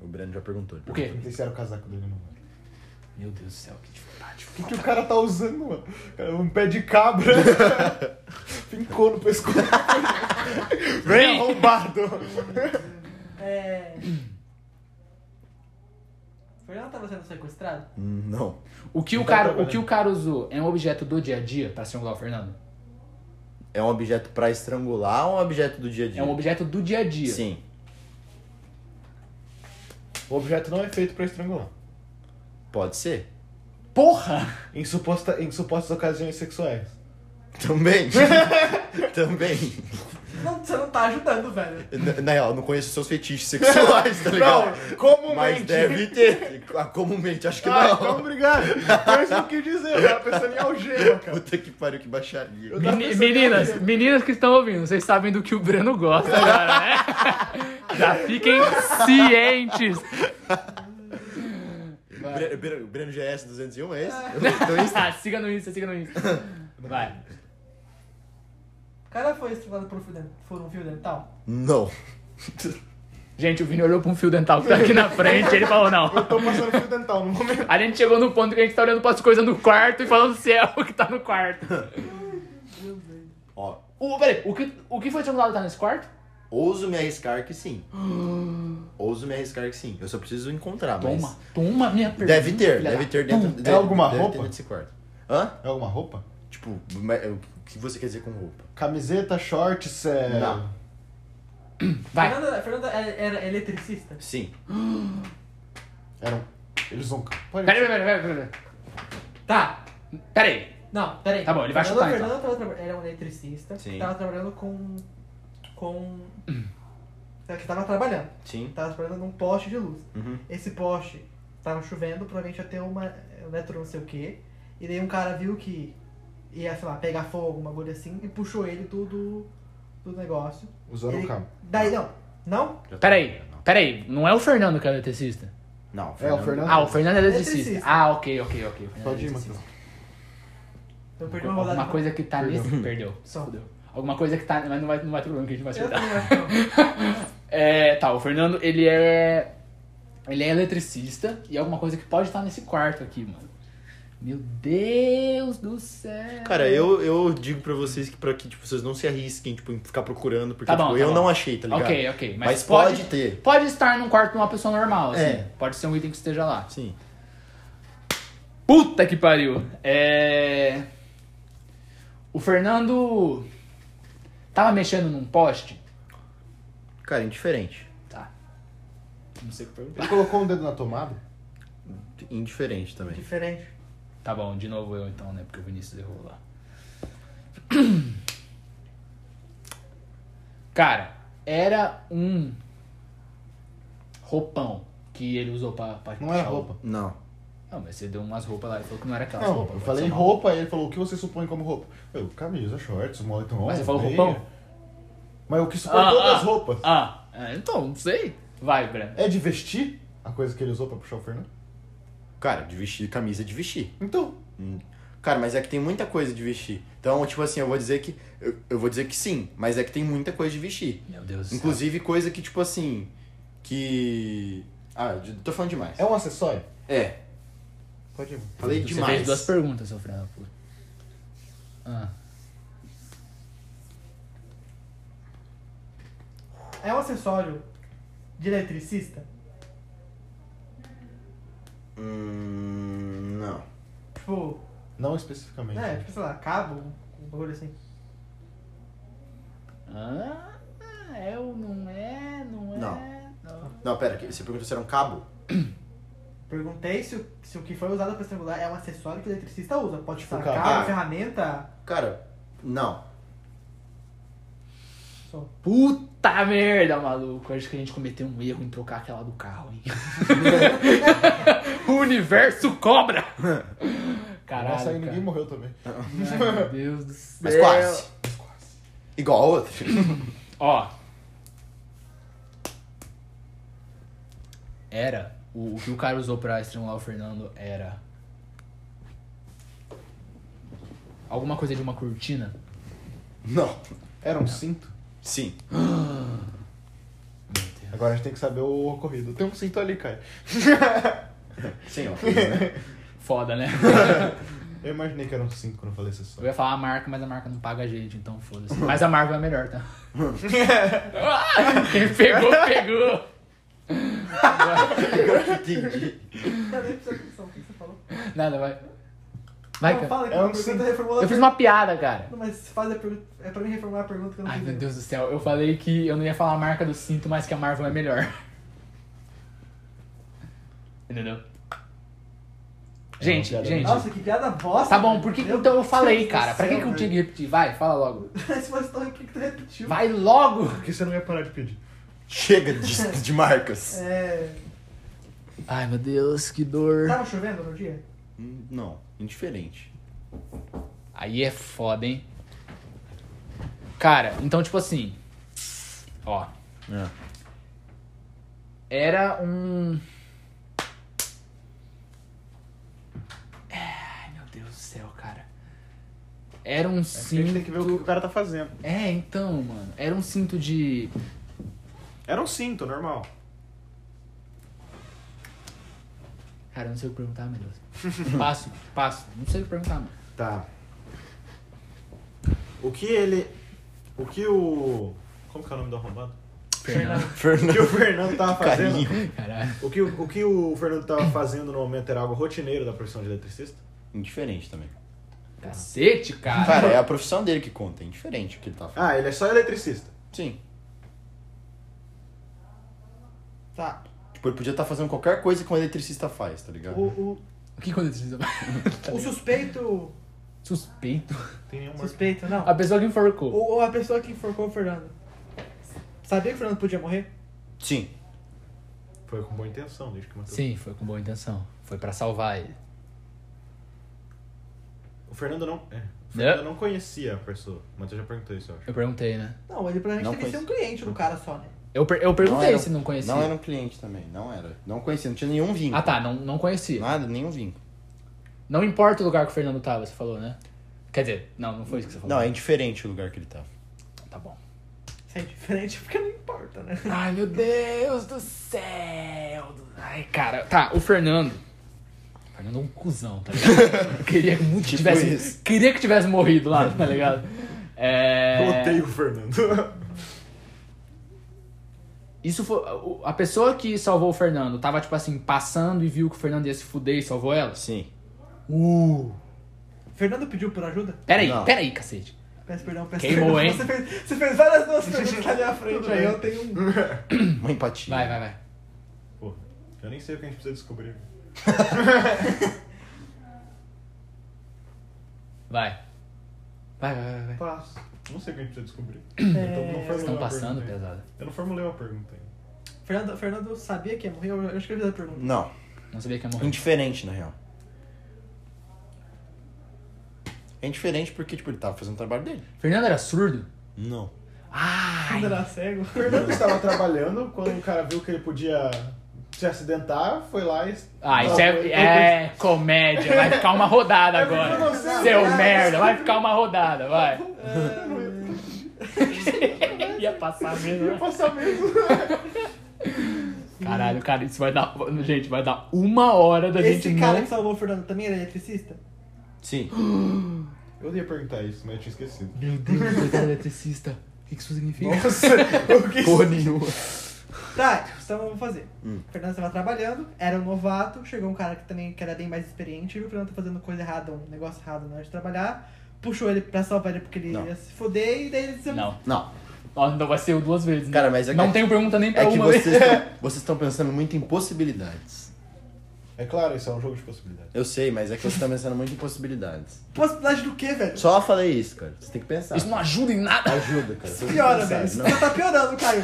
O Breno já perguntou.
O quê?
Não sei se era o casaco dele, não. mano.
Meu Deus do céu, que dificuldade.
O que, que o cara tá usando, mano? Cara, um pé de (laughs) cabra. Fincou no pescoço. Bem arrombado.
É. Fernando tava tá sendo sequestrado?
(laughs) Não.
O que o
tá
cara, o
trabalhando.
que o cara usou é um objeto do dia a dia pra estrangular o Fernando?
É um objeto pra estrangular ou um objeto do dia a dia?
É um objeto do dia a dia.
Sim.
O objeto não é feito pra estrangular.
Pode ser?
Porra!
Em, suposta, em supostas ocasiões sexuais.
Também. (laughs) Também.
Não, você não tá ajudando, velho.
Na- Na real, eu não conheço seus fetiches sexuais, tá ligado?
comumente.
Mas deve ter. Ah, Comumente, acho que
Ah,
(laughs) não.
então obrigado. Foi isso que eu quis dizer. Eu tava pensando em algema, cara.
Puta que pariu, que baixaria.
tava
Meni-
pensando em
meninas,
algema.
meninas que estão ouvindo, vocês sabem do que o Breno gosta agora, né? (laughs) Já fiquem cientes.
Bre- Bre- Breno GS 201 é esse? Então é esse?
Ah, siga no Insta, siga no Insta. Vai.
O cara foi estrelado por um fio, dent- por um fio dental?
Não.
Gente, o Vini olhou pra um fio dental que tá aqui na frente e ele falou
Eu
não.
tô passando fio dental no momento.
A gente chegou no ponto que a gente tá olhando pras coisas no quarto e falando se é o que tá no quarto.
Ó,
O, peraí, o que, o que foi estrangulado tá nesse quarto?
ouso me arriscar
(gasps)
que sim. Ouso me arriscar que sim. Eu só preciso encontrar, mas...
Toma, toma minha pergunta.
Deve ter,
filha
deve
da-
ter dentro...
Hum, é
deve-
alguma
deve
roupa?
ter nesse quarto. Hã?
É alguma roupa?
Tipo, ma- o que você quer dizer com roupa?
Camiseta, shorts, é...
Não.
Vai.
Fernando, Fernando era, é, era eletricista?
Sim.
Era um... Eles vão... Pode-
Peraí, peraí, peraí, peraí, peraí.
Tá.
Peraí.
Não, peraí.
Tá bom, ele vai
Fernando,
chutar, então.
Fernando tava traba- era um eletricista.
Sim.
Tava trabalhando com... Com... é, Que tava trabalhando.
Sim.
Tava trabalhando num poste de luz.
Uhum.
Esse poste tava chovendo, provavelmente ia ter uma eletro não sei o que. E daí um cara viu que ia, sei lá, pegar fogo, alguma coisa assim, e puxou ele do, do, do negócio.
Usando
ele...
o cabo.
Daí não. Não?
Já tá
Peraí,
bom,
peraí, não é o Fernando que é eletricista?
Não,
É, o Fernando...
Ah, o Fernando é
Eletricista.
eletricista. Ah, ok, ok, ok. o Fernando é
Pode ir,
eletricista.
Matheus.
Então perdi uma rodada.
Alguma coisa que tá nesse. Perdeu.
Só.
Fudeu. Alguma coisa que tá. Mas não vai, não vai ter problema que a gente vai
Eu
acertar.
também acho
(laughs)
que não.
É, tá, o Fernando, ele é. Ele é eletricista e é alguma coisa que pode estar nesse quarto aqui, mano. Meu Deus do céu!
Cara, eu, eu digo pra vocês que pra que tipo, vocês não se arrisquem, tipo, em ficar procurando, porque
Tá bom,
tipo,
tá
eu
bom.
não achei, tá ligado?
Ok, ok. Mas,
Mas,
pode,
pode ter.
pode estar num quarto de uma pessoa normal, assim.
É.
Pode ser um item que esteja lá.
Sim.
Puta que pariu! É. O Fernando. Tava mexendo num poste?
Cara, indiferente.
Tá. Não sei o que perguntar.
Ele colocou um dedo na tomada?
Indiferente também.
Diferente.
Tá bom, de novo eu então, né? Porque o Vinícius errou lá. (coughs) Cara, era um roupão que ele usou pra, pra
Não era
puxar o-
roupa.
Não.
Não, mas você deu umas roupas lá e falou que não era aquelas
Não,
roupas.
eu
pode
falei
Tá, ser uma
roupa, aí ele falou, o que você supõe como roupa? Eu, camisa, shorts, moletom,
Mas você falou
meia.
roupão?
Mas o que supõe
Ah,
todas
ah.
as roupas?
Ah, é, então, não sei. Vai, Breno.
É de vestir a coisa que ele usou pra puxar o Fernando?
Cara, de vestir camisa é de vestir.
Então,
Cara, mas é que tem muita coisa de vestir. Então, tipo assim, eu vou dizer que. Eu, eu vou dizer que sim, mas é que tem muita coisa de vestir.
Meu Deus do céu.
Inclusive coisa que, tipo assim. Que. Ah, de- tô falando demais.
é um acessório?
É,
Pode ir.
falei
Você
demais.
fez duas perguntas, seu Fernando. pô. Ah,
É um acessório de eletricista?
Hum, não.
Tipo,
Não especificamente.
né?
É,
Tipo, sei lá, cabo, um bagulho assim.
ah é ou não é? Não é?
Não.
não.
Não, pera, que- você perguntou se era um cabo?
Perguntei se, o- se o que foi usado pra estrangular é um acessório que o eletricista usa. Pode ser
Tipo,
cabo,
cabo.
ferramenta.
Cara, não.
Só.
Puta merda, maluco. Acho que a gente cometeu um erro em trocar aquela do carro, hein? (laughs) o universo cobra! Caralho,
Nossa, aí ninguém
cara.
morreu também.
Ai, meu Deus
(laughs)
do céu.
Mas quase. Igual a outra. (laughs)
Ó. Era. O, o que o cara usou pra estrangular o Fernando era. Alguma coisa de uma cortina?
não.
Era um cinto?
Sim.
Agora a gente tem que saber o ocorrido. Tem um cinto ali, cara.
Sim, ó. fiz, né?
Foda, né? (laughs)
Eu imaginei que era um cinto quando eu falei acessório.
Eu ia falar a marca, mas a marca não paga a gente, então foda-se. Mas a Marvel é melhor, tá? (laughs) Ah, Quem pegou, pegou!
(laughs) Agora que entendi.
Eu nem preciso atenção o que você falou.
Nada, vai. Vai,
não,
cara.
fala que
É
a
um
pergunta
sim.
reformula a
Eu fiz
pergunta.
uma piada, cara.
Não, mas faz a pergunta. É pra mim reformular a pergunta que eu não
Ai,
fiz.
meu
ainda.
Deus do céu. Eu falei que eu não ia falar a marca do cinto, mas que a Marvel é melhor. Entendeu? Gente,
piada
É gente.
Nossa, que piada bosta.
Tá bom,
velho.
por que que
Meu
então eu falei,
Deus do
cara? Pra que
céu,
que eu
velho.
tinha que repetir? Vai, fala logo.
Mas você tá- por que que tu repetiu?
Vai logo!
Por que você não ia parar de pedir?
É,
Chega de, de marcas.
É.
Ai, meu Deus, que dor.
Tava chovendo no dia?
Hum, Não, indiferente.
Aí é foda, hein? Cara, então, tipo assim. Ó. Era um. Ai, meu Deus do céu, cara. Era um
A gente tem
cinto.
que ver o que o cara tá fazendo.
É, então, mano. Era um cinto de.
Era um cinto, normal.
Cara, eu não sei o que perguntar, meu Deus. Passo, passo. Não sei o que perguntar, mano.
Tá. O que ele. O que o. Como que é o nome do arrombado?
Fernando.
O que o Fernando tava fazendo.
Caralho.
O que, o o que o Fernando tava fazendo no momento era algo rotineiro da profissão de eletricista?
Indiferente também.
Cacete, cara.
Cara, é a profissão dele que conta, é indiferente o que ele tá falando.
Ah, ele é só eletricista.
Sim.
Tá.
Tipo, ele podia estar fazendo qualquer coisa que um eletricista faz, tá ligado?
O, o,
O que aconteceu?
o suspeito.
Suspeito.
Tem nenhum marco.
Suspeito, não.
A pessoa que enforcou.
Ou, ou a pessoa que enforcou o Fernando. Sabia que o Fernando podia morrer?
Sim.
Foi com boa intenção, desde que matou.
Sim, foi com boa intenção. Foi pra salvar ele.
O Fernando não. É, o
Né?
Fernando não conhecia a pessoa. O Matheus já perguntou isso, eu acho.
Eu perguntei, né?
Não, ele
Não
provavelmente devia ser um
conheço.
cliente do cara só, né?
Eu, per- eu perguntei
era um-
se não conhecia.
Não era um cliente também, não era. Não conhecia, não tinha nenhum vínculo.
Ah tá, não, não conhecia.
Nada, nenhum vínculo.
Não importa o lugar que o Fernando tava, você falou, né? Quer dizer, não, não foi isso que você falou.
Não, é indiferente o lugar que ele tava.
Tá bom.
Isso é diferente (laughs) porque não importa, né?
Ai, meu Deus do céu. Ai, cara. Tá, o Fernando. O Fernando é um cuzão, tá (laughs) ligado? queria que muito tivesse. Queria que tivesse morrido lá, tá ligado? É...
Odeio o Fernando. (laughs)
Isso foi. o- A pessoa que salvou o Fernando tava, tipo assim, passando e viu que o Fernando ia se fuder e salvou ela?
Sim.
Uh!
Fernando pediu por ajuda?
Peraí,
Não.
peraí, cacete.
Peço perdão, peço
Queimou,
perdão.
hein?
Você fez, você fez várias
(laughs)
duas perguntas ali à frente, aí eu tenho um.
Uma empatia.
Hum. Vai, vai, vai.
(laughs) Pô, eu nem sei o que a gente precisa descobrir.
Vai. Vai, vai, vai. vai.
Passo. Não sei o que a gente precisa descobrir.
É,
formulei
Estão
uma
passando,
pergunta ainda.
pesado.
Eu não formulei uma pergunta ainda.
Fernando, Fernando sabia que ia morrer? Eu eu escrevi a pergunta.
Não.
Não sabia que ia morrer.
Indiferente, na real. É indiferente porque, tipo, ele tava fazendo o trabalho dele.
Fernando era surdo?
Não.
Quando
(laughs)
era cego.
O Fernando estava trabalhando quando o cara viu que ele podia se acidentar, foi lá e.
Ah, isso é, é comédia. Vai ficar uma rodada agora. Seu merda, vai ficar uma rodada, vai. (laughs)
É,
Ia passar mesmo. né?
Passar mesmo.
(laughs) Caralho, cara, isso vai dar. Gente, vai dar uma hora da
Esse
gente
cara é
não.
que salvou o Fernando também era eletricista?
(gasps)
Sim.
Eu ia perguntar isso, mas eu tinha esquecido.
Meu Deus, coitado do eletricista. O que que isso significa?
Porra nenhuma.
Tá, então eu vou fazer.
Hum.
O Fernando estava trabalhando, era um novato, chegou um cara que também que era bem mais experiente, viu o Fernando tá fazendo coisa errada, um negócio errado na hora de trabalhar, puxou ele pra salvar ele porque ele
Não.
ia se foder e daí ele se...
Não.
Não.
Ó, Não vai ser o duas vezes. né?
Cara, mas é que-
Não tenho pergunta nem pra
É que
uma
vocês
vez.
tão- vocês estão pensando muito em possibilidades.
É claro, isso é um jogo de (laughs) possibilidades.
Eu sei, mas é que vocês estão pensando muito em possibilidades.
Possibilidade do quê, velho?
Só falei isso, cara. Você tem que
(laughs)
pensar.
Isso não ajuda em nada.
Ajuda, cara. Você tem que
Piora,
pensar.
velho. Isso
Não.
já tá piorando, Caio.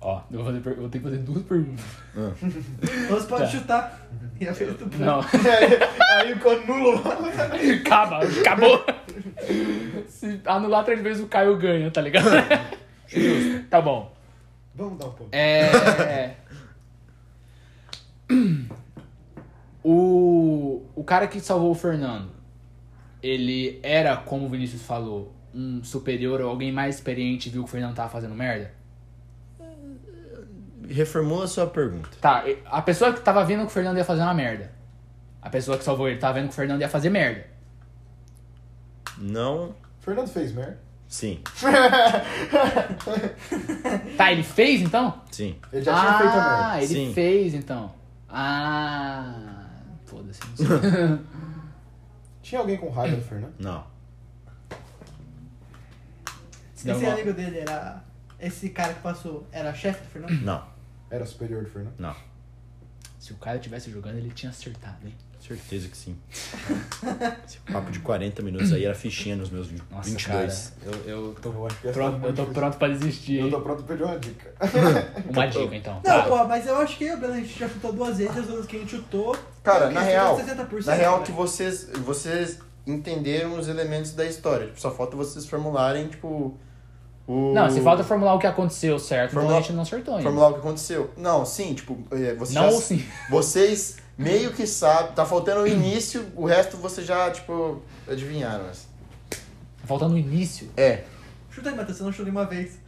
Ó, eu vou, fazer, per- eu vou ter que fazer duas perguntas.
Todos podem chutar. E a vez do
Não,
É, Aí quando nulo.
(laughs) acaba, acabou. Se anular três vezes, o Caio ganha, tá ligado? (laughs) tá bom.
Vamos dar um pouco.
É. o, o cara que salvou o Fernando, ele era, como o Vinícius falou, um superior ou alguém mais experiente e viu que o Fernando tava fazendo merda?
Reformula a sua pergunta.
Tá, e- a pessoa que tava vendo que o Fernando ia fazer uma merda. A pessoa que salvou ele tava vendo que o Fernando ia fazer merda.
Não.
Fernando fez merda.
(laughs)
Sim.
Tá, ele fez então?
Sim.
Ele já
ah,
tinha feito a merda.
ele
Sim.
fez então. Ah. Foda-se, (laughs) não sei.
Tinha alguém com raiva do Fernando?
Não.
Se der
Esse
uma-
amigo dele era... Esse cara que passou era chefe do Fernando?
Não.
Era superior do Fernando?
Não.
Se o Caio tivesse jogando, ele tinha acertado, hein?
Certeza que
(laughs)
sim. Esse papo de 40 minutos aí era fichinha nos meus 20,
Nossa,
22.
cara, eu, eu tô
Eu acho que essa tá
pronto,
muito
eu tô
difícil.
pronto pra desistir.
Eu
hein?
tô pronto pra pedir uma dica.
Uma dica, então.
Não,
Tá.
pô, mas eu acho que o Breno, a gente já chutou duas vezes, as outras que a gente chutou...
Cara,
que
na
chutou
real,
60%,
Na real,
né?
que vocês, vocês entenderam os elementos da história. Tipo, só falta vocês formularem, tipo. O...
Não, se falta formular o que aconteceu certo,
Formula-
então a gente não acertou ainda.
Formular o que aconteceu. Não, sim, tipo, é, vocês.
Não
já-
ou sim.
Vocês meio que sabem. Tá faltando o início, o resto vocês já, tipo, adivinharam. assim.
Volta no início.
É.
Chuta aí, Matheus, você não chuta nenhuma vez.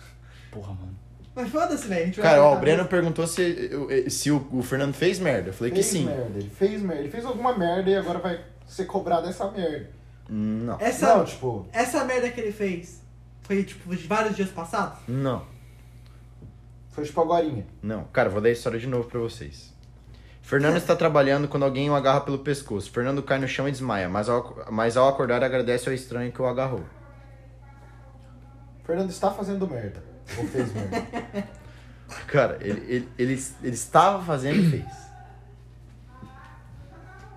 Porra, mano.
Mas foda-se, velho. a gente vai né?
Cara, ó, o
acertar.
Breno perguntou se, eu- eu- se o, o Fernando fez merda. Eu
É
falei que
fez
sim.
merda, ele fez merda. Ele fez alguma merda e agora vai ser cobrado essa merda.
Não.
Essa,
Não, tipo,
essa merda que ele fez foi, tipo, de vários dias passados?
Não.
foi tipo agorinha.
Não. Cara, vou dar a história de novo pra vocês. Fernando está trabalhando quando alguém o agarra pelo pescoço. Fernando cai no chão e desmaia, mas ao, mas ao acordar agradece ao estranho que o agarrou.
Fernando está fazendo merda. Ou fez (laughs) merda.
Cara, ele, ele, ele, ele estava fazendo e fez.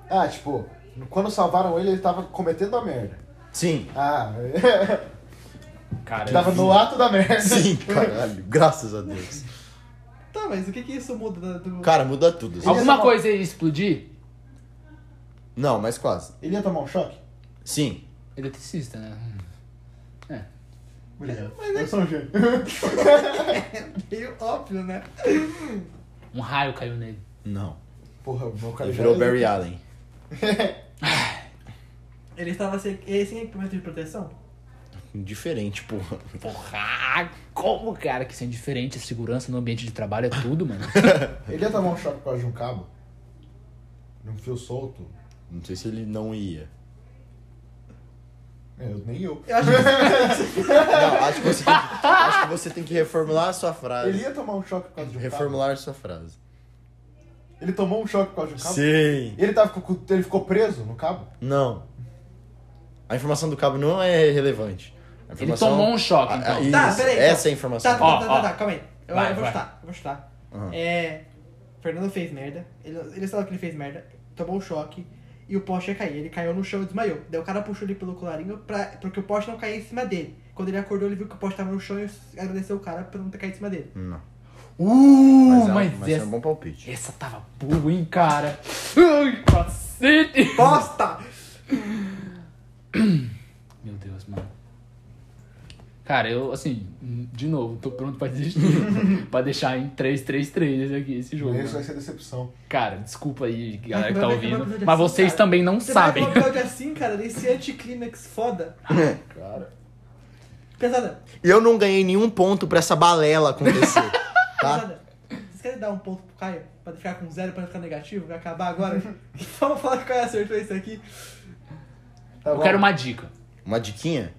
ah, tipo, quando salvaram ele, ele tava cometendo a merda.
Sim.
Ah,
Cara,
tava no ato da merda. (laughs)
Sim, caralho. Graças a Deus.
Tá, mas o que que isso muda da- do...
Cara, muda tudo. assim.
alguma coisa ia explodir?
Não, mas quase.
Ele ia tomar um choque?
Sim.
Eletricista, né?
Obrigado. Eu sou um gênio.
meio óbvio, né?
Um raio caiu nele.
Não.
Porra, o meu cara é-
Ele
já
virou
é-
Barry Allen.
Ele estava sem, ele sem equipamento de proteção?
Diferente, porra.
Porra, como, cara? Que isso é diferente. Segurança no ambiente de trabalho é tudo,
(laughs)
mano.
Ele ia tomar um choque por causa de um cabo? De um fio solto?
Não sei se ele não ia.
É, eu, nem eu.
(laughs)
Eu acho que
Não, acho que você tem que, acho que, você tem que reformular a sua
Ele
frase.
ia tomar um choque por causa de um
Reformular a sua frase.
cabo? Ele tomou um choque por causa de um cabo?
Sim.
E ele, tava, com- ele ficou preso no cabo?
Não. A informação do cabo não é relevante. A
Ele
informação...
tomou um choque,
Ah, ah,
então.
isso,
Tá, peraí, então.
Essa
tá,
é a informação.
tá,
Ó,
tá,
ó.
tá, tá, calma aí. Eu,
Vai,
eu vou
vai.
chutar, eu vou chutar.
Aham.
É. Fernando fez merda. Ele, ele sabe que ele fez merda, tomou um choque e o poste ia cair. Ele caiu no chão e desmaiou. Daí o cara puxou ele pelo colarinho pra, pra que o poste não caia em cima dele. Quando ele acordou, ele viu que o poste tava no chão e agradeceu o cara por não ter caído em cima dele.
Uh,
é um-
mas,
mas é
essa,
um bom palpite.
essa tava boa, hein, cara. Ai, cacete.
Bosta!
Meu Deus, mano. Cara, eu, assim, de novo, tô pronto pra desistir. (laughs) pra deixar em 3-3-3 esse aqui, esse jogo.
Isso
mano.
vai ser decepção.
Cara, desculpa aí, galera que
Mas
tá
vai acabar o
ouvindo.
episódio
Mas
assim,
vocês
cara.
também não
Você
sabem.
vai colocar o áudio assim, cara, desse anticlímax foda.
Cara.
Pesada,
E eu não ganhei nenhum ponto pra essa balela acontecer. tá?
pesada. Vocês querem dar um ponto pro Caio? Pra ficar com zero, pra não ficar negativo? Vai acabar
(laughs)
agora? Vamos falar que o Caio acertou isso aqui.
(laughs)
Tá
Eu
bom.
quero uma dica.
Uma diquinha?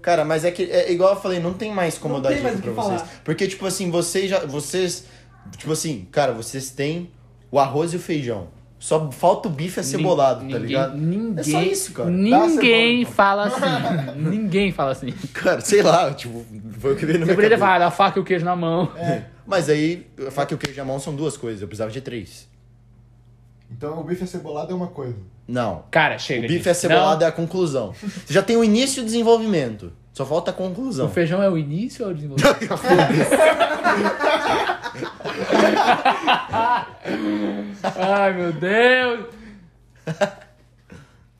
Cara, mas é que é igual eu falei, não tem mais como
Não
eu dar
tem
dica
mais o
pra
que
vocês.
falar.
Porque, tipo assim, vocês já. Vocês. Tipo assim, cara, vocês têm o arroz e o feijão. Só falta o bife acebolado,
Nin-
tá
ninguém-
ligado?
Ninguém,
É só isso, cara. Dá
Ninguém
cebola, então.
fala
(laughs)
assim. ninguém fala assim.
Cara, sei lá, tipo, foi o que veio na
Você
minha
poderia
cabeça.
falar a faca e o queijo na mão.
É. Mas aí, a faca e o queijo na mão são duas coisas, eu precisava de três.
Então o bife acebolado é uma coisa.
Não.
Cara, chega.
O bife
disso.
acebolado é a conclusão. Você já tem o início e o desenvolvimento. Só falta a conclusão.
Não, O feijão é o início ou é o (laughs) desenvolvimento? Ai, meu Deus.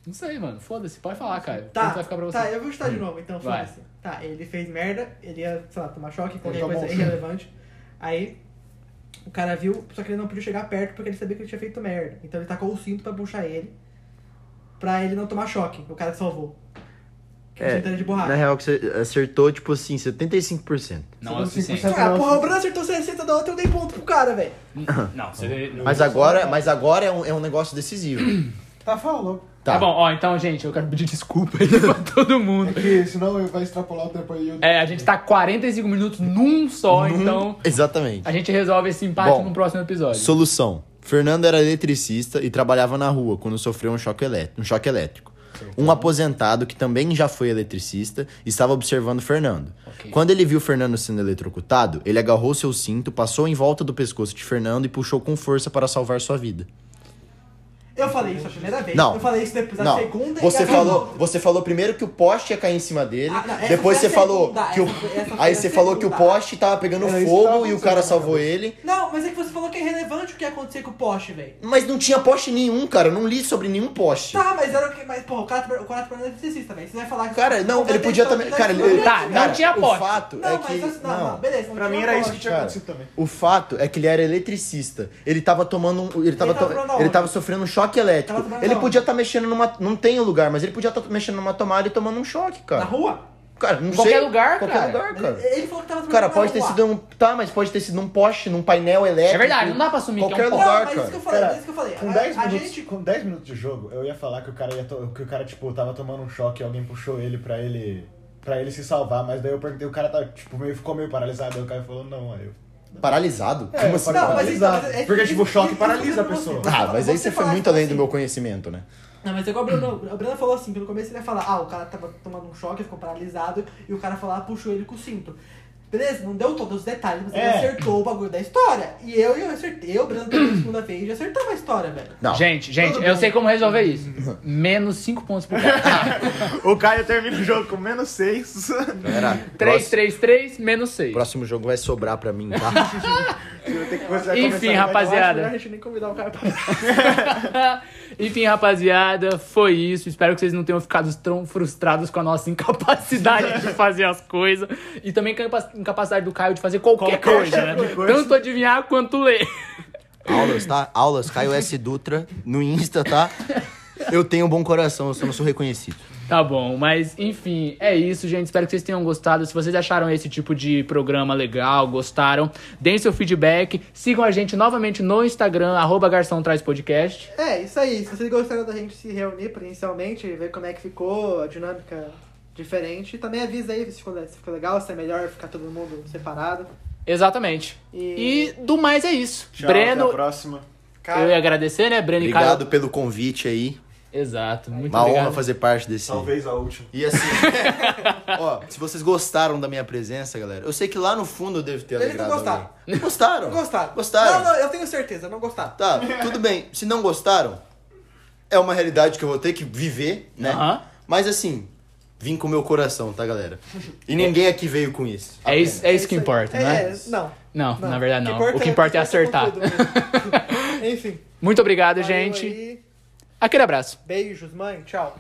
Não sei, mano. Foda-se. Pode falar, cara.
Tá,
Vai ficar pra você. Hum,
tá, eu vou chutar de novo, então
Vai.
foda-se. Tá, ele fez merda, ele ia, sei lá, tomar choque, qualquer
Ele tomou
coisa
um choque.
irrelevante. Aí, o cara viu, só que ele não podia chegar perto porque ele sabia que ele tinha feito merda. Então ele tacou o cinto pra puxar ele, pra ele não tomar choque, o cara que salvou. Que
É,
é, de borracha.
Na real, que você acertou, tipo assim, 75%.
Não é o
75%
suficiente.
Ah, porra, o Bruno acertou 60 da outra, eu dei ponto pro cara, velho.
Não, você...
Mas agora, mas agora é, um, é um negócio decisivo.
Tá, falou.
Tá bom, ó, então, gente, eu quero pedir desculpa aí (laughs) pra todo mundo.
É que senão eu- vai extrapolar o tempo aí. Eu...
É, a gente tá 45 minutos num só, então
Exatamente.
a gente resolve esse empate
Bom,
no próximo episódio.
Solução. Fernando era eletricista e trabalhava na rua quando sofreu um choque, elé- um choque elétrico.
Então.
Um aposentado que também já foi eletricista estava observando Fernando.
Ok.
Quando ele viu Fernando sendo eletrocutado, ele agarrou seu cinto, passou em volta do pescoço de Fernando e puxou com força para salvar sua vida.
Eu falei isso a primeira vez,
Não.
eu falei isso depois da
Não,
segunda
você
e acabou.
falou, você falou primeiro que o poste ia cair em cima dele,
Ah, não, essa
depois
foi
você
a
falou
segunda,
que o,
essa- essa foi
aí
a
você falou que o
segunda. É,
poste tava pegando
Era isso que
fogo
tava
e o
acontecendo
cara
na minha
salvou ele.
Não, mas é que você falou que é irrelevante o que ia acontecer com o Porsche, velho.
Mas não tinha poste nenhum, cara. Eu não li sobre nenhum poste.
Tá, mas era o que. Mas, porra, o cara, o cara trabalhou na eletricista, velho. Você vai falar que.
Cara, não, ele podia
então
também.
é
Cara, ele,
Tá, não
cara,
tinha
é O
poste.
fato
Não,
é
mas
que.
assim, não,
não.
não, beleza. Não
Pra
tinha um
mim era isso que
poste.
tinha
Cara.
acontecido também.
O fato é que ele era eletricista. Ele tava tomando um. Ele tava,
tava
to-
tomando
ele
aonde?
tava sofrendo um choque elétrico.
Tava tomando
Ele
aonde?
podia estar mexendo numa. Não tem o lugar, mas ele podia estar mexendo numa tomada e tomando um choque,
Na
cara.
rua?
Cara, não
Qualquer
sei.
lugar,
Qualquer
cara.
lugar, cara.
Ele falou que tava
Cara,
trabalhando
pode
na
ter
rua.
sido um. Tá, mas pode ter sido num poste, num painel elétrico.
É verdade, não dá pra assumir que é
qualquer
um
Não,
poste.
lugar,
mas
cara.
isso que eu falei, mas é isso que eu falei.
Com
A-
10,
a
minutos,
gente-
com 10 minutos de jogo, eu ia falar que o cara ia to- que o cara tipo tava tomando um choque e alguém puxou ele pra ele para ele se salvar, mas daí eu perguntei, o cara tá tipo meio ficou meio paralisado, aí o cara falou não, aí eu.
Paralisado?
É,
Como assim?
paralisado.
Não, mas então, mas é-
Porque, tipo, o choque
isso-
paralisa
isso que eu
a pessoa.
falei pra
Ah, mas aí
Você
você foi
falar,
muito
tipo
além do
assim,
meu conhecimento, né?
Não, mas é igual o Bruno. O Bruno falou assim, que no começo ele ia falar, ah, o cara tava tomando um choque, ficou paralisado, e o cara falou, ah, puxou ele com o cinto. Beleza, não deu todos os detalhes, mas ele
É.
acertou o bagulho da história. E eu, eu acertei, eu, Bruno, também, segunda vez, já acertava a história, velho.
Não.
Gente, gente, eu sei como resolver isso. Menos 5 pontos pro cara.
O Caio termina o jogo com menos 6.
Galera,
3,
próximo,
3, 3, menos 6.
próximo jogo vai sobrar pra mim, (laughs) tá?
Enfim,
Eu acho melhor né? a
rapaziada.
gente nem convidar o cara pra
Enfim, rapaziada, foi isso. Espero que vocês não tenham ficado tão frustrados com a nossa incapacidade de fazer as coisas. E também com a incapac- incapacidade do Caio de fazer
Qualquer
qualquer, coisa,
tipo
né?
de coisa.
Tanto adivinhar quanto ler.
Aulas, tá? Aulas, Caio S. Dutra no Insta, tá? Eu tenho um bom coração, eu só não sou reconhecido.
Tá bom, mas enfim, é isso, gente. Espero que vocês tenham gostado. Se vocês acharam esse tipo de programa legal, gostaram, deem seu feedback. Sigam a gente novamente no Instagram, arroba Garção Traz Podcast.
É, isso aí. Se vocês gostaram da gente se reunir presencialmente, ver como é que ficou, a dinâmica diferente. Também avisa aí se ficou, se ficou legal, se é melhor ficar todo mundo separado.
Exatamente. E,
E-
do mais é isso.
Tchau, até a
Breno,
próxima.
eu ia agradecer, né? Breno e
Obrigado
Caio.
pelo convite aí.
Exato, muito
Uma honra
obrigado.
fazer parte desse.
Talvez a última.
E assim, (laughs) ó, se vocês gostaram da minha presença, galera, eu sei que lá no fundo eu devo ter
Eles
alegrado.
não gostaram.
alguém. Não gostaram.
Não gostaram?
Gostaram.
Não, não, eu tenho certeza, não gostaram.
Tá, tudo bem. Se não gostaram, é uma realidade que eu vou ter que viver, né?
Aham.
Mas assim, vim com o meu coração, tá, galera? E ninguém aqui veio com isso.
É isso, é isso que importa,
é,
né?
É, não.
Não, na verdade não.
importa
o que importa é
o que
acertar.
importa é conteúdo mesmo. Enfim.
(laughs) Muito obrigado,
valeu
gente.
aí.
Aquele abraço.
Beijos, mãe. Tchau.